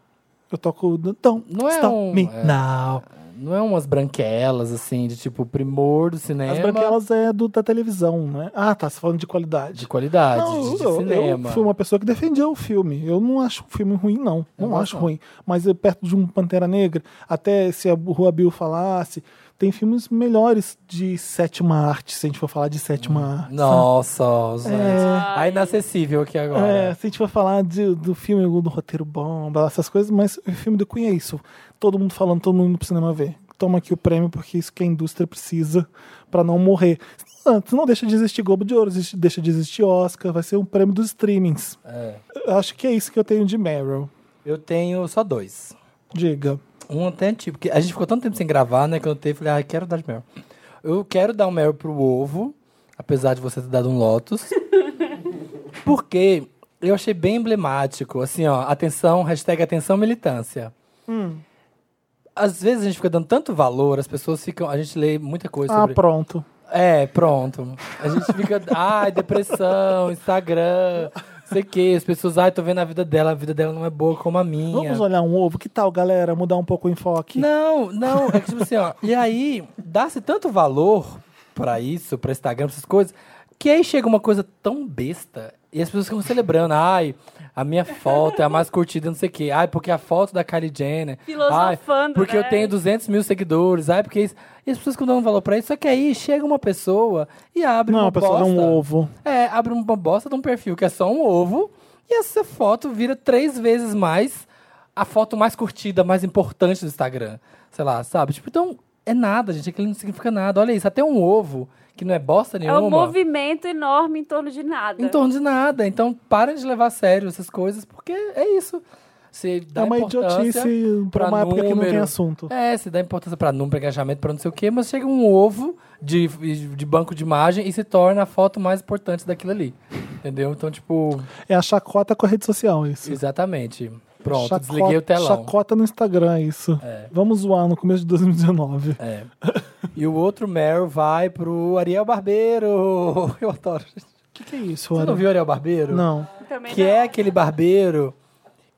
Eu toco. Então, Não é um- me. é. Não. Não é umas branquelas, assim, de tipo primor do cinema. As branquelas é do, da televisão, né? Ah, tá. Você falando de qualidade. De qualidade, Não, de, de eu, eu cinema. fui uma pessoa que defendia o filme. Eu não acho o filme ruim, não. Não, gosto, acho não. ruim. Mas eh, perto de um Pantera Negra, até se a Rua Bill falasse, tem filmes melhores de sétima arte, se a gente for falar de Hum, sétima arte. Nossa, gente. É inacessível aqui agora. É, se a gente for falar de- do filme, do roteiro bom, blá, essas coisas, mas o filme do Queen é isso. Todo mundo falando, todo mundo indo pro cinema ver. Toma aqui o prêmio, porque é isso que a indústria precisa pra não morrer. Ah, tu não deixa de existir Globo de Ouro, existe- deixa de existir Oscar, vai ser um prêmio dos streamings. É. Eu Acho que é isso que eu tenho de Meryl. Eu tenho só dois. Diga. Um até tipo, porque a gente ficou tanto tempo sem gravar, né? Que eu notei e falei, ah, quero dar de Meryl. Eu quero dar um Meryl pro ovo, apesar de você ter dado um Lotus. <laughs> porque eu achei bem emblemático, assim, ó, atenção, hashtag atenção militância. Hum. Às vezes a gente fica dando tanto valor, as pessoas ficam. A gente lê muita coisa Ah, sobre. pronto. É, pronto. A gente fica. <laughs> Ai, depressão, Instagram, não sei o quê. As pessoas, ai, tô vendo a vida dela, a vida dela não é boa como a minha. Vamos olhar um ovo. Que tal, galera? Mudar um pouco o enfoque. Não, não, é que tipo assim, ó. e aí, dá-se tanto valor pra isso, pra Instagram, pra essas coisas, que aí chega uma coisa tão besta e as pessoas ficam celebrando. Ai, a minha foto é a mais curtida, não sei o quê. Ai, porque a foto da Kylie Jenner. Ai, Filosofando, porque né? eu tenho 200 mil seguidores. Ai, porque isso. E as pessoas ficam dando valor pra isso. Só que aí chega uma pessoa e abre Não, uma a pessoa bosta. é um ovo. É, abre uma bosta de um perfil que é só um ovo e essa foto vira três vezes mais a foto mais curtida, mais importante do Instagram. Sei lá, sabe? Tipo, então é nada, gente. Aquilo não significa nada. Olha isso, até um ovo, que não é bosta É nenhuma. um movimento enorme em torno de nada. Em torno de nada. Então, parem de levar a sério essas coisas, porque é isso. Você dá é uma importância idiotice pra pra uma época que não tem número. assunto. É, você dá importância pra número, pra engajamento, pra não sei o quê, mas chega um ovo de, de banco de imagem e se torna a foto mais importante daquilo ali. Entendeu? Então, tipo, É a chacota com a rede social, é isso. exatamente. Pronto, Chacota- desliguei o telão. Chacota no Instagram, é isso. Vamos zoar no começo de 2019. É. E o outro Meryl vai pro Ariel Barbeiro. <laughs> Eu adoro. O que, que é isso, Você Ana? não viu o Ariel Barbeiro? Não. Também Que não. é aquele barbeiro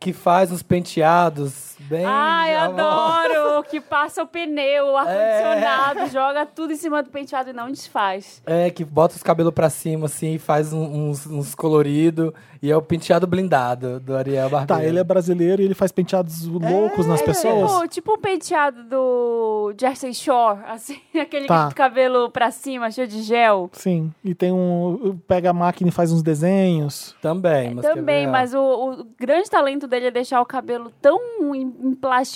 que faz uns penteados bem. Ai, à adoro! Que passa o pneu, o <laughs> ar-condicionado, É. joga tudo em cima do penteado e não desfaz. É, que bota os cabelos pra cima, assim, e faz um- uns, uns colorido. E é o penteado blindado do Ariel Barbeiro. Tá, ele é brasileiro e ele faz penteados loucos nas pessoas. Tipo, tipo um penteado do Jersey Shore, assim, <laughs> aquele Tá. com o cabelo pra cima, cheio de gel. Sim, e tem um. Pega a máquina e faz uns desenhos. Também, mas... quer Também, ver, ó. mas o, o grande talento dele é deixar o cabelo tão em-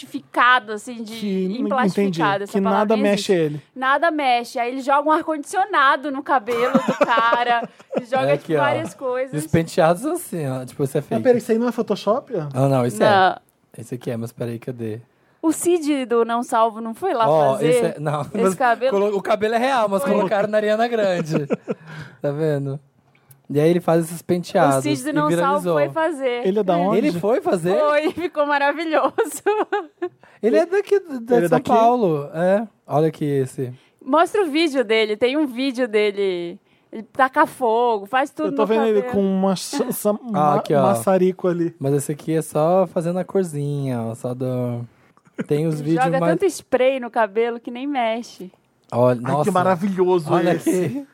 emplastificado, assim, de Que não entendi. emplastificado. essa Que palavra nada nem existe. mexe ele. Nada mexe. Aí ele joga um ar-condicionado no cabelo do <laughs> cara, e joga É tipo, aqui, ó. várias E os coisas. penteados assim, ó. Tipo, isso é Mas fake. peraí, isso aí não é Photoshop? ó? Ah, não, isso Não. é. Esse aqui é, mas peraí, cadê? O Cid do Não Salvo não foi lá Ó, fazer? esse é. Não, mas cabelo- colo- O cabelo é real, mas colocaram na <laughs> Ariana Grande. tá vendo? E aí ele faz esses penteados. o Cid do e Não Salvo viralizou. foi fazer. Ele é da onde? Ele foi fazer? Foi, <laughs> ficou maravilhoso. Ele é daqui da de Ele é São daqui? Paulo. É. Olha aqui esse. Mostra o vídeo dele, tem um vídeo dele. Ele taca fogo, faz tudo Eu tô no vendo ele cabelo. com uma, sa- sa- <laughs> Ah, ma- aqui, ó. maçarico ali. Mas esse aqui é só fazendo a corzinha, ó, só do. Tem os <laughs> vídeos Joga mais. tanto spray no cabelo que nem mexe. Olha, Ai, nossa. que maravilhoso Olha esse. aqui.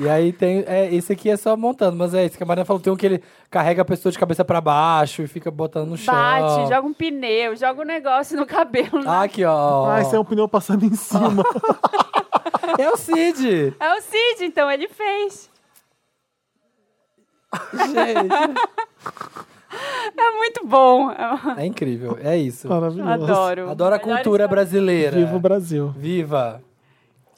E aí tem. É, esse aqui é só montando, mas é esse que a Marina falou: tem um que ele carrega a pessoa de cabeça pra baixo e fica botando no chão. Bate, joga um pneu, joga um negócio no cabelo. Ah, né? aqui, ó. Ah, esse é um pneu passando em <laughs> cima. É o Cid! É o Cid, então, ele fez. Gente, É muito bom. Eu é incrível, é isso. Maravilhoso. Adoro. Adoro a Melhores cultura brasileira. Viva o Brasil. Viva!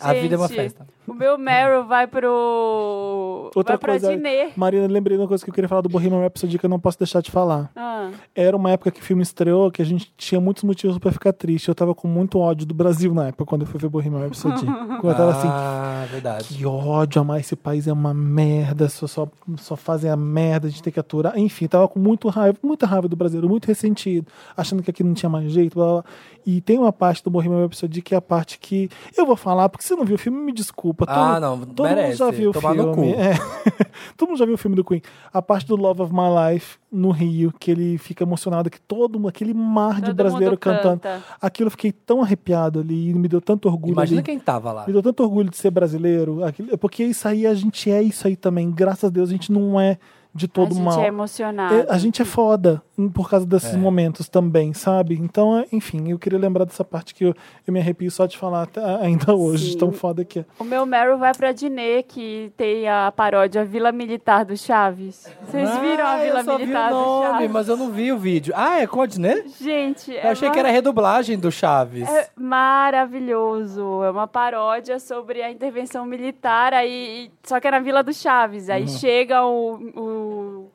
A Gente, vida é uma festa. O meu Meryl vai pro. Outra vai pra coisa, é- Dinê. Marina, lembrei de uma coisa que eu queria falar do Bohemian Rhapsody que eu não posso deixar de falar. Ah, Era uma época que o filme estreou que a gente tinha muitos motivos pra ficar triste. Eu tava com muito ódio do Brasil na época quando eu fui ver Bohemian <laughs> Rhapsody. eu tava assim, Ah, verdade. que ódio, amar esse país é uma merda, só, só, só fazem a merda de ter que aturar. Enfim, tava com muito raiva, muita raiva do brasileiro, muito ressentido, achando que aqui não tinha mais jeito, blá, blá, blá. E tem uma parte do Bohemian Rhapsody que é a parte que eu vou falar, porque você não viu o filme, me desculpa. Ah, Todo- não, todo merece, mundo já viu o tomar filme. no cu. É. <laughs> todo mundo já viu o filme do Queen. A parte do Love of My Life no Rio, que ele fica emocionado, que todo mundo- aquele mar de Todo brasileiro mundo canta. cantando. Aquilo eu fiquei tão arrepiado ali, e me deu tanto orgulho. Imagina ali. quem tava lá. Me deu tanto orgulho de ser brasileiro, aquilo- é porque isso aí a gente é isso aí também. Graças a Deus a gente não é de a todo gente mal. é É, emocionado. a gente é foda hum, por causa desses momentos também, sabe? Então, é, enfim, eu queria lembrar dessa parte que eu, eu me arrepio só de falar até- ainda hoje, de tão foda que é. O meu Meryl vai pra Dinê, que tem a paródia Vila Militar do Chaves. Vocês viram a Ah, Vila eu só vi Militar o do nome, Chaves? mas eu não vi o vídeo. Ah, é com a Disney? Gente, Eu achei que era a redublagem do Chaves. É maravilhoso. É uma paródia sobre a intervenção militar, aí, e- só que é na Vila do Chaves. Uhum. Aí chega o, o-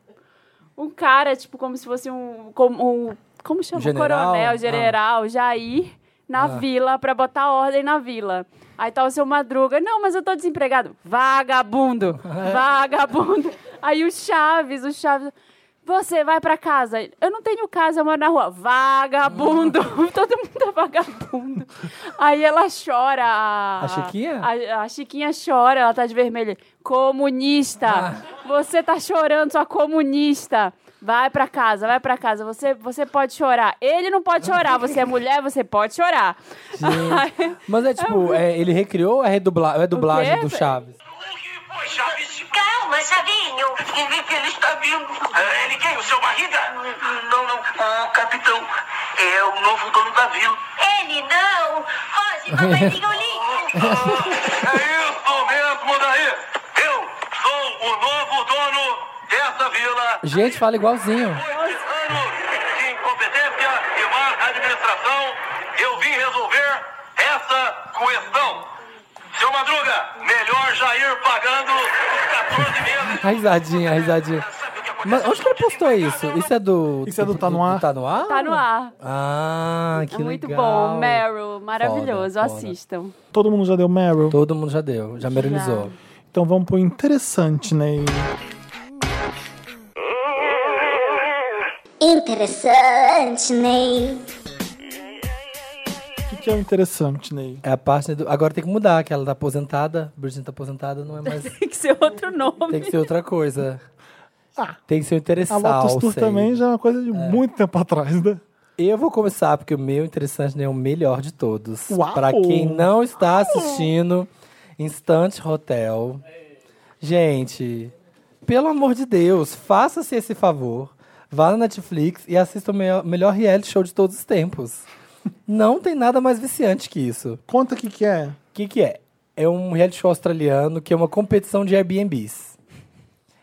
um cara, tipo, como se fosse um. Como, um- como chama? General? O coronel, general, Jair, na Ah. vila, pra botar ordem na vila. Aí tá o seu Madruga. Não, mas eu tô desempregado. Vagabundo! <laughs> Vagabundo! Aí o Chaves, o Chaves. Você vai pra casa. Eu não tenho casa, eu moro na rua. Vagabundo! <laughs> Todo mundo é vagabundo. Aí ela chora. A, A Chiquinha? A, a Chiquinha chora, ela tá de vermelho. Comunista! Ah. Você tá chorando, sua comunista! Vai pra casa, vai pra casa. Você, você pode chorar. Ele não pode chorar. Você é mulher, você pode chorar. <laughs> Mas é tipo, é, ele recriou a redubla... a um- O redublagem quê? do Chaves. Calma, Chavinho. Ele está vindo. É, Ele quem? O seu barriga? Não, não. O capitão é o novo dono da vila. Ele não! Foge, papai Pigolinho! É isso mesmo daí. Eu sou o novo dono dessa vila. Gente, fala igualzinho. Depois de anos de incompetência e má administração, eu vim resolver essa questão. Seu Madruga, melhor Jair pagando os 14 meses. A risadinha, a risadinha. Mas onde que ele postou isso? Isso é do. Isso é do Tá No Ar? Tá no ar? Tá no ar. Ah, que é muito legal. bom. Meryl, maravilhoso. Foda, foda. Assistam. <laughs> Todo mundo já deu Meryl? Todo mundo já deu, já merilizou. Então vamos pro interessante, né? Interessante, Ney! O que, que é o interessante, Ney? É a parte do. Agora tem que mudar, que ela <laughs> tá aposentada. Bridget tá aposentada, não é mais. Tem que ser outro nome. tem que ser outra coisa. Tem que ser o Ah, A interessal. Lotus Tour sei. também já é uma coisa de muito tempo atrás, né? Eu vou começar, porque o meu interessante né, é o melhor de todos. Uau! Pra quem não está assistindo, Instante Hotel. Gente, pelo amor de Deus, faça-se esse favor. Vá na Netflix e assista o mel- melhor reality show de todos os tempos. Não tem nada mais viciante que isso. Conta o que, que é. O que, que é? É um reality show australiano que é uma competição de Airbnbs.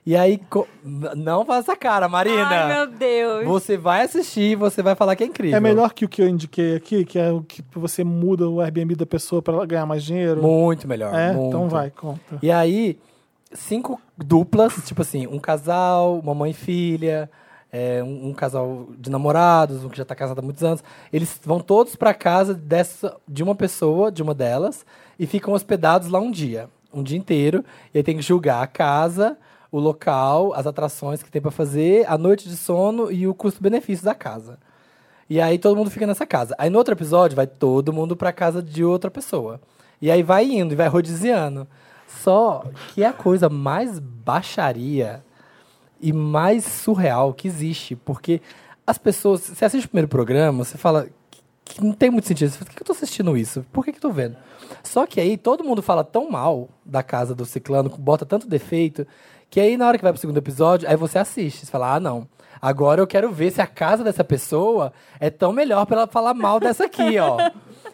E aí. co- N- Não faça cara, Marina! Ai, meu Deus. Você vai assistir e você vai falar que é incrível. É melhor que o que eu indiquei aqui, que é o que você muda o Airbnb da pessoa pra ela ganhar mais dinheiro. Muito melhor. é, muito. então vai, conta. E aí, cinco duplas, tipo assim, um casal, uma mãe e filha, é, um, um casal de namorados, um que já tá casado há muitos anos. Eles vão todos pra casa dessa, de uma pessoa, de uma delas, e ficam hospedados lá um dia, um dia inteiro. E aí tem que julgar a casa, o local, as atrações que tem pra fazer, a noite de sono e o custo-benefício da casa. E aí todo mundo fica nessa casa. Aí no outro episódio vai todo mundo pra casa de outra pessoa. E aí vai indo e vai rodiziando. Só que a coisa mais baixaria e mais surreal que existe, porque as pessoas, você assiste o primeiro programa, você fala que, que não tem muito sentido. Você fala, por que que eu tô assistindo isso? Por que que eu tô vendo? Só que aí todo mundo fala tão mal da casa do ciclano, bota tanto defeito, que aí na hora que vai pro segundo episódio, aí você assiste, você fala: "Ah, não. Agora eu quero ver se a casa dessa pessoa é tão melhor pra ela falar mal dessa aqui, ó."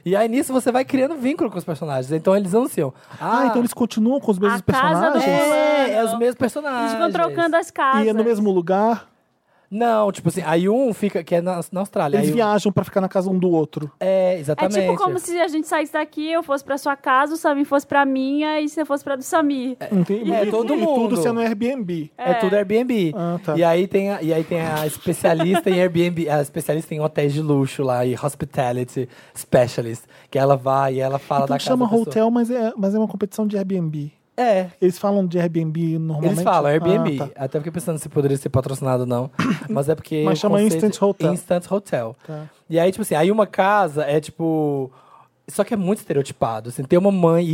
E aí nisso você vai criando vínculo com os personagens. Então eles anunciam: Ah, então eles continuam com os mesmos A casa do- personagens? é, é Fulano. os mesmos Eles personagens. ficam trocando as casas. E é no mesmo lugar, Não, tipo assim, aí um fica, que é na, na Austrália. eles aí um- viajam pra ficar na casa um do outro. É, É exatamente. tipo como se a gente saísse daqui, eu fosse pra sua casa, o Samir fosse pra minha e você fosse pra do Samir. Entendi. é E- todo e mundo. tudo sendo Airbnb. É tudo Airbnb. Ah, tá. E aí tem a, e aí tem a especialista em Airbnb, a especialista em hotéis de luxo lá, e hospitality specialist, que ela vai e ela fala da Então casa chama da pessoa. hotel, mas é, mas é uma competição de Airbnb. É. Eles falam de Airbnb normalmente? Eles falam Airbnb. Um Ah, tá. Até fiquei pensando se poderia ser patrocinado <coughs> ou não. Mas é porque. Mas o chama conceito- Instant Hotel. Instant Hotel. Tá. E aí, tipo assim, aí uma casa é tipo. Só que é muito estereotipado. Assim, tem uma mãe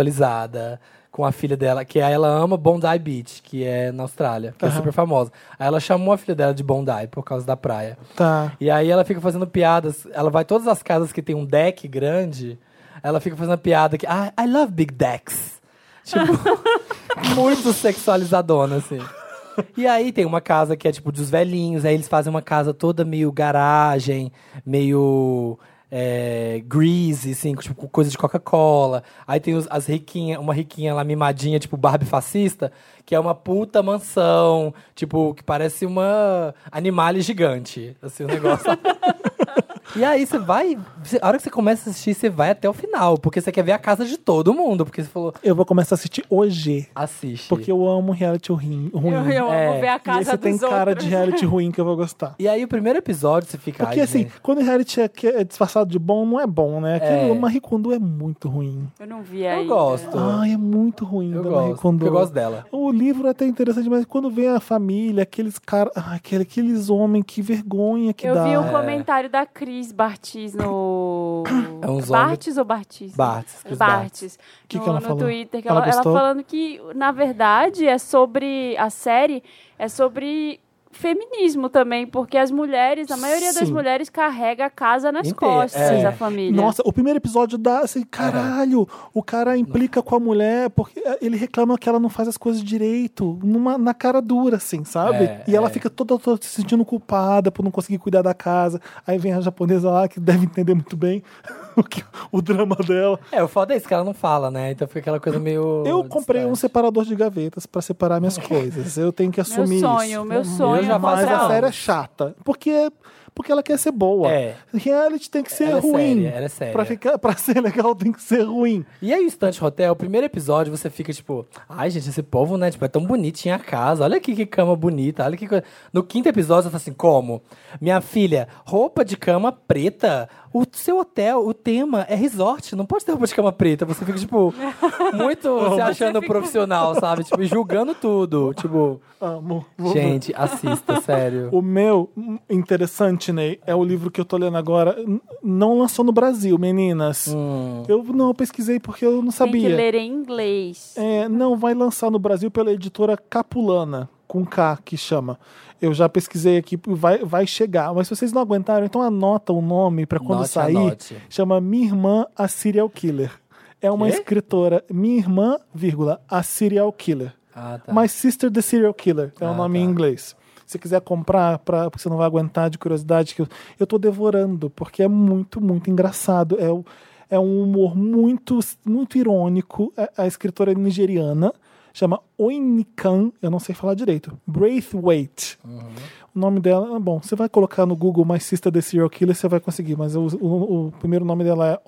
hipersexualizada com a filha dela, que ela ama Bondi Beach, que é na Austrália, que é super famosa. Aí ela chamou a filha dela de Bondi por causa da praia. Tá. E aí ela fica fazendo piadas. Ela vai todas as casas que tem um deck grande, ela fica fazendo piada que. Ah, I love big decks. Tipo, muito sexualizadona, assim. E aí tem uma casa que é tipo dos velhinhos, aí eles fazem uma casa toda meio garagem, meio. é, greasy, assim, tipo, com coisa de Coca-Cola. Aí tem os- as riquinhas, uma riquinha lá mimadinha, tipo Barbie fascista, que é uma puta mansão, tipo, que parece uma animale gigante. Assim, o negócio. E aí você vai. você- A hora que você começa a assistir, você vai até o final, porque você quer ver a casa de todo mundo. Porque você falou, Eu vou começar a assistir hoje, assiste. porque eu amo reality ruim. ruim. Eu, eu É. amo ver a e casa esse dos tem cara outros. de reality ruim que eu vou gostar. E aí o primeiro episódio você fica. Porque "Ai, assim, gente." quando o reality é, que é disfarçado de bom, não é bom, né? Aquilo É. Marie Kondo é muito ruim. Eu não vi eu ainda. gosto. Ai, é muito ruim Eu da Marie gosto, Kondo. eu gosto dela. O livro é até interessante, mas quando vem a família, aqueles caras, aquele, aqueles homens, que vergonha que Eu dá. vi um comentário da Cris Bartiz no. É uns Bartiz ou Bartiz? Bartes, Cris Bartes. Bartes. Que no, que ela no falou? Twitter, que Ela ela, ela gostou? falando que, na verdade, é sobre. A série é sobre feminismo também, porque as mulheres, a maioria das Sim. mulheres carrega a casa nas Inteira, costas, é. a família. Nossa, o primeiro episódio dá assim, caralho, o cara implica com a mulher porque eh, ele reclama que ela não faz as coisas direito, numa, na cara dura, assim, sabe? É, e ela é. fica toda, toda se sentindo culpada por não conseguir cuidar da casa. Aí vem a japonesa lá, que deve entender muito bem <laughs> o, que- o drama dela. É, o foda é isso que ela não fala, né? Então fica aquela coisa meio. Eu comprei um distante. separador de gavetas pra separar <laughs> minhas coisas. Eu tenho que Meu assumir sonho, isso. meu sonho. Eu já é Mas faço comprar a Não. série é chata. Porque, porque ela quer ser boa. É. Reality tem que ser Ela é ruim. séria, ela é séria. Pra, ficar, pra ser legal tem que ser ruim. E aí, o Instante Hotel, o primeiro episódio, você fica tipo, ai, gente, esse povo, né? Tipo, é tão bonitinha a casa, olha aqui que cama bonita, olha que coisa. No quinto episódio, você fala assim, como? Minha filha, roupa de cama preta. O seu hotel, o tema é resort, não pode ter roupa de cama preta. Você fica, tipo, muito se achando profissional, sabe? Tipo, julgando tudo. Tipo, Amo. <laughs> gente, assista, sério. O meu hum, interessante Continey é o livro que eu tô lendo agora. N- Não lançou no Brasil, meninas. Hum. Eu não eu pesquisei porque eu não Tem que sabia. ler em inglês. É, não, vai lançar no Brasil pela editora Capulana, com K que chama. Eu já pesquisei aqui, vai, vai chegar. Mas se vocês não aguentaram, então anota o nome pra quando Note, sair. anote. Chama Minha Irmã a Serial Killer. É uma Quê? escritora, Minha Irmã, vírgula, a Serial Killer. Ah, tá. My Sister the Serial Killer é o Ah, nome em tá. inglês. Se você quiser comprar, pra, porque você não vai aguentar de curiosidade, que eu, eu tô devorando, porque é muito, muito engraçado. É, o- é um humor muito, muito irônico. A- A, escritora é nigeriana, chama Oinikan, eu não sei falar direito, Braithwaite. Uhum. O nome dela, ah, bom, você vai colocar no Google My Sister the Serial Killer, você vai conseguir, mas o, o- o primeiro nome dela é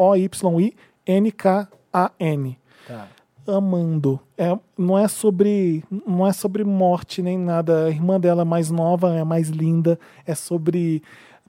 O-Y-I-N-K-A-N tá. amando. É, não é sobre não é sobre morte nem nada. A irmã dela é mais nova, é mais linda, é sobre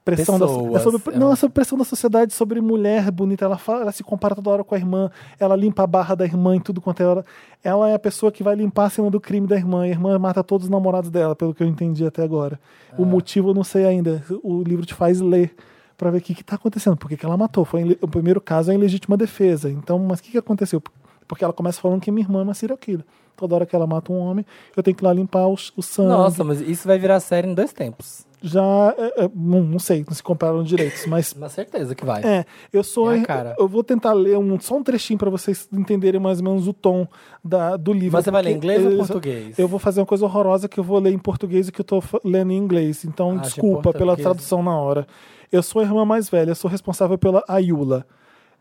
pressão da, é Pessoas, sobre, é não uma- é sobre pressão da sociedade, sobre mulher bonita. Ela fala, ela se compara toda hora com a irmã, ela limpa a barra da irmã e tudo quanto é hora. Ela é a pessoa que vai limpar a cena do crime da irmã. E a irmã mata todos os namorados dela, pelo que eu entendi até agora. O motivo eu não sei ainda. O livro te faz ler pra ver o que, que tá acontecendo, por que, que ela matou. Foi em- o primeiro caso é em legítima defesa. Então, mas o que, que aconteceu? Porque ela começa falando que minha irmã é uma serial killer. Toda hora que ela mata um homem, eu tenho que ir lá limpar os- o, sangue. Nossa, mas isso vai virar série em dois tempos. Já. é, é, não, não sei, não se comparam direitos, mas. Na certeza que vai. É, eu sou. É a cara. Eu vou tentar ler um, só um trechinho pra vocês entenderem mais ou menos o tom da, do livro. Mas você vai ler porque inglês ou eles- português? Eu vou fazer uma coisa horrorosa que eu vou ler em português e que eu tô fa- lendo em inglês. Então, Ah, de desculpa pela português. tradução na hora. Eu sou a irmã mais velha, eu sou responsável pela Ayula.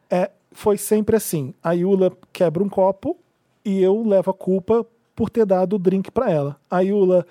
É, foi sempre assim. A Ayula quebra um copo e eu levo a culpa por ter dado o drink pra ela. A Ayula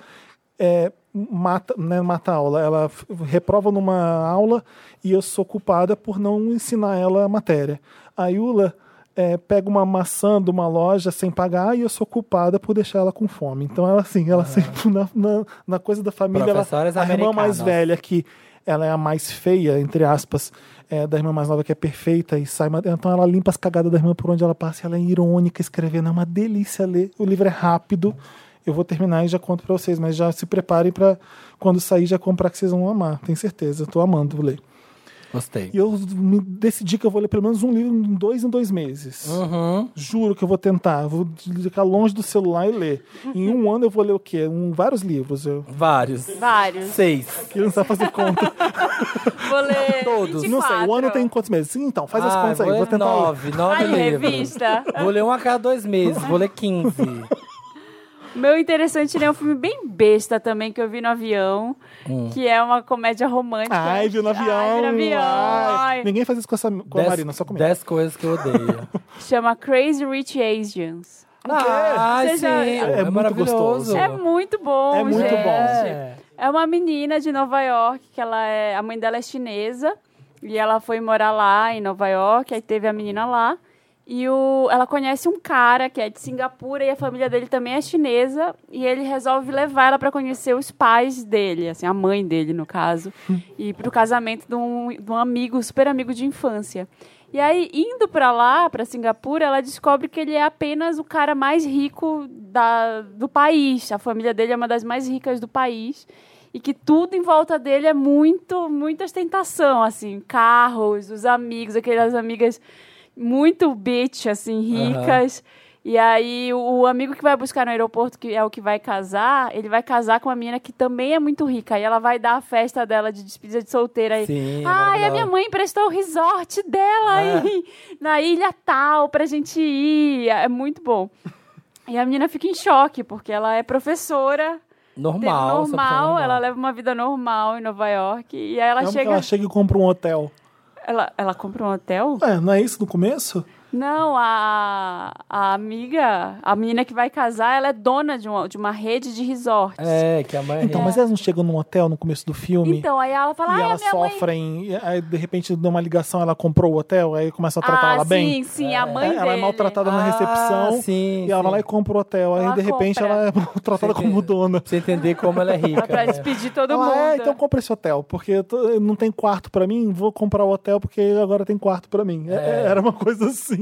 é, mata, né, mata a aula. Ela f- reprova numa aula e eu sou culpada por não ensinar ela a matéria. A Ayula é, pega uma maçã de uma loja sem pagar e eu sou culpada por deixar ela com fome. Então ela assim, ela sempre <laughs> na, na, na coisa da família, ela, Professoras a irmã mais americanas. velha velha que ela é a mais feia, entre aspas, é, da irmã mais nova que é perfeita e sai. ma- Então ela limpa as cagadas da irmã por onde ela passa e ela é irônica escrevendo. É uma delícia ler. O livro é rápido. Eu vou terminar e já conto pra vocês, mas já se preparem pra quando sair já comprar que vocês vão amar. Tenho certeza. Eu tô amando ler. Gostei. E eu me decidi que eu vou ler pelo menos um livro em dois em dois meses. Juro que eu vou tentar. Vou ficar longe do celular e ler. Em um ano eu vou ler o quê? Um, vários livros. Eu Vários. Vários. Seis. que não sabe fazer conta. Vou ler Todos. 24. Não sei, o ano tem quantos meses? Sim, Então, faz as Ah, contas aí, vou vou ler tentar. ler. nove. Nove Ai, livros. revista. Vou ler um a cada dois meses. Vou ler quinze. Meu interessante ele é um filme bem besta também que eu vi no avião, que é uma comédia romântica. Hum. Ai, viu no avião. Ai, vi no avião. ai. ai. Ninguém faz isso com, essa, <laughs> com a Marina, só comigo. dez coisas que eu <laughs> odeio. Chama Crazy Rich Asians. Ah, Você sim. já- É, É muito maravilhoso. gostoso. É muito bom, É muito gente. bom. É uma menina de Nova York que ela é, a mãe dela é chinesa e ela foi morar lá em Nova York, aí teve a menina lá. E o, ela conhece um cara que é de Singapura e a família dele também é chinesa. E ele resolve levar ela para conhecer os pais dele, assim, a mãe dele, no caso. e pro casamento de um, de um amigo, super amigo de infância. E aí, indo para lá, para Singapura, ela descobre que ele é apenas o cara mais rico da, do país. A família dele é uma das mais ricas do país. E que tudo em volta dele é muito, muita ostentação, assim. Carros, os amigos, aquelas amigas muito bitch, assim, ricas. E aí, o- o amigo que vai buscar no aeroporto, que é o que vai casar, ele vai casar com uma menina que também é muito rica. E ela vai dar a festa dela de despedida de solteira. aí. Ai, Sim, a maravilhosa. minha mãe emprestou o resort Ah, dela aí, é? na ilha tal pra gente ir. É muito bom. E a menina fica em choque, porque ela é professora um Normal. essa pessoa é normal, ela leva uma vida normal em Nova York. E aí ela Amo que chega. ela chega e compra um hotel. Ela, ela compra um hotel? É, não é isso no começo? Não, a, a amiga, a menina que vai casar, ela é dona de uma, de uma rede de resorts. É, que a mãe é Então, mas elas não chegam num hotel no começo do filme? Então, aí ela fala, e ah, elas minha mãe... sofrem, e aí de repente dá uma ligação, ela comprou o hotel, aí começa a tratar ah, ela sim, bem. sim, a mãe ela é dele. maltratada na recepção Ah, sim, e ela sim. vai lá e compra o hotel. Aí Ela de repente compra. ela é <laughs> maltratada Você como entende? dona. Pra você entender como ela é rica. Pra né? despedir todo Ela, mundo. é, então compra esse hotel, porque eu tô- eu não tem quarto pra mim, vou comprar o hotel porque agora tem quarto pra mim. É, Era uma coisa assim. assim.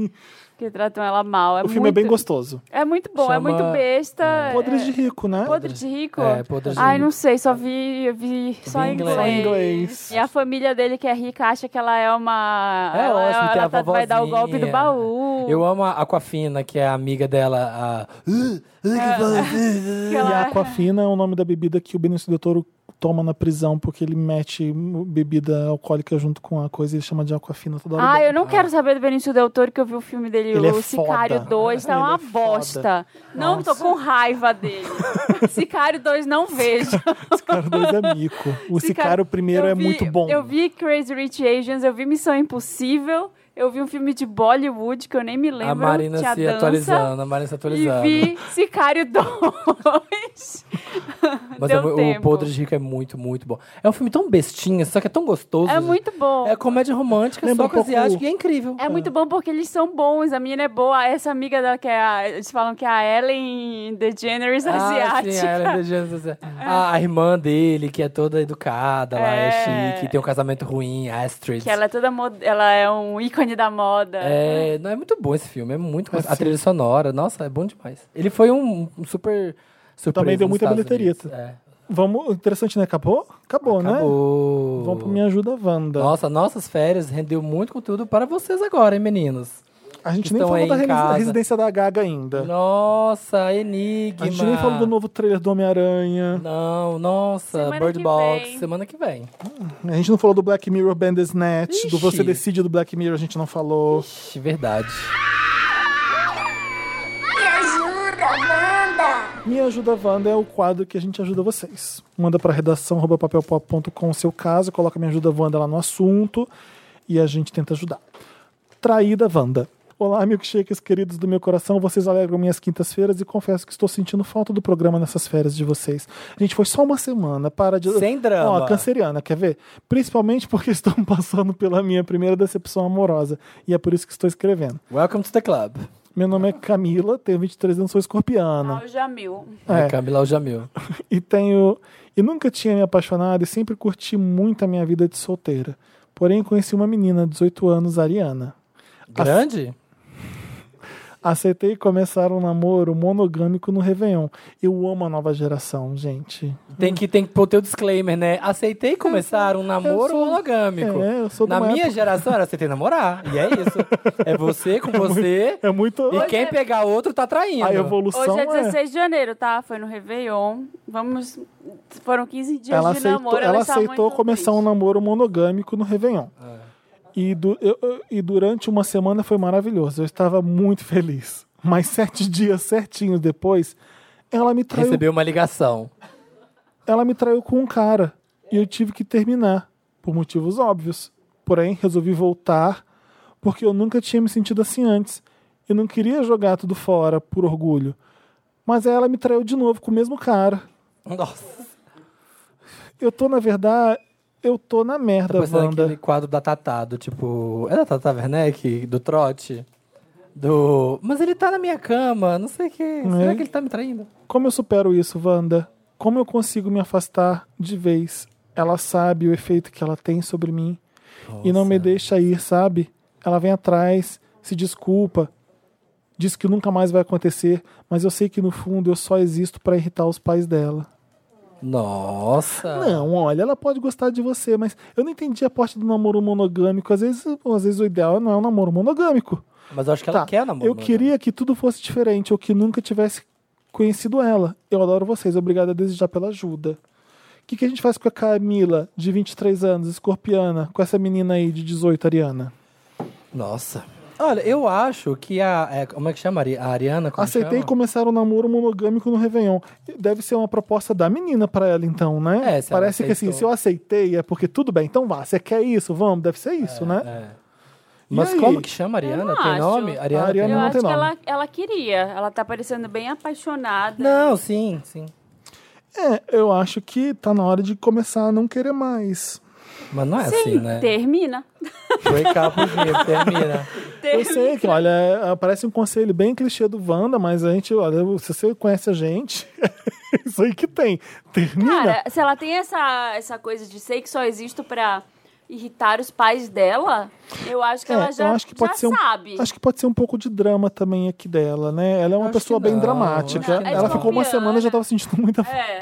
que tratam ela mal. É o filme muito, é bem gostoso. É muito bom, é Chama- muito besta. é- Podres de rico, né? Podre de rico? É, podre de Ai, rico. não sei, só vi, eu vi só em em inglês. inglês. Só em inglês. E a família dele que é rica acha que ela é uma. É ela, ótimo, ela tem a tá- vai dar o golpe do vovozinha. baú. Eu amo a Aquafina, que é a amiga dela. A... Uh, uh, que voz, uh, que E ela- a Aquafina é o nome da bebida que o Benício Del Toro toma na prisão, porque ele mete bebida alcoólica junto com a coisa e ele chama de Aquafina toda hora. Ah, eu não quero saber do Benício Del Toro, que eu vi o filme dele, Ele é o foda. Sicário 2, tá Ele uma é foda. bosta. Não, tô com raiva dele. Sicário 2, não vejo. Sicário 2 <laughs> é mico. O Sicário primeiro eu é vi- muito bom. Eu vi Crazy Rich Asians, eu vi Missão Impossível, eu vi um filme de Bollywood que eu nem me lembro. A Marina tinha se dança, atualizando, a Marina E se atualizando. vi Sicário <laughs> 2. Mas Deu o, o tempo. Podre de Rico é muito, muito bom. É um filme tão bestinha, só que é tão gostoso. É muito bom. É comédia romântica, Lembra só um com pouco- asiático e é incrível. É muito bom porque eles são bons, a menina é boa. Essa amiga dela que é a, eles falam que é a Ellen DeGeneres Ah, asiática. É. sim, a Ellen DeGeneres asiática. Ah, a irmã dele, que é toda educada, lá é É. chique, tem um casamento ruim, Astrid. <laughs> Que ela né? é toda mo- ela é um ícone da moda. É, não, é muito bom esse filme, é muito gostoso. A trilha sonora, nossa, é bom demais. Ele foi um, um super surpresa Também deu nos muita Estados bilheteria. Unidos. É. Vamos, interessante, né? Acabou? Acabou, né? Acabou. Vamos pro Me Ajuda Wanda. Nossa, nossas férias rendeu muito conteúdo para vocês agora, hein, meninos? a gente nem estão falou aí da em resi- casa. residência da Gaga ainda. Nossa, Enigma. a gente nem falou do novo trailer do Homem-Aranha. Não, nossa, Semana Bird que Box, vem. semana que vem. A gente não falou do Black Mirror Bandersnatch. Do Ixi. Você Decide do Black Mirror, a gente não falou. Ixi, verdade. Me ajuda, Wanda! Me Ajuda Wanda é o quadro que a gente ajuda vocês. Manda para redação arroba papelpop.com o seu caso, coloca Me Ajuda Wanda lá no assunto e a gente tenta ajudar. Traída Wanda. Olá, milkshakers queridos do meu coração, vocês alegram minhas quintas-feiras e confesso que estou sentindo falta do programa nessas férias de vocês. Gente, foi só uma semana, para de... Sem drama. Ó, canceriana, quer ver? Principalmente porque <laughs> estou passando pela minha primeira decepção amorosa e é por isso que estou escrevendo. Welcome to the club. Meu nome é Camila, tenho 23 anos, sou escorpiana. Ah, o Jamil. É. É. Camila Jamil. e tenho e nunca tinha me apaixonado e sempre curti muito a minha vida de solteira. Porém, conheci uma menina, 18 anos, Ariana. Grande? Aceitei começar um namoro monogâmico no Réveillon. Eu amo a nova geração, gente. Tem que, tem que pôr teu disclaimer, né? Aceitei começar um namoro sou- monogâmico. É, eu sou de Na uma minha geração era aceitei namorar. E é isso. <laughs> É você com você. É muito E quem pegar outro tá traindo. a Hoje evolução. é é- 16 de janeiro, tá? Foi no Réveillon. Vamos. Foram 15 dias Ela de aceitou, namoro. ela está aceitou muito começar um triste. namoro monogâmico no Réveillon. E, du- eu- eu- e durante uma semana foi maravilhoso. Eu estava muito feliz. Mas sete <laughs> dias certinhos depois, ela me traiu Recebeu uma ligação. ela me traiu com um cara e eu tive que terminar, por motivos óbvios. Porém, resolvi voltar porque eu nunca tinha me sentido assim antes e não queria jogar tudo fora por orgulho. Mas aí ela me traiu de novo com o mesmo cara. Nossa, Eu tô, na verdade, eu tô na tá merda, parecendo Wanda. aquele quadro da Tatá, do tipo. É da Tatá Werneck? Do trote? Do. Mas ele tá na minha cama, não sei o que. É. Será que ele tá me traindo? Como eu supero isso, Wanda? Como eu consigo me afastar de vez? Ela sabe o efeito que ela tem sobre mim e não me deixa ir, sabe? Ela vem atrás, se desculpa, diz que nunca mais vai acontecer, mas eu sei que no fundo eu só existo pra irritar os pais dela. Nossa. Não, olha, ela pode gostar de você, mas eu não entendi a parte do namoro monogâmico. Às vezes, às vezes o ideal não é um namoro monogâmico. Mas eu acho que ela Tá, quer namoro. né? Eu queria que tudo fosse diferente, ou que nunca tivesse conhecido ela. Eu adoro vocês, obrigada desde já pela ajuda. O que, que a gente faz com a Camila, de 23 anos, escorpiana, com essa menina aí de 18, Ariana? Nossa. Olha, eu acho que a. é, como é que chama? Ari- A Ariana? Como Aceitei chama? começar um namoro monogâmico no Réveillon. Deve ser uma proposta da menina pra ela, então, né? É, se ela Parece que assim, aceitou. se eu aceitei, é porque tudo bem, então vá, você quer isso, vamos, deve ser isso, né? É. E Mas aí? como que chama a Ariana? Eu não Tem acho. nome? Ariana, A Ariana tem Eu não nome? acho que nome. ela, ela queria. Ela tá parecendo bem apaixonada. Não, sim, sim. É, eu acho que tá na hora de começar a não querer mais. Mas não é Sim, assim, né? termina. Break up with me, termina. Eu sei que, olha, é, parece um conselho bem clichê do Wanda, mas a gente, olha, se você conhece a gente, <laughs> é isso aí que tem. Termina. Cara, se ela tem essa, essa coisa de sei que só existo pra irritar os pais dela, eu acho que É, ela já, eu acho que pode já ser um, sabe. Acho que pode ser um pouco de drama também aqui dela, né? Ela é uma Acho pessoa que bem não, dramática. acho que ela não. ficou uma semana e já Desconfiando. tava sentindo muita falta. É.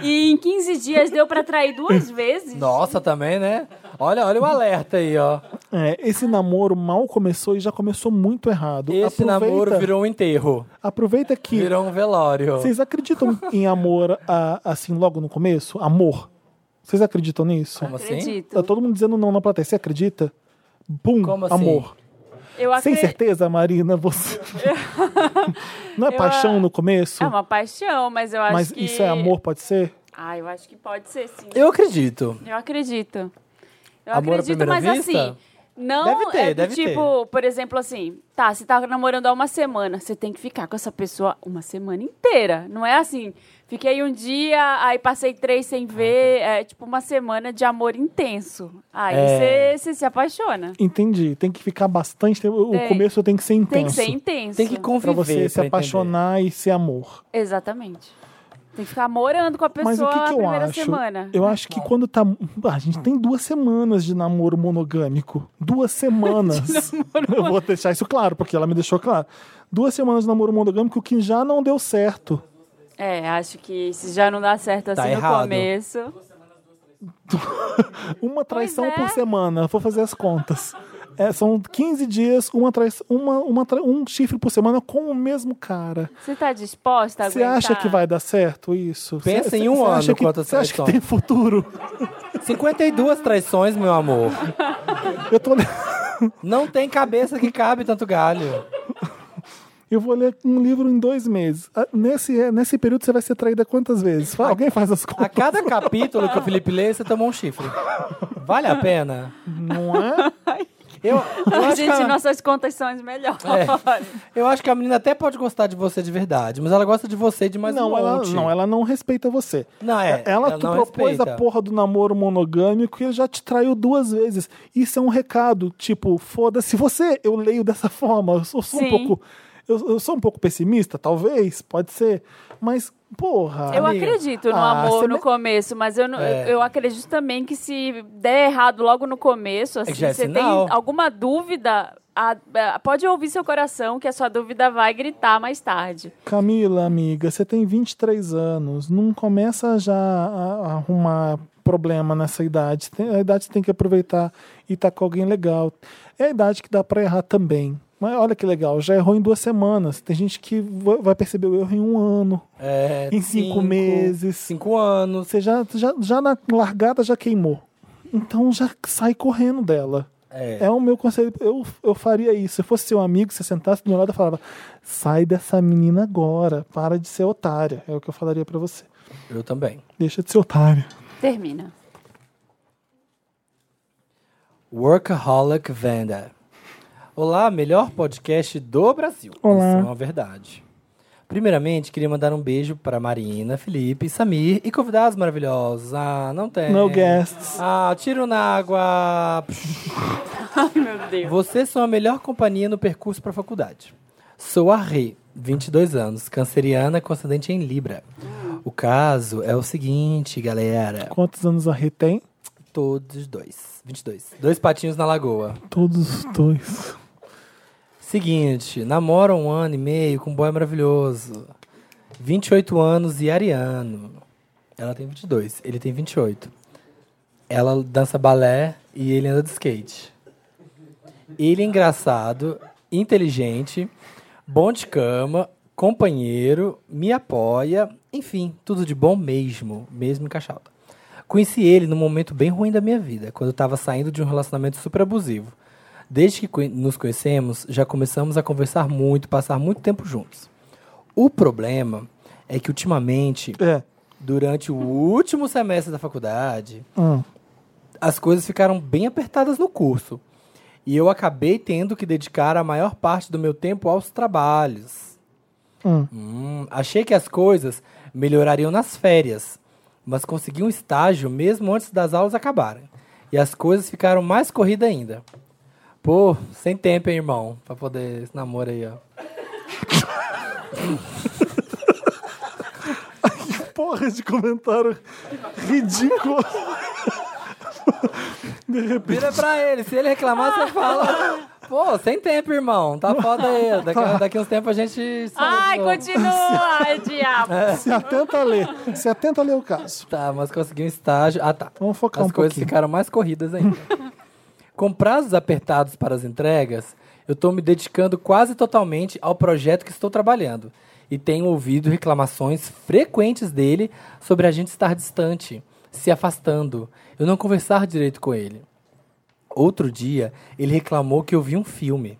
E em 15 dias deu pra trair duas <laughs> vezes. Nossa, também, né? Olha, olha o alerta aí, ó. É, esse namoro mal começou e já começou muito errado. Esse aproveita, namoro virou um enterro. Aproveita que Virou um velório. vocês acreditam em amor a- assim logo no começo? Amor. Vocês acreditam nisso? Como assim? Acredito. Tá todo mundo dizendo não na plateia. Você acredita? Pum, Como assim? amor. Eu Sem acre- certeza, <laughs> Marina, você. não é Eu, paixão ah, no começo? É uma paixão, mas eu acho mas que... isso é amor, pode ser? Ah, eu acho que pode ser, sim. Eu acredito. Eu acredito. Eu Amor à acredito, primeira mas vista? assim. Não Deve ter, é do deve ter. tipo, por exemplo, assim, tá, você tá namorando há uma semana, você tem que ficar com essa pessoa uma semana inteira. Não é assim, fiquei um dia, aí passei três sem Ah, ver, é tipo uma semana de amor intenso. Aí É. você você se apaixona. Entendi. Tem que ficar bastante tempo. O Tem. começo tem que ser intenso. Tem que ser intenso. Tem que conviver. Pra você se pra apaixonar e ser amor. Exatamente. Tem que ficar morando com a pessoa Mas o que, a que eu primeira acho? semana. Eu acho que quando tá. Ah, a gente tem duas semanas de namoro monogâmico. <laughs> Duas semanas. eu vou deixar isso claro, porque ela me deixou claro. Duas semanas de namoro monogâmico que já não deu certo. É, acho que se já não dá certo assim Tá no errado. começo. Uma traição Pois é. por semana. Vou fazer <laughs> as contas. É, são 15 dias, uma traição, uma, uma tra- um chifre por semana com o mesmo cara. Você tá disposta a Você acha aguentar? que vai dar certo isso? Pensa Cê- em cê- um cê ano acha que, quantas Você acha que traições. tem futuro? entender. 52 traições, meu amor. Eu, tô le- <laughs> Não tem cabeça que cabe tanto galho. eu vou ler um livro em dois meses. Ah, Nesse, nesse período você vai ser traída quantas vezes? Fala, alguém faz as A contas. cada capítulo que o Felipe lê, você tomou um chifre. Vale a pena? Não é? Eu, eu acho que Gente, a- nossas contas são as melhores. É. Eu acho que a menina até pode gostar de você de verdade, mas ela gosta de você de mais não, um ela, monte. não, ela não respeita você. Não, é. Ela, Ela tu não propôs respeita. a porra do namoro monogâmico e ele já te traiu duas vezes. Isso é um recado, tipo, foda-se você. Eu leio dessa <laughs> forma. Eu sou, sou um Sim. pouco. Eu, eu sou um pouco pessimista, talvez, pode ser. Mas, porra. Eu Amiga. acredito no Ah, amor você no me- começo, mas eu, não- É. eu, eu acredito também que se der errado logo no começo, assim, já é você tem sinal. alguma dúvida, a- a- pode ouvir seu coração, que a sua dúvida vai gritar mais tarde. Camila, amiga, você tem 23 anos, não começa já a a arrumar problema nessa idade. Tem- A idade tem que aproveitar e estar com alguém legal. É a idade que dá pra errar também. Mas olha que legal, já errou em duas semanas. Tem gente que va- vai perceber o erro em um ano. É, Em cinco meses. Cinco anos. Você já, já, já na largada já queimou. Então já sai correndo dela. É. É o meu conselho. Eu, eu faria isso. Se eu fosse seu amigo, se você sentasse do meu lado, eu falava: sai dessa menina agora. Para de ser otária. É o que eu falaria pra você. Eu também. Deixa de ser otária. Termina. Workaholic Vanda. Olá, melhor podcast do Brasil. Olá. Isso é uma verdade. Primeiramente, queria mandar um beijo para Marina, Felipe, Samir e convidados maravilhosos. Ah, não tem. No guests. Ah, tiro na água. <laughs> Ai, meu Deus. Vocês são a melhor companhia no percurso para a faculdade. Sou a Rê, 22 anos, canceriana com ascendente em Libra. O caso é o seguinte, galera. Quantos anos a Rê tem? Todos dois. 22. Dois patinhos na lagoa. Todos os dois. Seguinte, namora um ano e meio com um boy maravilhoso. 28 anos e ariano. Ela tem 22, ele tem 28. Ela dança balé e ele anda de skate. Ele é engraçado, inteligente, bom de cama, companheiro, me apoia, enfim, tudo de bom mesmo, mesmo encaixado. Conheci ele num momento bem ruim da minha vida, quando eu estava saindo de um relacionamento super abusivo. Desde que conhe- nos conhecemos, já começamos a conversar muito, passar muito tempo juntos. O problema é que ultimamente, É. durante o último semestre da faculdade, Hum. as coisas ficaram bem apertadas no curso. E eu acabei tendo que dedicar a maior parte do meu tempo aos trabalhos. Hum. Hum, achei que as coisas melhorariam nas férias, mas consegui um estágio mesmo antes das aulas acabarem. E as coisas ficaram mais corridas ainda. Pô, sem tempo, hein, irmão, pra poder esse namoro aí, ó. Porra de comentário ridículo. Vira pra ele. Se ele reclamar, você fala. Pô, sem tempo, irmão. Tá foda aí. Daqui, daqui uns tempos a gente. se fala de Ai, novo. continua, ai, diabo. Se atenta a ler. Se atenta a ler o caso. Tá, mas consegui um estágio. Ah, tá. Vamos focar As um coisas pouquinho. ficaram mais <laughs> corridas ainda. Com prazos apertados para as entregas, eu estou me dedicando quase totalmente ao projeto que estou trabalhando e tenho ouvido reclamações frequentes dele sobre a gente estar distante, se afastando, eu não conversar direito com ele. Outro dia, ele reclamou que eu vi um filme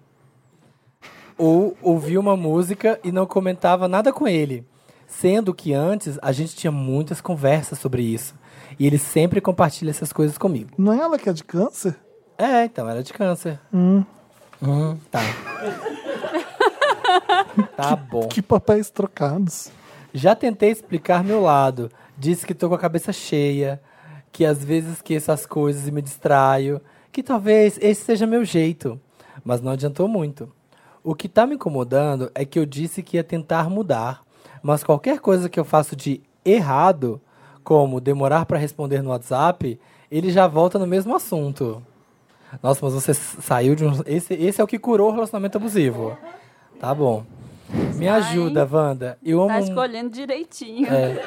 ou ouvia uma música e não comentava nada com ele. Sendo que antes a gente tinha muitas conversas sobre isso. E ele sempre compartilha essas coisas comigo. Não é ela que é de câncer? É, então era de câncer. Hum, <laughs> tá. tá bom. Que papéis trocados. Já tentei explicar meu lado. Disse que tô com a cabeça cheia, que às vezes esqueço as coisas e me distraio, que talvez esse seja meu jeito. Mas não adiantou muito. O que tá me incomodando é que eu disse que ia tentar mudar, mas qualquer coisa que eu faço de errado, como demorar para responder no WhatsApp, ele já volta no mesmo assunto. Nossa, mas você s- saiu de um. Esse, esse é o que curou o relacionamento abusivo. Tá bom. Me ajuda, Wanda. Eu amo. Tá escolhendo direitinho. É.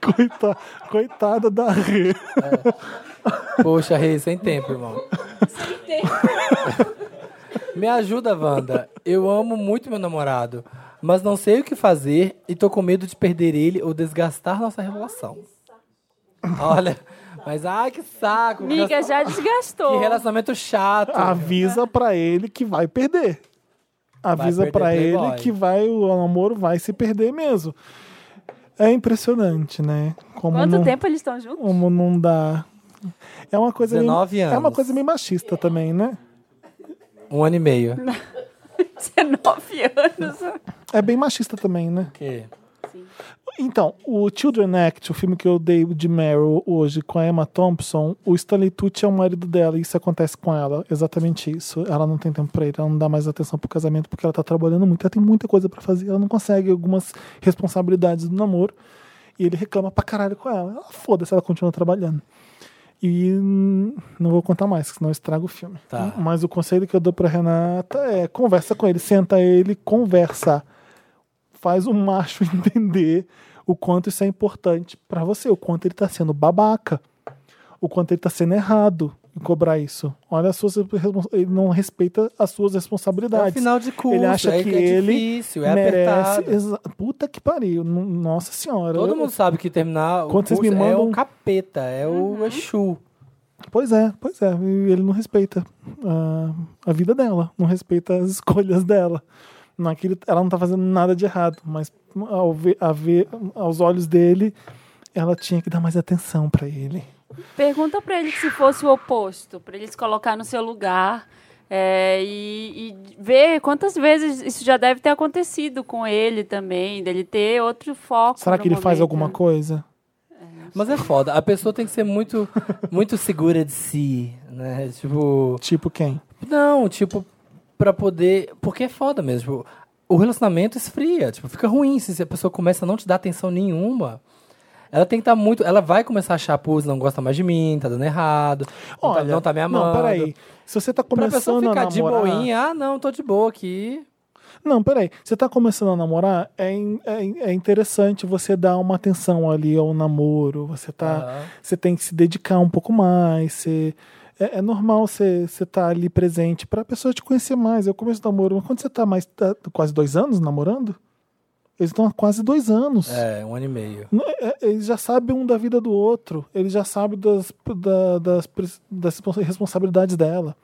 Coita, coitada da Rê. É. Poxa, Rei, sem tempo, irmão. Sem tempo. Me ajuda, Wanda. Eu amo muito meu namorado, mas não sei o que fazer e tô com medo de perder ele ou desgastar nossa relação. Olha, mas ai que saco. Amiga, já Que desgastou. relacionamento chato. Ah, Avisa pra ele que vai perder. Avisa perder pra ele Playboy. que vai o namoro vai se perder mesmo. É impressionante, né? Como Quanto não, tempo eles estão juntos? Como não dá. É uma coisa 19 meio, É uma anos. coisa meio machista também, né? Um ano e meio. 19 anos. É bem machista também, né? Que? Então, o Children Act, o filme que eu dei de Meryl hoje com a Emma Thompson, o Stanley Tucci é o marido dela e isso acontece com ela, exatamente isso. Ela não tem tempo pra ele, ela não dá mais atenção pro casamento porque ela tá trabalhando muito, ela tem muita coisa pra fazer, ela não consegue algumas responsabilidades do namoro e ele reclama pra caralho com ela. Ela foda-se, ela continua trabalhando. E hum, não vou contar mais, senão eu estrago o filme. Tá. Mas o conselho que eu dou pra Renata é conversa com ele, senta ele, conversa faz o macho <laughs> entender o quanto isso é importante pra você, o quanto ele tá sendo babaca, o quanto ele tá sendo errado em cobrar isso. Olha as suas respons- ele não respeita as suas É o responsabilidades. final de curso. ele acha é, que é ele difícil, é merece. apertado. exa- Puta que pariu, n- nossa senhora. Todo Eu- mundo sabe que terminar o Quando vocês curso me é mandam- o capeta, é o Exu. Pois é, pois é. E ele não respeita ah, a vida dela, não respeita as <laughs> escolhas dela. Naquele, ela não tá fazendo nada de errado, mas ao ver, a ver- aos olhos dele, ela tinha que dar mais atenção pra ele. Pergunta pra ele se fosse o oposto, pra ele se colocar no seu lugar é, e, e ver quantas vezes isso já deve ter acontecido com ele também, dele ter outro foco. Será que no ele faz um momento. né? alguma coisa? Mas é foda. A pessoa tem que ser muito, muito segura de si, né? Tipo, Tipo quem? não, tipo, pra poder. Porque é foda mesmo. Tipo, o relacionamento esfria, tipo, fica ruim se a pessoa começa a não te dar atenção nenhuma. Ela tem que estar muito. Ela vai começar a achar, putz, não gosta mais de mim, tá dando errado. não tá- Olha, não tá me amando. Não, peraí. Se você tá Pra começando pessoa a ficar namorar... de boinha, ah, não, tô de boa aqui. Não, peraí. Você tá começando a namorar, é, in- é, in- é interessante você dar uma atenção ali ao namoro. Você tá. Aham. Você tem que se dedicar um pouco mais. Você, é, é normal você estar tá ali presente pra pessoa te conhecer mais. Eu começo o namoro, mas quando você tá mais. tá quase dois anos namorando? Eles estão há quase dois anos. É, um ano e meio. Não, é- é- Eles já sabem um da vida do outro. Eles já sabem das, da- das, pres- das respons- responsabilidades dela.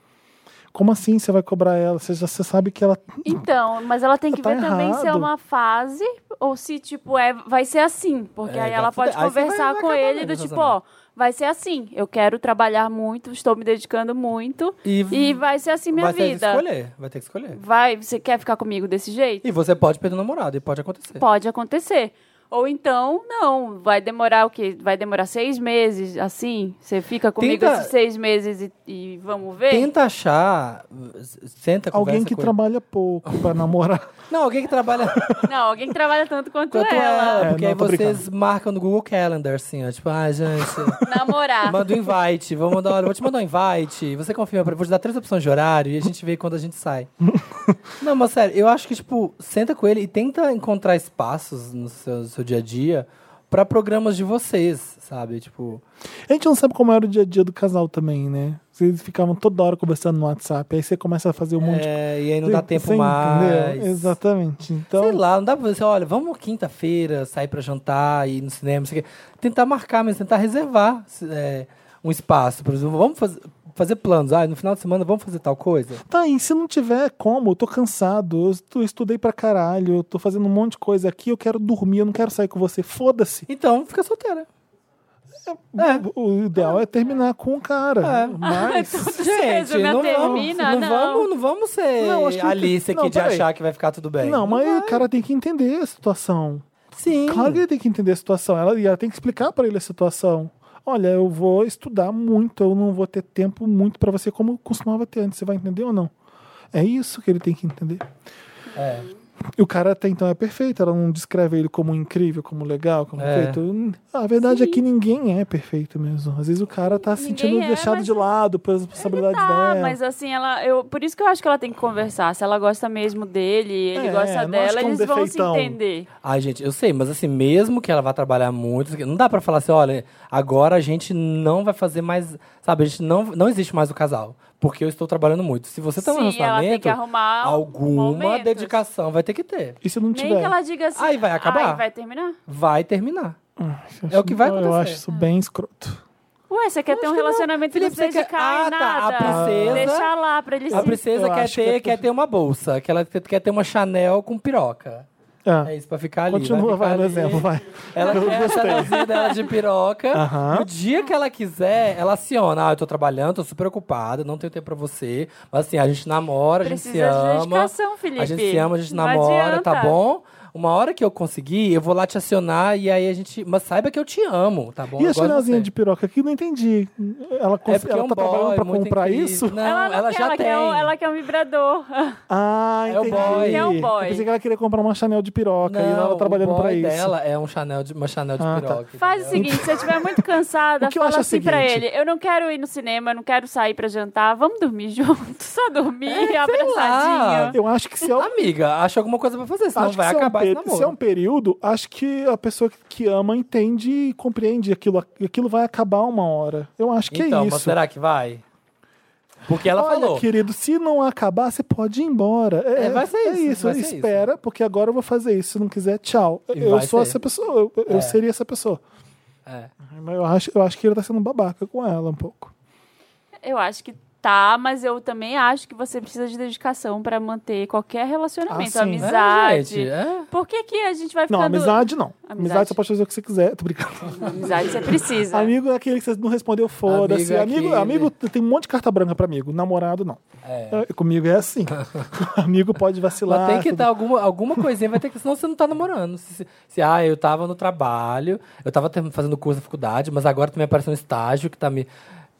Como assim você vai cobrar ela? Você já você sabe que ela. Então, mas ela tem que Tá ver também se é errado. uma fase ou se, tipo, é, vai ser assim. Porque É, aí vai ela pode fuder. Aí você vai- conversar vai com acabar ele mesmo do o tipo, ó, relacionamento. vai ser assim. Eu quero trabalhar muito, estou me dedicando muito. E, E vai ser assim minha vai ter que vida. escolher. Vai ter que escolher. Vai, você quer ficar comigo desse jeito? E você pode perder o namorado, e pode acontecer. Pode acontecer. Ou então, não, vai demorar o quê? Vai demorar seis meses, assim? Você fica comigo Tenta- esses seis meses e, e vamos ver? Tenta achar. Senta, Alguém conversa que com ele. trabalha pouco pra <laughs> namorar. Não, alguém <laughs> que trabalha. Não, alguém que trabalha tanto quanto, Quanto ela. ela, É, porque não, aí tô vocês marcam no Google Calendar, assim, ó. Tipo, ai, <laughs> gente, Ah. Namorar. manda um invite. Vou mandar, olha, vou te mandar um invite. Você confirma pra Vou te dar três opções de horário e a gente vê quando a <laughs> gente sai. não, mas sério, eu acho que, tipo, senta com ele e tenta encontrar espaços no seu, no seu dia a dia pra programas de vocês, sabe? Tipo. A gente não sabe como era o dia a dia do casal também, né? Eles ficavam toda hora conversando no WhatsApp, aí você começa a fazer um monte de é, e aí não dá tempo Você entendeu? mais. Exatamente. Então, Sei lá, não dá pra você, olha, vamos quinta-feira sair pra jantar, ir no cinema, não sei o quê. Tentar marcar, mas tentar reservar se- é, um espaço. Por exemplo, vamos faz- fazer planos. Ah, no final de semana vamos fazer tal coisa. Tá, e se não tiver como, eu tô cansado, eu estu- estudei pra caralho, eu tô fazendo um monte de coisa aqui, eu quero dormir, eu não quero sair com você, foda-se. Então, fica solteira. O o ideal é terminar com o cara. É. <laughs> Mas. certeza, minha termina, vamos, não. vamos, não vamos ser Não, acho que- Alice aqui não, de peraí. achar que vai ficar tudo bem. Não, mas o cara tem que entender a situação. Sim. Claro que ele tem que entender a situação. Ela, e ela tem que explicar pra ele a situação. Olha, eu vou estudar muito, eu não vou ter tempo muito pra você como eu costumava ter antes. Você vai entender ou não? É isso que ele tem que entender. É. E o cara até então é perfeito, ela não descreve ele como incrível, como legal, como É. perfeito. A verdade é que ninguém é perfeito mesmo. Às vezes o cara tá se Ninguém sentindo é, deixado mas- de lado pelas responsabilidades Tá, é. dela. mas assim, ela. Eu, por isso que eu acho que ela tem que conversar. Se ela gosta mesmo dele, ele É, não gosta acho que dela, é um eles vão se defeitão. entender. Ai, gente, eu sei, mas assim, mesmo que ela vá trabalhar muito, não dá pra falar assim, olha, agora a gente não vai fazer mais, sabe, a gente não, não existe mais o casal, porque eu estou trabalhando muito. Se você tá no Sim, ela tem relacionamento, que arrumar um alguma momentos. dedicação vai ter que ter. E se não Nem tiver? que ela diga assim. Aí vai acabar? Ai, vai terminar? Vai terminar. Acho- É o que vai Eu acontecer. acho isso bem escroto. Ué, você quer ter um que não. relacionamento que não Felipe, você precisa de quer- cara Ah, em tá, a nada? princesa- Deixa lá pra ele A se. princesa eu quer acho que ter, é quer ter uma bolsa, que ela quer ter uma Chanel com piroca. É É. isso, pra ficar ali. Continua, vai, vai, no ficar ali. exemplo, vai. Ela é quer a chanelzinha dela de piroca. Aham. No dia que ela quiser, ela aciona. Ah, eu tô trabalhando, tô super ocupada, não tenho tempo pra você. Mas assim, a gente namora, a Precisa gente se de ama. dedicação, Felipe. A gente se ama, a gente Não namora, tá adianta. bom? Uma hora que eu conseguir, eu vou lá te acionar e aí a gente. Mas saiba que eu te amo, tá bom? E Eu a gosto de chanelzinha você. de piroca aqui, eu não entendi. Ela, cons... É porque ela é um tá boy trabalhando pra muito comprar incrível. né? isso? Não, Ela ela, não quer, já ela tem. Quer um, ela quer um vibrador. <laughs> Ah, É o entendi. boy. Ele é um boy. Eu pensei que ela queria comprar uma Chanel de piroca e Não, ela tá trabalhando o boy pra isso. dela é um Chanel de, uma Chanel de Ah, tá. piroca. Faz o entendeu? seguinte, se você estiver muito cansada, <laughs> O que eu fala acho é o assim pra seguinte. ele. Eu não quero ir no cinema, eu não quero sair pra jantar. Vamos dormir <laughs> juntos, só dormir, É, abraçadinho. Eu acho que se é o Amiga, acha alguma coisa pra fazer, senão Acho vai que se é um acabar pe- esse namoro. Se é um período, acho que a pessoa que, que ama entende e compreende aquilo. Aquilo vai acabar uma hora. Eu acho que então, é mas isso. será que vai? Porque ela Olha, falou. querido, se não acabar, você pode ir embora. É, É, vai ser é isso, vai ser isso. Espera, porque agora eu vou fazer isso. Se não quiser, tchau. E eu vai sou ser. essa pessoa. Eu, eu É. seria essa pessoa. É. Mas eu acho, eu acho que ele tá sendo babaca com ela um pouco. Eu acho que tá, mas eu também acho que você precisa de dedicação pra manter qualquer Ah, relacionamento, sim. É, amizade. gente, é. Por que, que a gente vai Não, Tá ficando... amizade não. Amizade. Amizade. você pode fazer o que você quiser. Tô brincando. Amizade você <laughs> precisa. Amigo é aquele que você não respondeu, foda-se. Amigo é Amigo, aquele. amigo, tem um monte de carta branca pra amigo. Namorado, não. É, Comigo é <laughs> assim. amigo pode vacilar. Mas tem que tudo. tá- dar alguma, alguma coisinha, vai ter que. Senão você não tá namorando. Se, se- se, ah, eu tava no trabalho, eu tava ter- fazendo curso na faculdade, mas agora também apareceu um estágio que tá me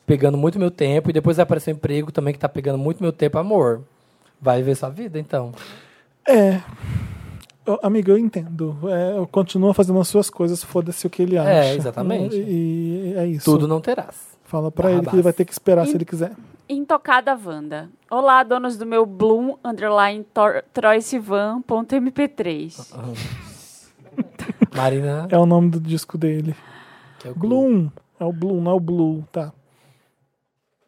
pegando muito meu tempo, e depois apareceu um emprego também que tá pegando muito meu tempo, amor. Vai viver sua vida, então. É. Ô, Amigo, eu entendo. É, eu continuo fazendo as suas coisas, foda-se o que ele acha. É, exatamente. E, e é isso. Tudo não terás. Fala pra ele que Barrabás. ele vai ter que esperar se ele quiser. Intocada Wanda. Olá, donos do meu Bloom, underline tor- troysivan.mp3. Marina. É o nome do disco dele. que é o Bloom. É o Bloom, não é o Blue, tá.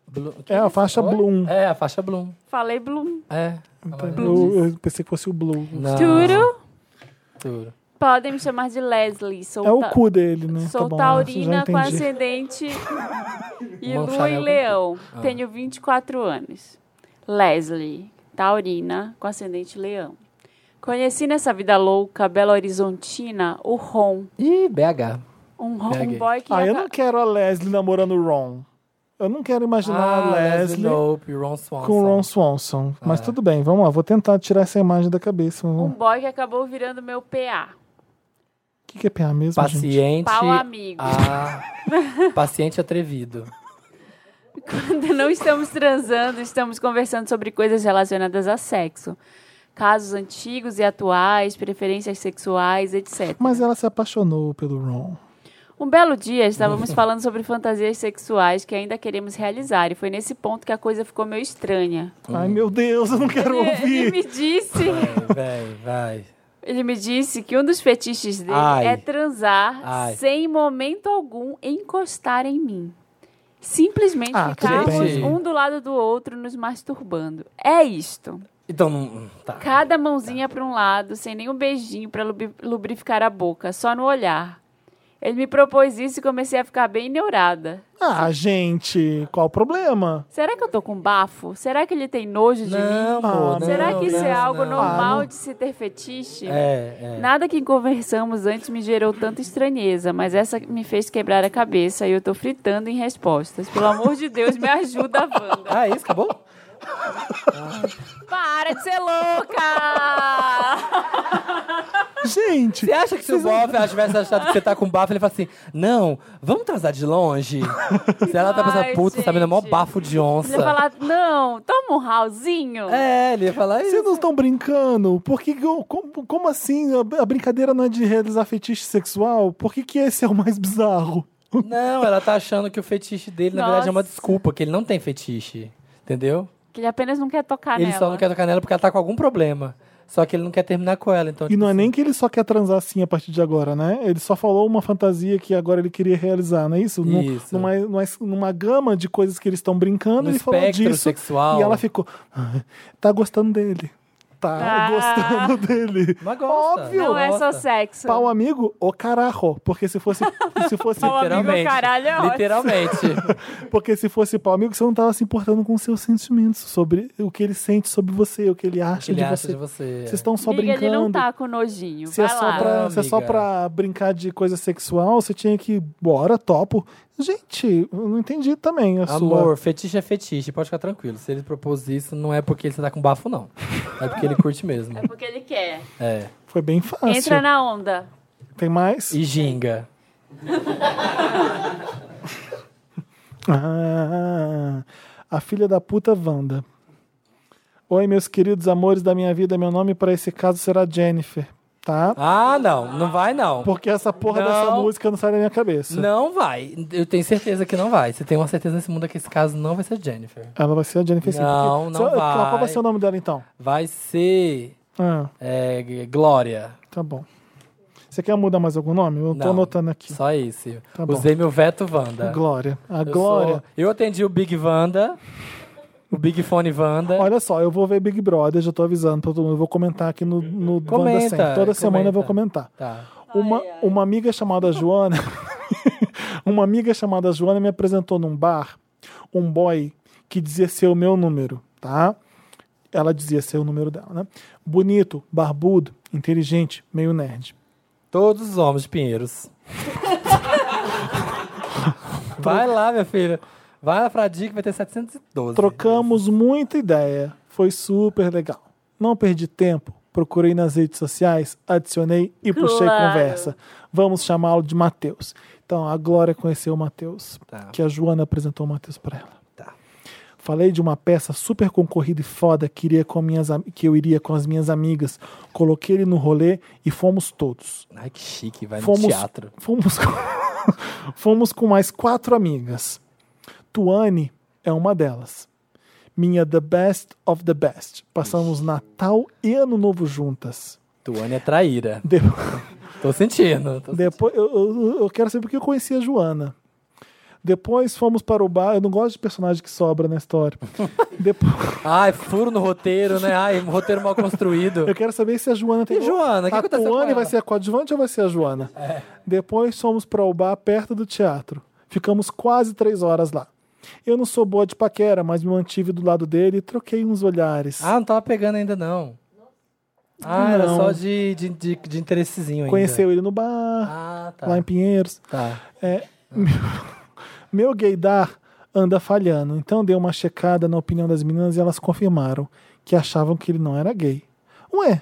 Bloom. É a faixa Oi? Bloom. É, a faixa Bloom. Falei Bloom. É. Então, eu, eu pensei que fosse o Blue. Não, Tudo. tudo. Podem me chamar de Leslie. Sou É o ta- cu dele, né? Sou tá bom, taurina eu com já entendi. ascendente <laughs> e Vamos lua chamar em algum- leão. Ah. Tenho 24 anos. Leslie, taurina com ascendente leão. Conheci nessa vida louca, Belo Horizontina, o Ron. Ih, BH. Um, Ron, um Peguei. boy que... Ah, eu aca- não quero a Leslie namorando o Ron. Eu não quero Ah, imaginar a Leslie né? Nope, Ron Swanson. com o Ron Swanson. Mas tudo bem, Hum. vamos lá. Vou tentar tirar essa imagem da cabeça. Um boy que acabou virando meu PA. O que, que é PA mesmo, gente? Paciente. Pau amigo. Ah, <laughs> paciente <laughs> atrevido. Quando <laughs> não estamos transando, estamos conversando sobre coisas relacionadas a sexo. Casos antigos e atuais, preferências sexuais, etc. Mas ela se apaixonou pelo Ron. Um belo dia estávamos falando sobre fantasias sexuais que ainda queremos realizar, e foi nesse ponto que a coisa ficou meio estranha. Ai, meu Deus, eu não quero Ele, ele ouvir. me disse. Vai, vai. Ele me disse que um dos fetiches dele Ai. é transar Ai. sem momento algum encostar em mim. Simplesmente Ah, tudo ficarmos bem. um do lado do outro nos masturbando. É isto. Então, hum, tá. Cada mãozinha para um lado, sem nenhum beijinho para lubrificar a boca, só no olhar. Ele me propôs isso e comecei a ficar bem neurada. Ah, gente, qual o problema? Será que eu tô com bafo? Será que ele tem nojo de Não, mim? amor, não, Será que isso é não, algo não. normal Ah, não. de se ter fetiche? É, é. Nada que conversamos antes me gerou tanta estranheza, mas essa me fez quebrar a cabeça e eu tô fritando em respostas. Pelo amor de Deus, me ajuda, Wanda. Ah, é isso? Acabou? <laughs> Para de ser louca! Gente, <laughs> Você acha que se o Bob <laughs> tivesse achado que você tá com bafo, ele fala assim: Não, vamos transar de <laughs> longe? Se ela tá Ai, pensando, puta, essa menina é mó gente. bafo de onça. Você falar, não, toma um ralzinho. É, ele ia falar isso. vocês não estão brincando? Por que, que eu- como, como assim? A- A brincadeira não é de realizar fetiche sexual? Por que, que esse é o mais bizarro? Não, ela tá achando que o fetiche dele, na verdade, é uma Nossa. desculpa, que ele não tem fetiche. Entendeu? Que ele apenas não quer tocar Ele nela. só não quer tocar nela porque ela tá com algum problema. Só que ele não quer terminar com ela, então. E não é nem que ele só quer transar assim a partir de agora, né? Ele só falou uma fantasia que agora ele queria realizar, não é isso? Num- Isso. Numa, numa, numa gama de coisas que eles estão brincando, No ele falou espectro disso. sexual. E ela ficou. "Ah, Tá gostando dele. Tá Ah. gostando dele. Mas gosta. Óbvio. Não é só Gosta. sexo. Pau amigo, o carajo. Porque se fosse. Se fosse Pau amigo, Literalmente. caralho, é ótimo. <laughs> Literalmente. porque se fosse pau amigo, você não tava se importando com os seus sentimentos sobre o que ele sente sobre você, o que ele acha, ele de, acha você. de você. é. Vocês estão só Amiga, brincando. ele não tá com nojinho. Se é, Vai só lá. pra, Ah, se é só amiga. pra brincar de coisa sexual, você tinha que. Bora, topo. Gente, eu não entendi também a Amor, fetiche é fetiche, pode ficar tranquilo. Se ele propôs isso, não é porque ele tá com bafo, não. É porque ele <laughs> curte mesmo. É porque ele quer. É. sua. Foi bem fácil. Entra na onda. Tem mais? E ginga. Ah, a filha da puta Wanda. Oi, meus queridos amores da minha vida. Meu nome para esse caso será Jennifer, tá? Ah, não, não vai não. Porque essa porra Não. dessa música não sai da minha cabeça. Não vai. Eu tenho certeza que não vai. Você tem uma certeza nesse mundo que esse caso não vai ser Jennifer. Ela vai ser a Jennifer sim, Não, porque- não Só- vai. Qual vai ser o nome dela então? Vai ser Ah, é, Glória. tá bom. Você quer mudar mais algum nome? Eu tô Não, anotando aqui. Só esse. Tá bom. Usei meu veto Wanda. Glória. A Eu Glória. sou- eu atendi o Big Wanda, o Big Fone Wanda. Olha só, eu vou ver Big Brother, já tô avisando pra todo mundo. Eu vou comentar aqui no, no Comenta, Wanda Sem. Toda semana eu vou comentar. Tá. Uma, uma amiga chamada Joana. <laughs> uma amiga chamada Joana me apresentou num bar um boy que dizia ser o meu número, tá? Ela dizia ser o número dela, né? Bonito, barbudo, inteligente, meio nerd. Todos os homens de <laughs> Pinheiros. vai lá, minha filha. Vai lá pra dica, vai ter 712. Trocamos muita ideia. Foi super legal. Não perdi tempo. Procurei nas redes sociais, adicionei e puxei Claro. conversa. Vamos chamá-lo de Matheus. Então, a Glória conheceu o Matheus, Tá. que a Joana apresentou o Matheus pra ela. Tá. Falei de uma peça super concorrida e foda que, iria com minhas, am- que eu iria com as minhas amigas. Coloquei ele no rolê e fomos todos. Ai, que chique, vai Fomos, no teatro. Fomos com, <laughs> fomos com mais quatro amigas. Tuane é uma delas. Minha The Best of the Best. Passamos Natal e Ano Novo juntas. Tuane é traíra. De- Tô sentindo. tô- depois, eu, eu- eu quero saber porque eu conheci a Joana. Depois fomos para o bar. Eu não gosto de personagem que sobra na história. Depois. Ai, furo no roteiro, né? Ai, um roteiro <laughs> mal construído. Eu quero saber se a Joana tem. E Joana? O que a aconteceu com Tuane ela? É. vai ser a coadjuvante ou vai ser a Joana? Depois fomos para o bar perto do teatro. Ficamos quase três horas lá. Eu não sou boa de paquera, mas me mantive do lado dele e troquei uns olhares. Ah, não tava pegando ainda, não. Ah, era Não. só de, de, de, de interessezinho ainda. Conheceu ele no bar, Ah, tá. lá em Pinheiros. Tá. Meu gaydar anda falhando, então dei uma checada na opinião das meninas e elas confirmaram que achavam que ele não era gay. Ué,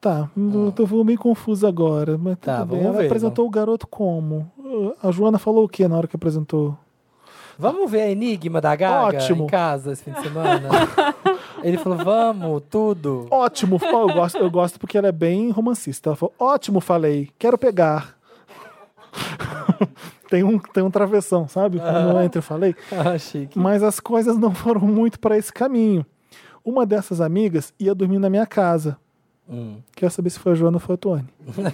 Tá, eu tô meio confuso agora, mas Ah. Tá, tudo bem. vamos Ela ver, apresentou o garoto como? A Joana falou o que na hora que apresentou? Vamos ver a Enigma da Gaga Ótimo. em casa esse fim <laughs> de semana? Ele falou, vamos, tudo. Ótimo, ó, eu gosto, eu gosto porque ela é bem romancista. Ela falou, ótimo, falei, quero pegar. <laughs> tem, um, tem um travessão, sabe? Não entra, eu falei. Ah, chique. <laughs> Mas as coisas não foram muito para esse caminho. Uma dessas amigas ia dormir na minha casa. Quer saber se foi a Joana ou foi a Tony.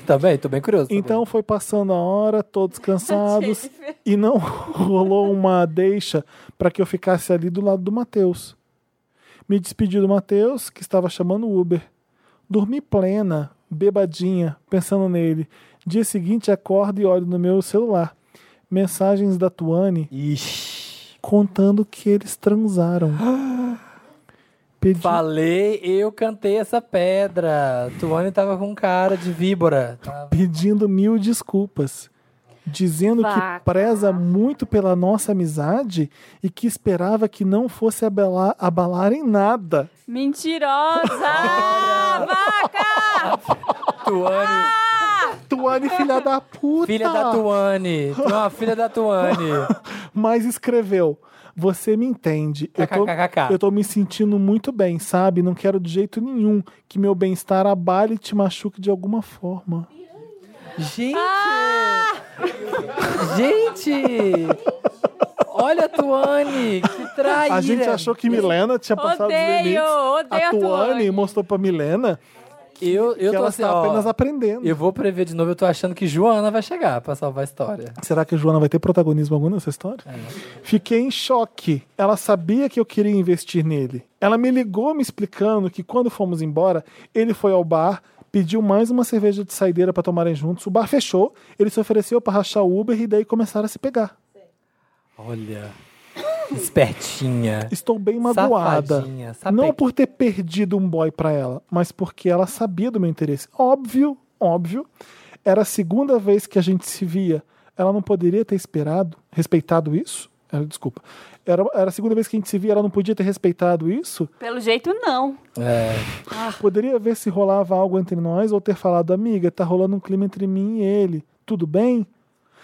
também, tô Tá bem curioso. também. Então foi passando a hora, todos cansados, e não rolou uma deixa para que eu ficasse ali do lado do Matheus. Me despedi do Matheus, que estava chamando o Uber. Dormi plena, bebadinha, pensando nele. Dia seguinte acordo e olho no meu celular. Mensagens da Tuane Ixi. contando que eles transaram. Pedi... Falei, eu cantei essa pedra. Tuane tava com cara de víbora. Tava- pedindo mil desculpas, dizendo Vaca. que preza muito pela nossa amizade e que esperava que não fosse abalar, abalar em nada. <laughs> Mentirosa! vaca! Tuane, Tuane, filha da Ah, puta! filha da Tuane. Não, filha da <laughs> Tuane. Mas escreveu. Você me entende. Eu tô, KKKK. eu tô me sentindo muito bem, sabe? Não quero de jeito nenhum que meu bem-estar abale e te machuque de alguma forma. Gente! Ah! Gente! Olha a Tuane, que traíra. A gente achou que Milena tinha passado Odeio, os limites. odeio a a Tuane Tuane. mostrou pra Milena Eu, eu que tô ela assim, está ó, apenas aprendendo. Eu vou prever de novo, eu tô achando que Joana vai chegar pra salvar a história. Será que a Joana vai ter protagonismo algum nessa história? É. Fiquei em choque. Ela sabia que eu queria investir nele. Ela me ligou me explicando que quando fomos embora, ele foi ao bar, pediu mais uma cerveja de saideira para tomarem juntos. O bar fechou, ele se ofereceu para rachar o Uber e daí começaram a se pegar. Olha. Espertinha. Estou bem magoada. Safadinha, sape- Não por ter perdido um boy pra ela, mas porque ela sabia do meu interesse. Óbvio, óbvio. Era a segunda vez que a gente se via. Ela não poderia ter esperado, respeitado isso? Ela- Desculpa. Era, era a segunda vez que a gente se via, ela não podia ter respeitado isso? Pelo jeito, não. É. Poderia ver se rolava algo entre nós ou ter falado, amiga, tá rolando um clima entre mim e ele. Tudo bem?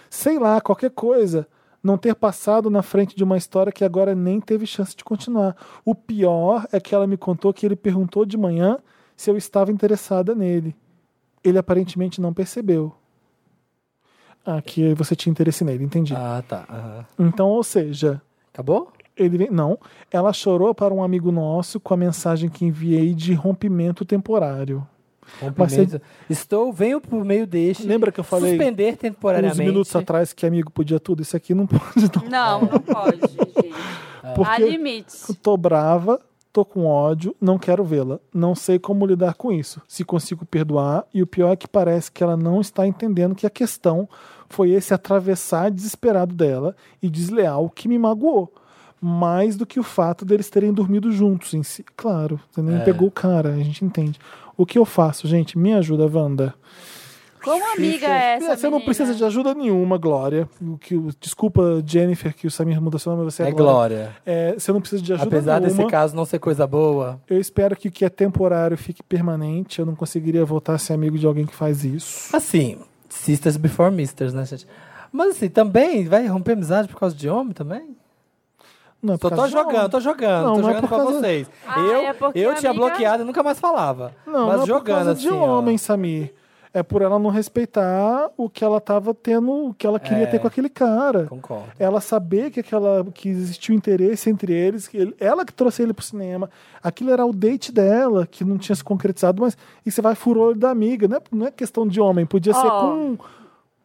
Sei lá, qualquer coisa. Não ter passado na frente de uma história que agora nem teve chance de continuar. O pior é que ela me contou que ele perguntou de manhã se eu estava interessada nele. Ele aparentemente não percebeu. Ah, que você tinha interesse nele, entendi. Ah, tá. aham. Então, ou seja, Acabou? ele vem- não, ela chorou para um amigo nosso com a mensagem que enviei de rompimento temporário. Rompimento. Estou, venho por meio deste. Lembra que eu falei Suspender uns temporariamente. minutos atrás que amigo podia tudo, isso aqui não <laughs> pode não. Não, não pode, gente. Há Porque limites. tô brava, tô com ódio, não quero vê-la. Não sei como lidar com isso. Se consigo perdoar, e o pior é que parece que ela não está entendendo que a questão foi esse atravessar desesperado dela e desleal que me magoou. Mais do que o fato deles terem dormido juntos em si. Claro, você nem pegou o cara, a gente entende. O que eu faço, gente? Me ajuda, Wanda. Como amiga é essa? você não menina? precisa de ajuda nenhuma, Glória. O que, o- desculpa, Jennifer, que o Samir mudou seu nome, mas você é, É Glória. É, você não precisa de ajuda Apesar nenhuma. desse caso não ser coisa boa. Eu espero que o que é temporário fique permanente. Eu não conseguiria voltar a ser amigo de alguém que faz isso. Assim, sisters before misters, né, gente? Mas assim, também vai romper amizade por causa de homem também? Não é Só por tô causa de jogando, homem. tô jogando, Não, tô não é jogando por pra causa- vocês. Ah, eu é porque eu tinha amiga- bloqueado e nunca mais falava. Não, mas não é por jogando causa assim. de ó. homem, Samir. É por ela não respeitar o que ela tava tendo, o que ela queria É. ter com aquele cara. Concordo. Ela saber que aquela que existiu interesse entre eles, que ele- ela que trouxe ele pro cinema. Aquilo era o date dela, que não tinha se concretizado, mas e você vai furou o olho da amiga, né? Não é questão de homem, podia ser Ó. com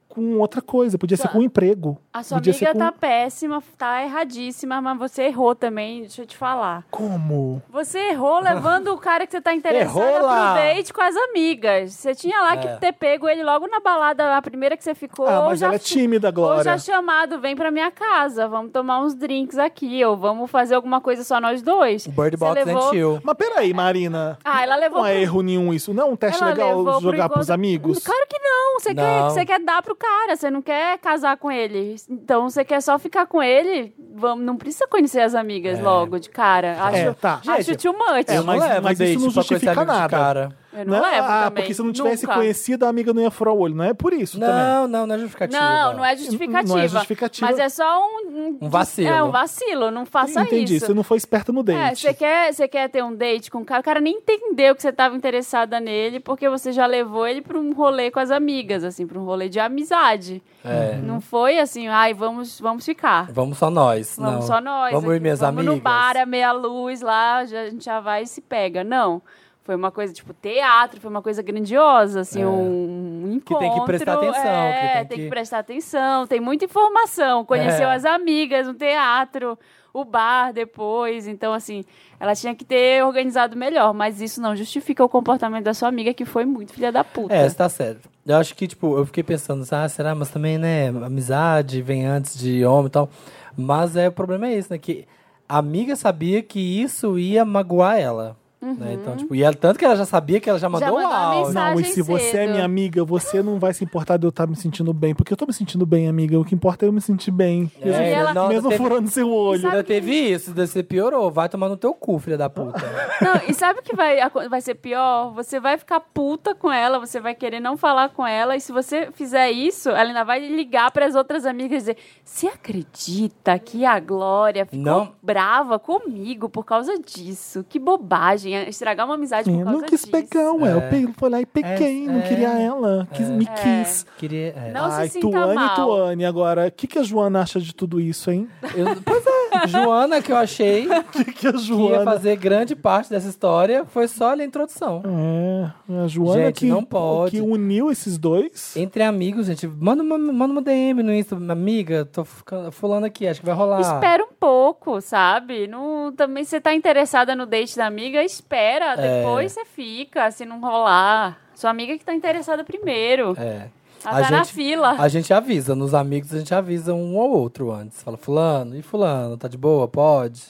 com outra coisa, podia ser com um emprego. A sua podia ser amiga com... tá péssima, tá erradíssima, mas você errou também, deixa eu te falar. Como? Você errou levando o cara que você tá interessada Errou lá. pro date com as amigas. Você tinha lá É. que ter pego ele logo na balada, a primeira que você ficou. Ah, ou mas já ela é fi- tímida, Glória. Ou já chamado, vem pra minha casa, vamos tomar uns drinks aqui, ou vamos fazer alguma coisa só nós dois. Você Bird Box né, and levou... Chill. Mas peraí, Marina. Ah, ela levou Não é pro- erro nenhum isso. Não é um teste Ela legal levou pro jogar pros encontro- amigos? Claro que não. Você, Não. Quer, você quer dar pro cara, você não quer casar com ele. Então você quer só ficar com ele. Vamos, não precisa conhecer as amigas logo de cara. Acho, É, tá. acho Gente, too much. É, mas- leva mas date isso não pra conhecer justifica amigo de nada. Cara. Eu não né? levo ah, também. porque se não tivesse Nunca. conhecido, a amiga não ia furar o olho. Não é por isso também. Não, não, não é justificativa. Não, não é justificativa. Não é justificativa. Mas é só um... Um, Um vacilo. É, um vacilo. Não faça Entendi, um isso. você não foi esperta no date. É, você quer, você quer ter um date com o cara, o cara nem entendeu que você tava interessada nele, porque você já levou ele pra um rolê com as amigas, assim, pra um rolê de amizade. É. Não foi assim, ai, vamos, vamos ficar. Vamos só nós. Vamos não. só nós. Vamos aqui, ir, minhas vamos amigas. É, no bar, é a meia luz lá, já- a gente já vai e se pega. Não. Foi uma coisa, tipo, teatro, foi uma coisa grandiosa, assim, É. um Que encontro. tem que prestar atenção, É, que tem, tem que... que- prestar atenção, tem muita informação. Conheceu É. as amigas, no teatro, o bar depois. Então, assim, ela tinha que ter organizado melhor, mas isso não justifica o comportamento da sua amiga, que foi muito filha da puta. É, você tá certo. Eu acho que, tipo, eu fiquei pensando, ah, será? Mas também, né, amizade vem antes de homem e tal. Mas é, o problema é isso, né, que a amiga sabia que isso ia magoar ela. Né? Então, tipo, e ela, tanto que ela já sabia que ela já mandou, Uhum. mandou um a áudio. mensagem. Não, e se você é cedo. minha amiga, você não vai se importar de eu estar me sentindo bem. Porque eu tô me sentindo bem, amiga. O que importa é eu me sentir bem. É, mesmo E ela- não, mesmo teve, furando seu olho. ainda teve isso, daí você piorou. Vai tomar no teu cu, filha <laughs> da puta. Não, e sabe o que vai, aco- vai ser pior? Você vai ficar puta com ela, você vai querer não falar com ela, e se você fizer isso, ela ainda vai ligar pras outras amigas e dizer: Você acredita que a Glória ficou Não. brava comigo por causa disso? Que bobagem, é estragar uma amizade por Eu causa não quis disso. pegar, ué. Eu É. peguei, foi lá e peguei. É, não é. queria ela. Quis, Me quis. Queria. é. É. Não se Ai, sinta Tuane mal. e Tuane. Agora, o que, que a Joana acha de tudo isso, <laughs> hein? Eu- pois <laughs> é, Joana, que eu achei O que, que a que ia Joana... fazer grande parte dessa história, foi só ali a introdução. É, a Joana Gente, que, não pode. que uniu esses dois. Entre amigos, gente, manda uma, manda uma DM no Insta, amiga, tô ficando- fulano aqui, acho que vai rolar. Espera um pouco, sabe? Não, também se você tá interessada no date da amiga, espera, É. depois você fica, se não rolar. Sua amiga que tá interessada primeiro. É. Ela tá na fila. A gente avisa, nos amigos a gente avisa um ao outro antes. Fala, fulano, e fulano, tá de boa? Pode?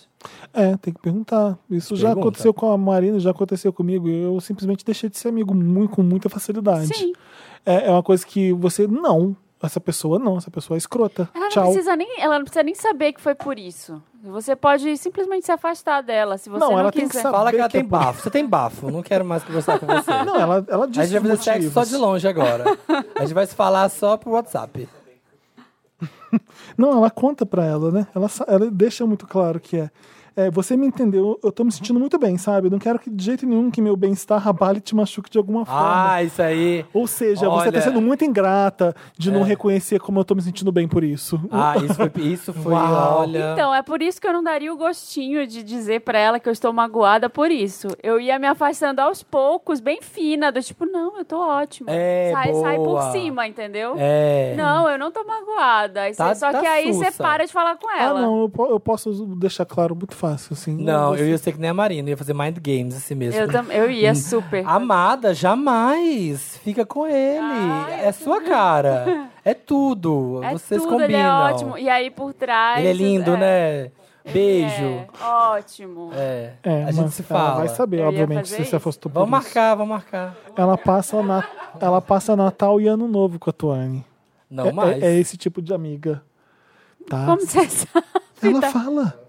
É, tem que perguntar. Isso já Pergunta. aconteceu com a Marina, já aconteceu comigo. Eu simplesmente deixei de ser amigo muito, com muita facilidade. Sim. É, é uma coisa que você. Não, essa pessoa não, essa pessoa é escrota. Ela Tchau. não precisa nem, ela não precisa nem saber que foi por isso. Você pode simplesmente se afastar dela, se você Não, não, ela tem que quiser. saber. Fala que ela que é tem por- bafo. Você tem bafo, não quero mais conversar com você. <laughs> Não, ela, ela a disse. gente vai fazer os sexo só motivos. de longe agora. A gente vai se falar só por WhatsApp. Não, ela conta pra ela, né? Ela, sa- ela deixa muito claro que é. é, Você me entendeu, eu tô me sentindo muito bem, sabe? Eu não quero que de jeito nenhum que meu bem-estar abale e te machuque de alguma forma. Ah, isso aí. Ou seja, você tá Olha. sendo muito ingrata de não É. reconhecer como eu tô me sentindo bem por isso. Ah, isso foi, isso foi Uau. olha. Então, é por isso que eu não daria o gostinho de dizer pra ela que eu estou magoada por isso. Eu ia me afastando aos poucos, bem fina, do tipo, não, eu tô ótima. É, sai, sai por boa. cima, entendeu? é. Não, eu não tô magoada. Aí cê- Tá- só tá que aí você sussa. para de falar com Ah, ela. não, eu, po- eu posso deixar claro muito fácil, assim. Não, você- eu ia ser que nem a Marina, eu ia fazer mind games assim mesmo. Eu, tam- eu ia super. <laughs> Amada, jamais. Fica com ele. Ai, é sua <laughs> cara. É tudo. Ah, é Vocês tudo, combinam. ele é ótimo. E aí por trás. Ele é lindo, é, né? Beijo. É, ótimo. É. É, A gente mas se Ela fala. vai saber, Eu ia obviamente, fazer se você isso. fosse Vamos marcar, vamos marcar. Ela passa, na, ela passa Natal e Ano Novo com a Tuane. Não é, mais. é- é esse tipo de amiga. Tá? Como você <laughs> sabe? ela tá? fala.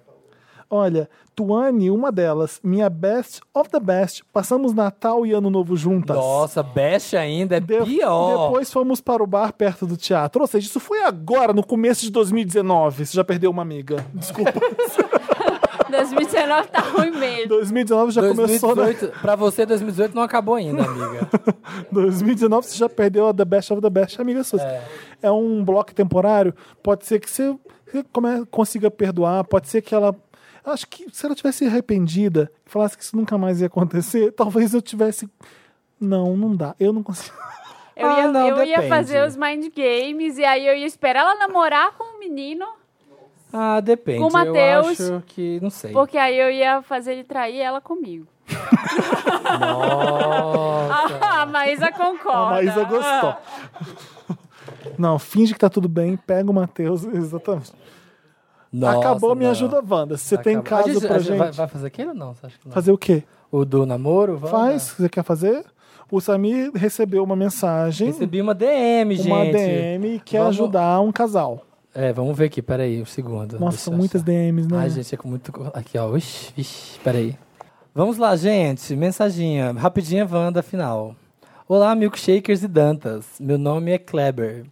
Olha, Tuane, uma delas, minha best of the best, passamos Natal e Ano Novo juntas. Nossa, best ainda é De- pior. Depois fomos para o bar perto do teatro. Ou seja, isso foi agora, no começo de 2019. Você já perdeu uma amiga. Desculpa. <laughs> 2019 tá ruim mesmo. <laughs> 2019 já começou né? na 2018, pra você, 2018 não acabou <laughs> ainda, amiga. 2019 você já perdeu a The Best of the Best, amiga sua. É, um bloco temporário, pode ser que você você come- consiga perdoar, pode ser que ela. Acho que se ela tivesse arrependida e falasse que isso nunca mais ia acontecer, talvez eu tivesse. Não, não dá. Eu não consigo. Eu, Ah, ia, não, eu ia depende. fazer os mind games e aí eu ia esperar ela namorar com o menino, Ah, depende. Com o Matheus. Eu acho que, não sei. porque aí eu ia fazer ele trair ela <laughs> comigo. Nossa. Ah, <laughs> a Maísa concorda. A Maísa gostou. Ah, Não, finge que tá tudo bem, pega o Matheus. <laughs> Exatamente. Nossa, Acabou, me não. ajuda, Wanda. Se você tem Acabou. caso A gente- pra a gente. Vai, vai fazer aquele ou não? Você acha que não? Fazer o quê? O do namoro? Wanda? Faz, se você quer fazer? O Samir recebeu uma mensagem, Recebi uma DM, gente. uma DM, e quer Vamos- ajudar um casal. É, vamos ver aqui, peraí, um segundo. Nossa, Deixa são eu muitas achar. DMs, né? Ai, gente, é com muito. Aqui, ó. Ixi, ixi, peraí. Vamos lá, gente. Mensaginha. Rapidinha, Wanda, final. Olá, milkshakers e dantas. Meu nome é Kleber.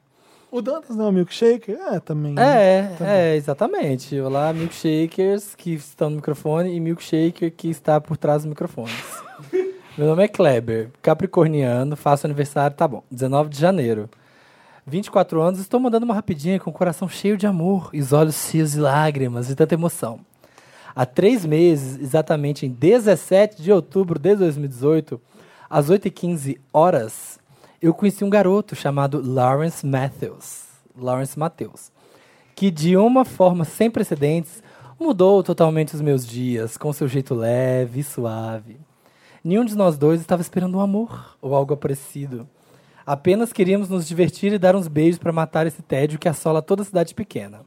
O Dantas não é um milkshake? É, também. É, é, exatamente. Olá, milkshakers que estão no microfone e milkshaker que está por trás dos microfones. Meu nome é Kleber, capricorniano, faço aniversário, tá bom, 19 de janeiro. 24 anos, estou mandando uma rapidinha com o coração cheio de amor e os olhos cheios de lágrimas de tanta emoção. Há três meses, exatamente em 17 de outubro de 2018, às 8h15 horas, eu conheci um garoto chamado Lawrence Matthews. Lawrence Matthews. Que de uma forma sem precedentes mudou totalmente os meus dias, com seu jeito leve e suave. Nenhum de nós dois estava esperando um amor ou algo parecido. Apenas queríamos nos divertir e dar uns beijos para matar esse tédio que assola toda a cidade pequena.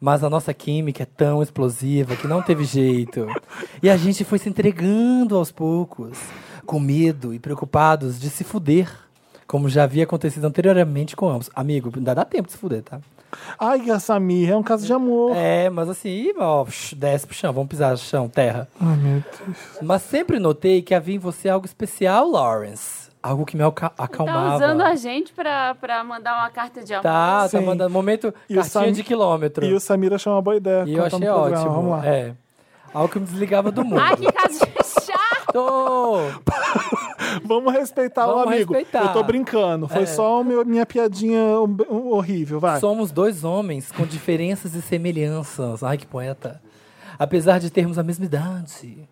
Mas a nossa química é tão explosiva que não teve jeito. E a gente foi se entregando aos poucos, com medo e preocupados de se fuder, como já havia acontecido anteriormente com ambos. Amigo, ainda dá tempo de se fuder, tá? Ai, a Samir, é um caso de amor. É, mas assim, ó, psh, desce pro chão, vamos pisar no chão, terra. Ai, meu Deus. Mas sempre notei que havia em você algo especial, Lawrence. Algo que me aca- Tá acalmava. usando a gente pra, pra mandar uma carta de amor. Tá, tá Sim. mandando. Momento, E o cartinha Sam- de quilômetro. E o Samir achou uma boa ideia. E eu contar no achei programa. ótimo. Vamos lá. É. Algo que me <laughs> desligava do mundo. Ai, que caso <laughs> chato! Tô! Vamos respeitar o Vamos amigo. respeitar. Eu tô brincando. Foi É. só o meu- minha piadinha hum- hum- horrível, vai. Somos dois homens com diferenças e semelhanças. Ai, que poeta. Apesar de termos a mesma idade.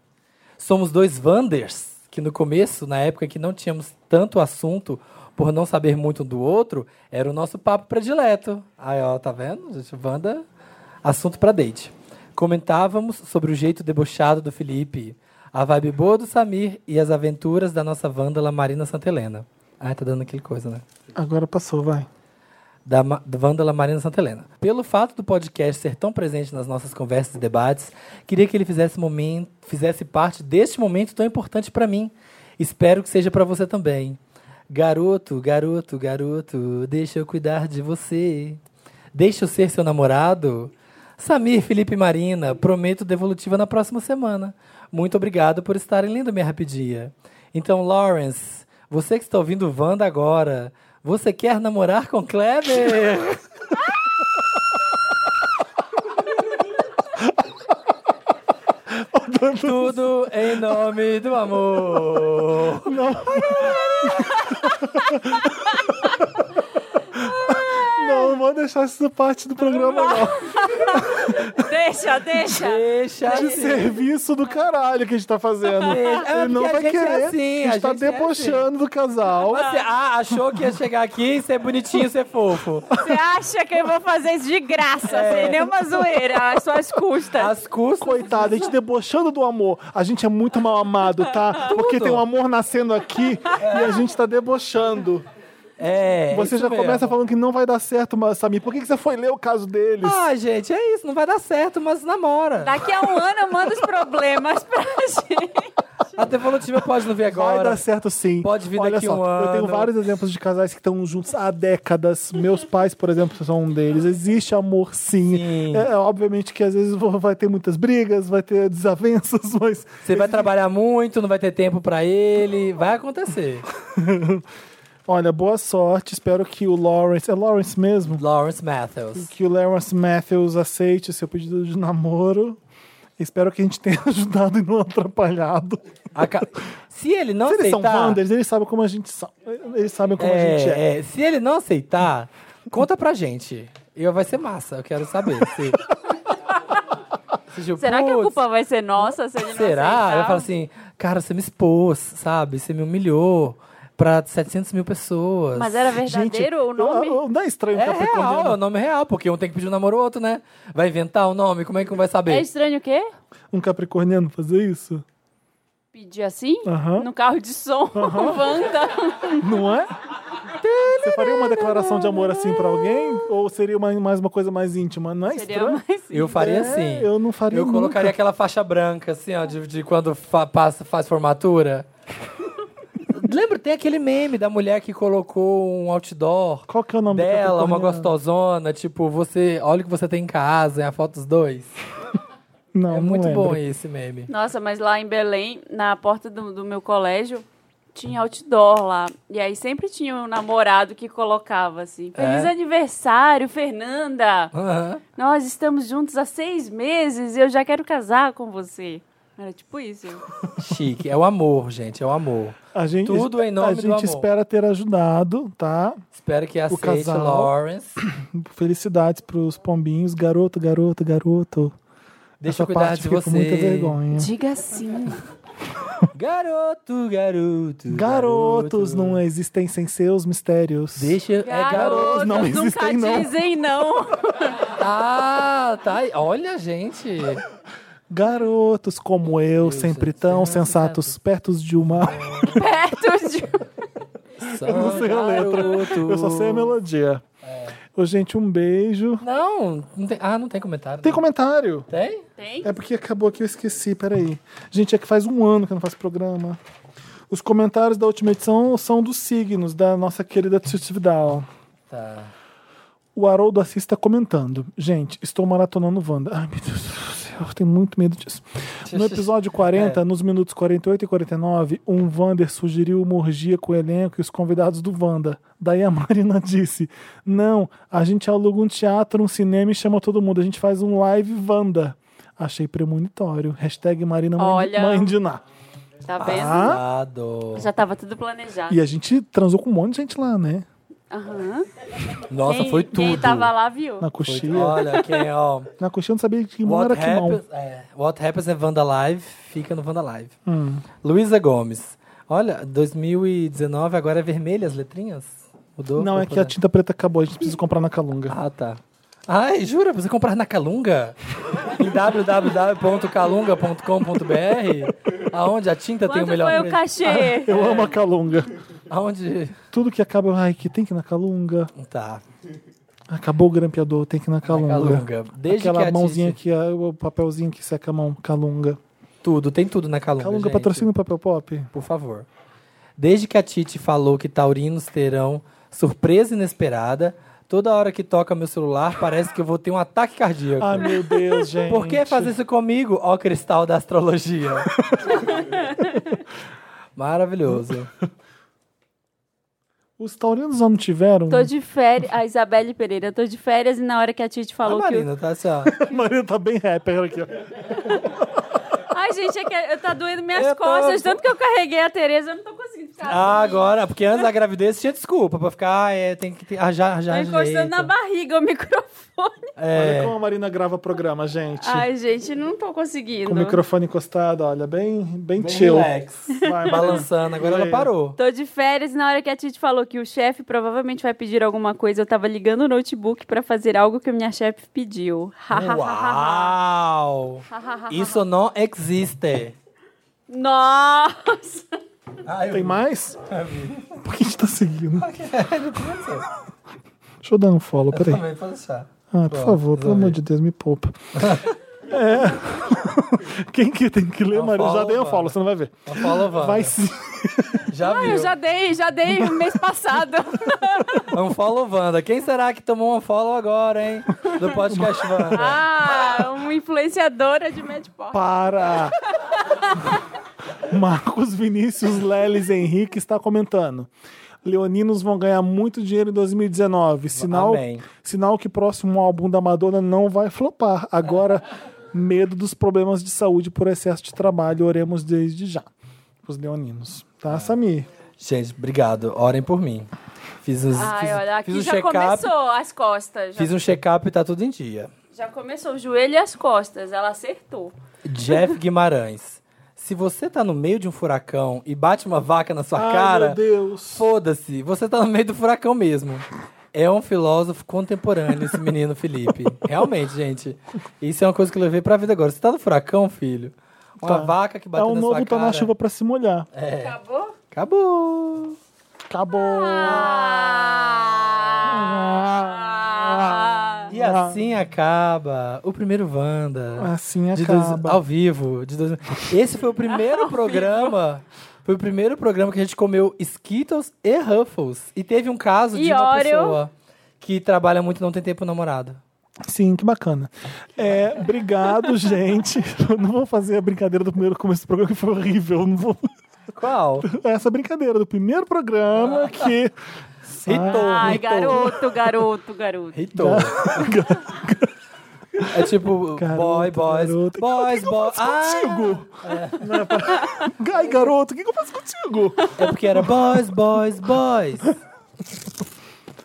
Somos dois Wanders, que no começo, na época que não tínhamos tanto assunto, por não saber muito um do outro, era o nosso papo predileto. Aí, ó, tá vendo? Gente, Wanda, assunto pra date. Comentávamos sobre o jeito debochado do Felipe, a vibe boa do Samir e as aventuras da nossa Wanda Lamarina Santelena. Ai, tá dando aquele coisa, né? Agora passou, vai. da Ma- da Vândala Marina Santelena. Pelo fato do podcast ser tão presente nas nossas conversas e debates, queria que ele fizesse, momen- fizesse parte deste momento tão importante para mim. Espero que seja para você também. Garoto, garoto, garoto, deixa eu cuidar de você. Deixa eu ser seu namorado. Samir, Felipe e Marina, prometo devolutiva na próxima semana. Muito obrigado por estarem lendo minha rapidia. Então, Lawrence, você que está ouvindo Wanda agora, você quer namorar com Kleber? Tudo em nome do amor. Não, não vou deixar essa parte do programa, <laughs> não. Deixa, deixa. Deixa De assim. serviço do caralho que a gente tá fazendo. É, Ele não porque a vai gente é querer. assim, a a gente tá gente é debochando do casal. Você, ah, achou que ia chegar aqui e ser bonitinho e ser fofo. Você acha que eu vou fazer isso de graça, É. sem nenhuma zoeira, às suas custas. As custas. Coitado, a gente debochando do amor. A gente é muito mal amado, <laughs> tá? Porque tem um amor nascendo aqui e a gente tá debochando. É. você isso já mesmo. começa falando que não vai dar certo, mas, Samir. Por que, que você foi ler o caso deles? Ah, gente, é isso, não vai dar certo, mas namora. Daqui a um ano eu mando os problemas <laughs> pra gente. A devolutiva pode não vir Vai agora. dar certo sim. Pode vir Olha daqui só, um Eu tenho ano. vários exemplos de casais que estão juntos há décadas. Meus pais, por exemplo, são um deles. Existe amor sim. Sim. É, obviamente que às vezes vo- vai ter muitas brigas, vai ter desavenças, <laughs> mas. Você vai trabalhar muito, não vai ter tempo pra ele. Vai acontecer. Olha, boa sorte. Espero que o Lawrence. É Lawrence mesmo? Lawrence Matthews. Que o Lawrence Matthews aceite o seu pedido de namoro. Espero que a gente tenha <laughs> ajudado e não atrapalhado. Aca- Se ele não Se eles são aceitar. Wanders, eles sabem como a gente são. Eles sabem como a gente é. é, é, se ele não aceitar, conta pra gente. Eu, vai ser massa, eu quero saber. <laughs> Se- se, tipo, Será é que a putz, culpa vai ser nossa se ele não Será? aceitar? Eu falo assim, cara, você me expôs, sabe? Você me humilhou pra 700 mil pessoas. Mas era verdadeiro Gente, o nome? eu- eu- não é estranho É Capricorniano. real, é o nome real, porque um tem que pedir um namoro ao outro, né? Vai inventar o nome, como é que um vai É saber? estranho o quê? um capricorniano fazer isso? Pedir assim? Aham. No carro de som, <laughs> Wanda. Não é? Você faria uma declaração de amor assim pra alguém? Ou seria uma- mais uma coisa mais íntima? Não é Seria estranho? mais Eu faria É, assim. eu não faria Eu nunca. colocaria aquela faixa branca, assim, ó, de, de quando fa- passa, faz formatura. Lembra, tem aquele meme da mulher que colocou um outdoor Qual que é o nome do dela, uma capricorniano? gostosona, tipo, você, olha o que você tem em casa, é a foto dos dois. Não, é não muito lembro. bom esse meme. Nossa, mas lá em Belém, na porta do, do meu colégio, tinha outdoor lá. E aí sempre tinha um namorado que colocava assim: Feliz É? aniversário, Fernanda! Aham. Nós estamos juntos há seis meses e eu já quero casar com você. Era tipo isso. Chique. É o amor, gente. É o amor. A gente, Tudo em nome A do gente amor. espera ter ajudado, tá? Espero que aceite casal. Lawrence. Felicidades pros pombinhos. Garoto, garoto, garoto. Deixa Essa eu cuidar parte de fica você. com muita vergonha. Diga sim. Garoto, garoto. Garotos não existem sem seus mistérios. Deixa. É garoto. não nunca existem, não. dizem não. <laughs> Ah, tá. aí. <laughs> Olha, gente. Garotos como eu, Deus, sempre gente, tão sempre sensatos, pertos de uma. Perto de. Eu não sei a letra. Eu só sei a melodia. É. Ô, gente, um beijo. Não, não tem, ah, não tem comentário. Tem né? comentário? Tem? Tem? É porque acabou aqui, eu esqueci, peraí. Gente, é que faz um ano que eu não faço programa. Os comentários da última edição são dos signos da nossa querida Titi Vidal. Tá. O Haroldo Assis está comentando. Gente, estou maratonando Wanda. Ai, meu Deus do céu, eu tenho muito medo disso. No episódio 40, nos minutos 48 e 49, um Wander sugeriu uma orgia com o elenco e os convidados do Wanda. Daí a <laughs> Marina disse: Não, a gente aluga um teatro, um cinema e chama todo mundo. A gente faz um live Wanda. Achei premonitório. Hashtag Marina Mãe- Olha. Mãe de Ná. Tá vendo? Ah? Amado. Já tava tudo planejado. E a gente transou com um monte de gente lá, né? Aham. Nossa, Quem- foi tudo. Quem tava lá viu. Na Foi- coxinha. Olha, quem, ó. Na coxinha eu <laughs> não sabia que mão What era que mão. happens, é, what happens é Wanda Live, fica no Wanda Live. Hum. Luísa Gomes. Olha, 2019 agora é vermelha as letrinhas? Mudou? Não, é que a tinta. tinta preta acabou, a gente precisa comprar na Calunga. Ah, tá. Ai, jura? Você comprar na Calunga? em www.calunga.com.br? Aonde a tinta tem o Quanto melhor foi o preço? <laughs> cachê? Eu amo a Calunga. Aonde... Tudo que acaba, ai, que tem que ir na Calunga. Tá. Acabou o grampeador, tem que ir na Calunga. Calunga. Desde Aquela que a mãozinha Tite- que é o papelzinho que seca a mão, Calunga. Tudo, tem tudo na Calunga, Calunga gente. patrocina o papel pop? Por favor. Desde que a Titi falou que taurinos terão surpresa inesperada, toda hora que toca meu celular parece que eu vou ter um ataque cardíaco. Ai, meu Deus, Ah, gente. Por que fazer isso comigo, ó cristal <laughs> da astrologia? Maravilhoso. Os taurinos já não tiveram? Tô de férias. A Isabelle Pereira, tô de férias e na hora que a Titi A falou que. eu- Marina tá assim, ó. <laughs> A Maria tá bem rapper aqui, ó. Ai, gente, é que eu tá doendo minhas Eu tô- costas. Tanto que eu carreguei a Tereza, eu não tô conseguindo ficar. assim. Ah, agora, porque antes da gravidez tinha desculpa pra ficar, ah, é, tem que ter, ah, já, Tô já Tá encostando ajeita. na barriga o microfone. Olha É, como a Marina grava programa, gente. Ai, gente, não tô conseguindo. Com o microfone encostado, olha, bem, bem, bem chill. relax, Vai, Marina. balançando, agora ela parou. Tô de férias e na hora que a Titi falou que o chefe provavelmente vai pedir alguma coisa, eu tava ligando o notebook pra fazer algo que minha chefe pediu. Uau! Isso não existe. Ah, Nossa! Ai, Tem mais? Por que a gente tá seguindo? Deixa eu dar um follow, peraí. Também pode deixar. Ah, por Pronto, favor, pelo resolvi. amor de Deus, me <laughs> poupa. é. <laughs> Quem que tem que ler, Não, Maria? Eu Já follow, dei um Wanda. follow, você não vai ver. Não fala, Wanda. Vai sim. Já viu. Ah, Eu já dei, já dei o mês <laughs> passado. Um follow, Wanda. Quem será que tomou um follow agora, hein? Do <laughs> podcast Wanda. Ah, uma influenciadora de Madport. <laughs> Para! Marcos Vinícius Leles Henrique está comentando. Leoninos vão ganhar muito dinheiro em 2019. Sinal, Amém. sinal que o próximo álbum da Madonna não vai flopar. Agora, medo dos problemas de saúde por excesso de trabalho. Oremos desde já. Os leoninos. Tá, É. Samir? Gente, obrigado. Orem por mim. Fiz, os, Ai, fiz, olha, aqui fiz um já check-up. começou as costas. Já, Fiz um check-up e tá tudo em dia. já começou o joelho e as costas. Ela acertou. Jeff Guimarães. Se você tá no meio de um furacão e bate uma vaca na sua Ai, cara, meu Deus. foda-se, você tá no meio do furacão mesmo. É um filósofo contemporâneo esse menino Felipe. Realmente, gente. Isso é uma coisa que eu levei pra vida agora. Você tá no furacão, filho? Uma Tá. vaca que É bateu um na sua novo cara. É. tá na chuva pra se molhar. Acabou? Acabou. Acabou. Ah, Ah. E assim acaba o primeiro Wanda. Assim de dois- acaba. ao vivo. de dois- Esse foi o primeiro programa. Foi o primeiro programa que a gente comeu Skittles e Ruffles. E teve um caso E de uma Oreo. pessoa que trabalha muito e não tem tempo namorado. Sim, que bacana. É, obrigado, gente. Eu não vou fazer a brincadeira do primeiro começo do programa, que foi horrível. Não vou... É Qual? Essa brincadeira do primeiro programa que. Ritou. Ai, ritou. garoto, garoto, garoto. Ritou. Ah, É tipo, Garoto, boy, boys. garoto. Boys, boys. Ah, Contigo! Não é pra- Ai, garoto, o que, que eu faço contigo? é porque era boys, boys, boys.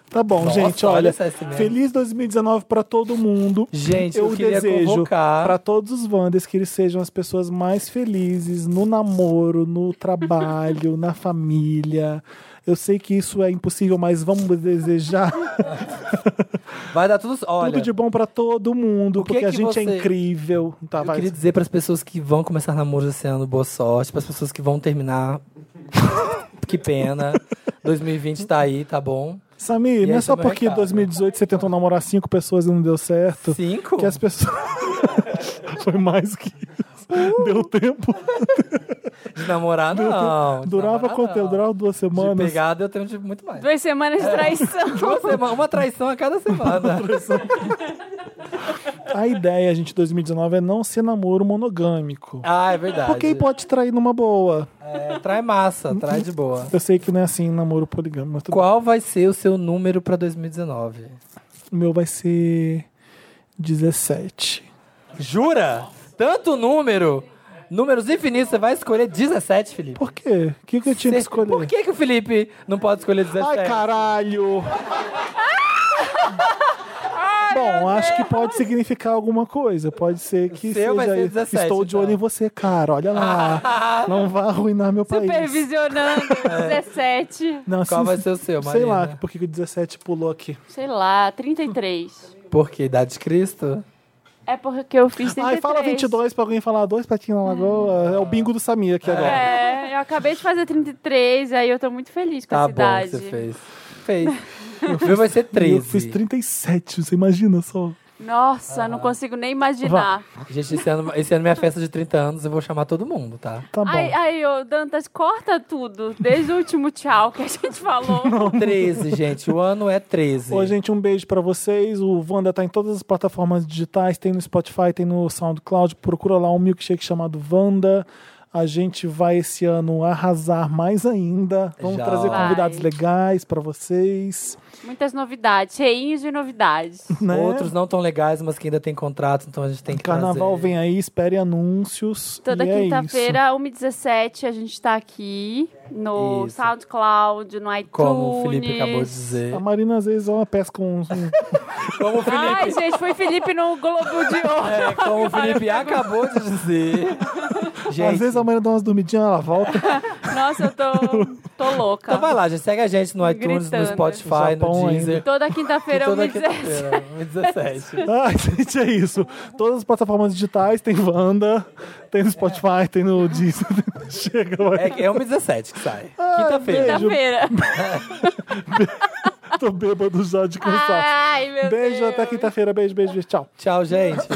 Tá bom, Nossa, gente, olha olha. essa SMS. feliz 2019 pra todo mundo. Gente, eu eu, queria desejo convocar- pra todos os Wanders que eles sejam as pessoas mais felizes no namoro, no trabalho, na família. Eu sei que isso é impossível, mas vamos desejar Vai dar tudo. <laughs> Olha, tudo de bom pra todo mundo, o que porque é a que gente você- é incrível. Tá, eu vai. queria dizer para as pessoas que vão começar namoro esse ano, boa sorte. Para as pessoas que vão terminar, <laughs> que pena. 2020 tá aí, tá bom? Samir, E não é aí só também é porque em caro. 2018 você tentou namorar cinco pessoas e não deu certo. Cinco? Que as pessoas. <laughs> Foi mais que isso. Uh! Deu tempo. De namorar, não. De Durava namorar, quanto tempo? não. Durava duas De semanas. pegada eu tenho de muito mais. Duas semanas É. de <laughs> traição. Duas sema- uma traição a <laughs> cada semana. A ideia, gente, 2019 é não ser namoro monogâmico. ah, é verdade. Porque aí pode trair numa boa. É, trai massa, trai de boa. Eu sei que não é assim namoro poligâmico, mas tudo Qual vai ser o seu número pra 2019? O meu vai ser 17. Jura? Tanto número? Números infinitos, você vai escolher 17, Felipe? Por quê? O que, que eu tinha que Você- escolher? Por que, que o Felipe não pode escolher 17? Ai, caralho! Bom, acho que pode significar alguma coisa. Pode ser que O seu vai seja ser 17, estou de olho então. em você, cara. Olha <laughs> lá. não vá arruinar meu país. Supervisionando É. 17. Não, Qual sim, vai ser o seu, Sei lá Marina? porque que o 17 pulou aqui. Sei lá, 33. Por que? Idade de Cristo? É porque eu fiz 33. Ai, fala 22 pra alguém falar dois patinhos na lagoa. É o bingo do Samir aqui agora. Hum. É, eu acabei de fazer 33, aí eu tô muito feliz com Tá essa bom idade. que você fez. Fez. O meu vai <laughs> ser Eu 13. fiz 37, você imagina só. Nossa, Ah. não consigo nem imaginar. Gente, esse ano, esse ano minha festa de 30 anos, eu vou chamar todo mundo, tá? Tá bom. Ai, ai, ô, Dantas, corta tudo. Desde o último tchau que a <laughs> gente falou. 13, gente. O ano é 13. Ô, gente, um beijo pra vocês. O Wanda tá em todas as plataformas digitais, tem no Spotify, tem no SoundCloud. Procura lá um milkshake chamado Wanda. A gente vai esse ano arrasar mais ainda. Vamos Já. trazer Vai. convidados legais pra vocês, Muitas novidades, cheinhos de <laughs> novidades. né? Outros não tão legais, mas que ainda tem contrato, então a gente tem que Carnaval trazer. vem aí, espere anúncios. Toda e é quinta-feira, 1h17, a gente tá aqui no Isso. SoundCloud, no iTunes. Como o Felipe acabou de isso. dizer. A Marina às vezes ela pesca uns. um- Como o Felipe, Ai, gente, foi Felipe no Globo de Ouro. <laughs> é, como o Felipe acabou de dizer. Gente, às vezes a Marina dá umas dormidinhas, ela volta. Nossa, eu tô, tô louca. então vai lá, gente. Segue a gente no iTunes, no Gritando. Spotify, Japão no ainda. Deezer. Toda quinta-feira, toda 1h17. quinta-feira, <laughs> 2017. Ai, gente, é isso. Todas as plataformas digitais tem Wanda, tem no Spotify, tem no Disney. <laughs> Chega, vai. É, é 1h17 que sai. Quinta-feira. beijo. Quinta-feira. Tô bêbado já de cansar. Ai, meu Beijo, Deus. <laughs> até quinta-feira. Beijo, beijo, beijo. Tchau. Tchau, gente.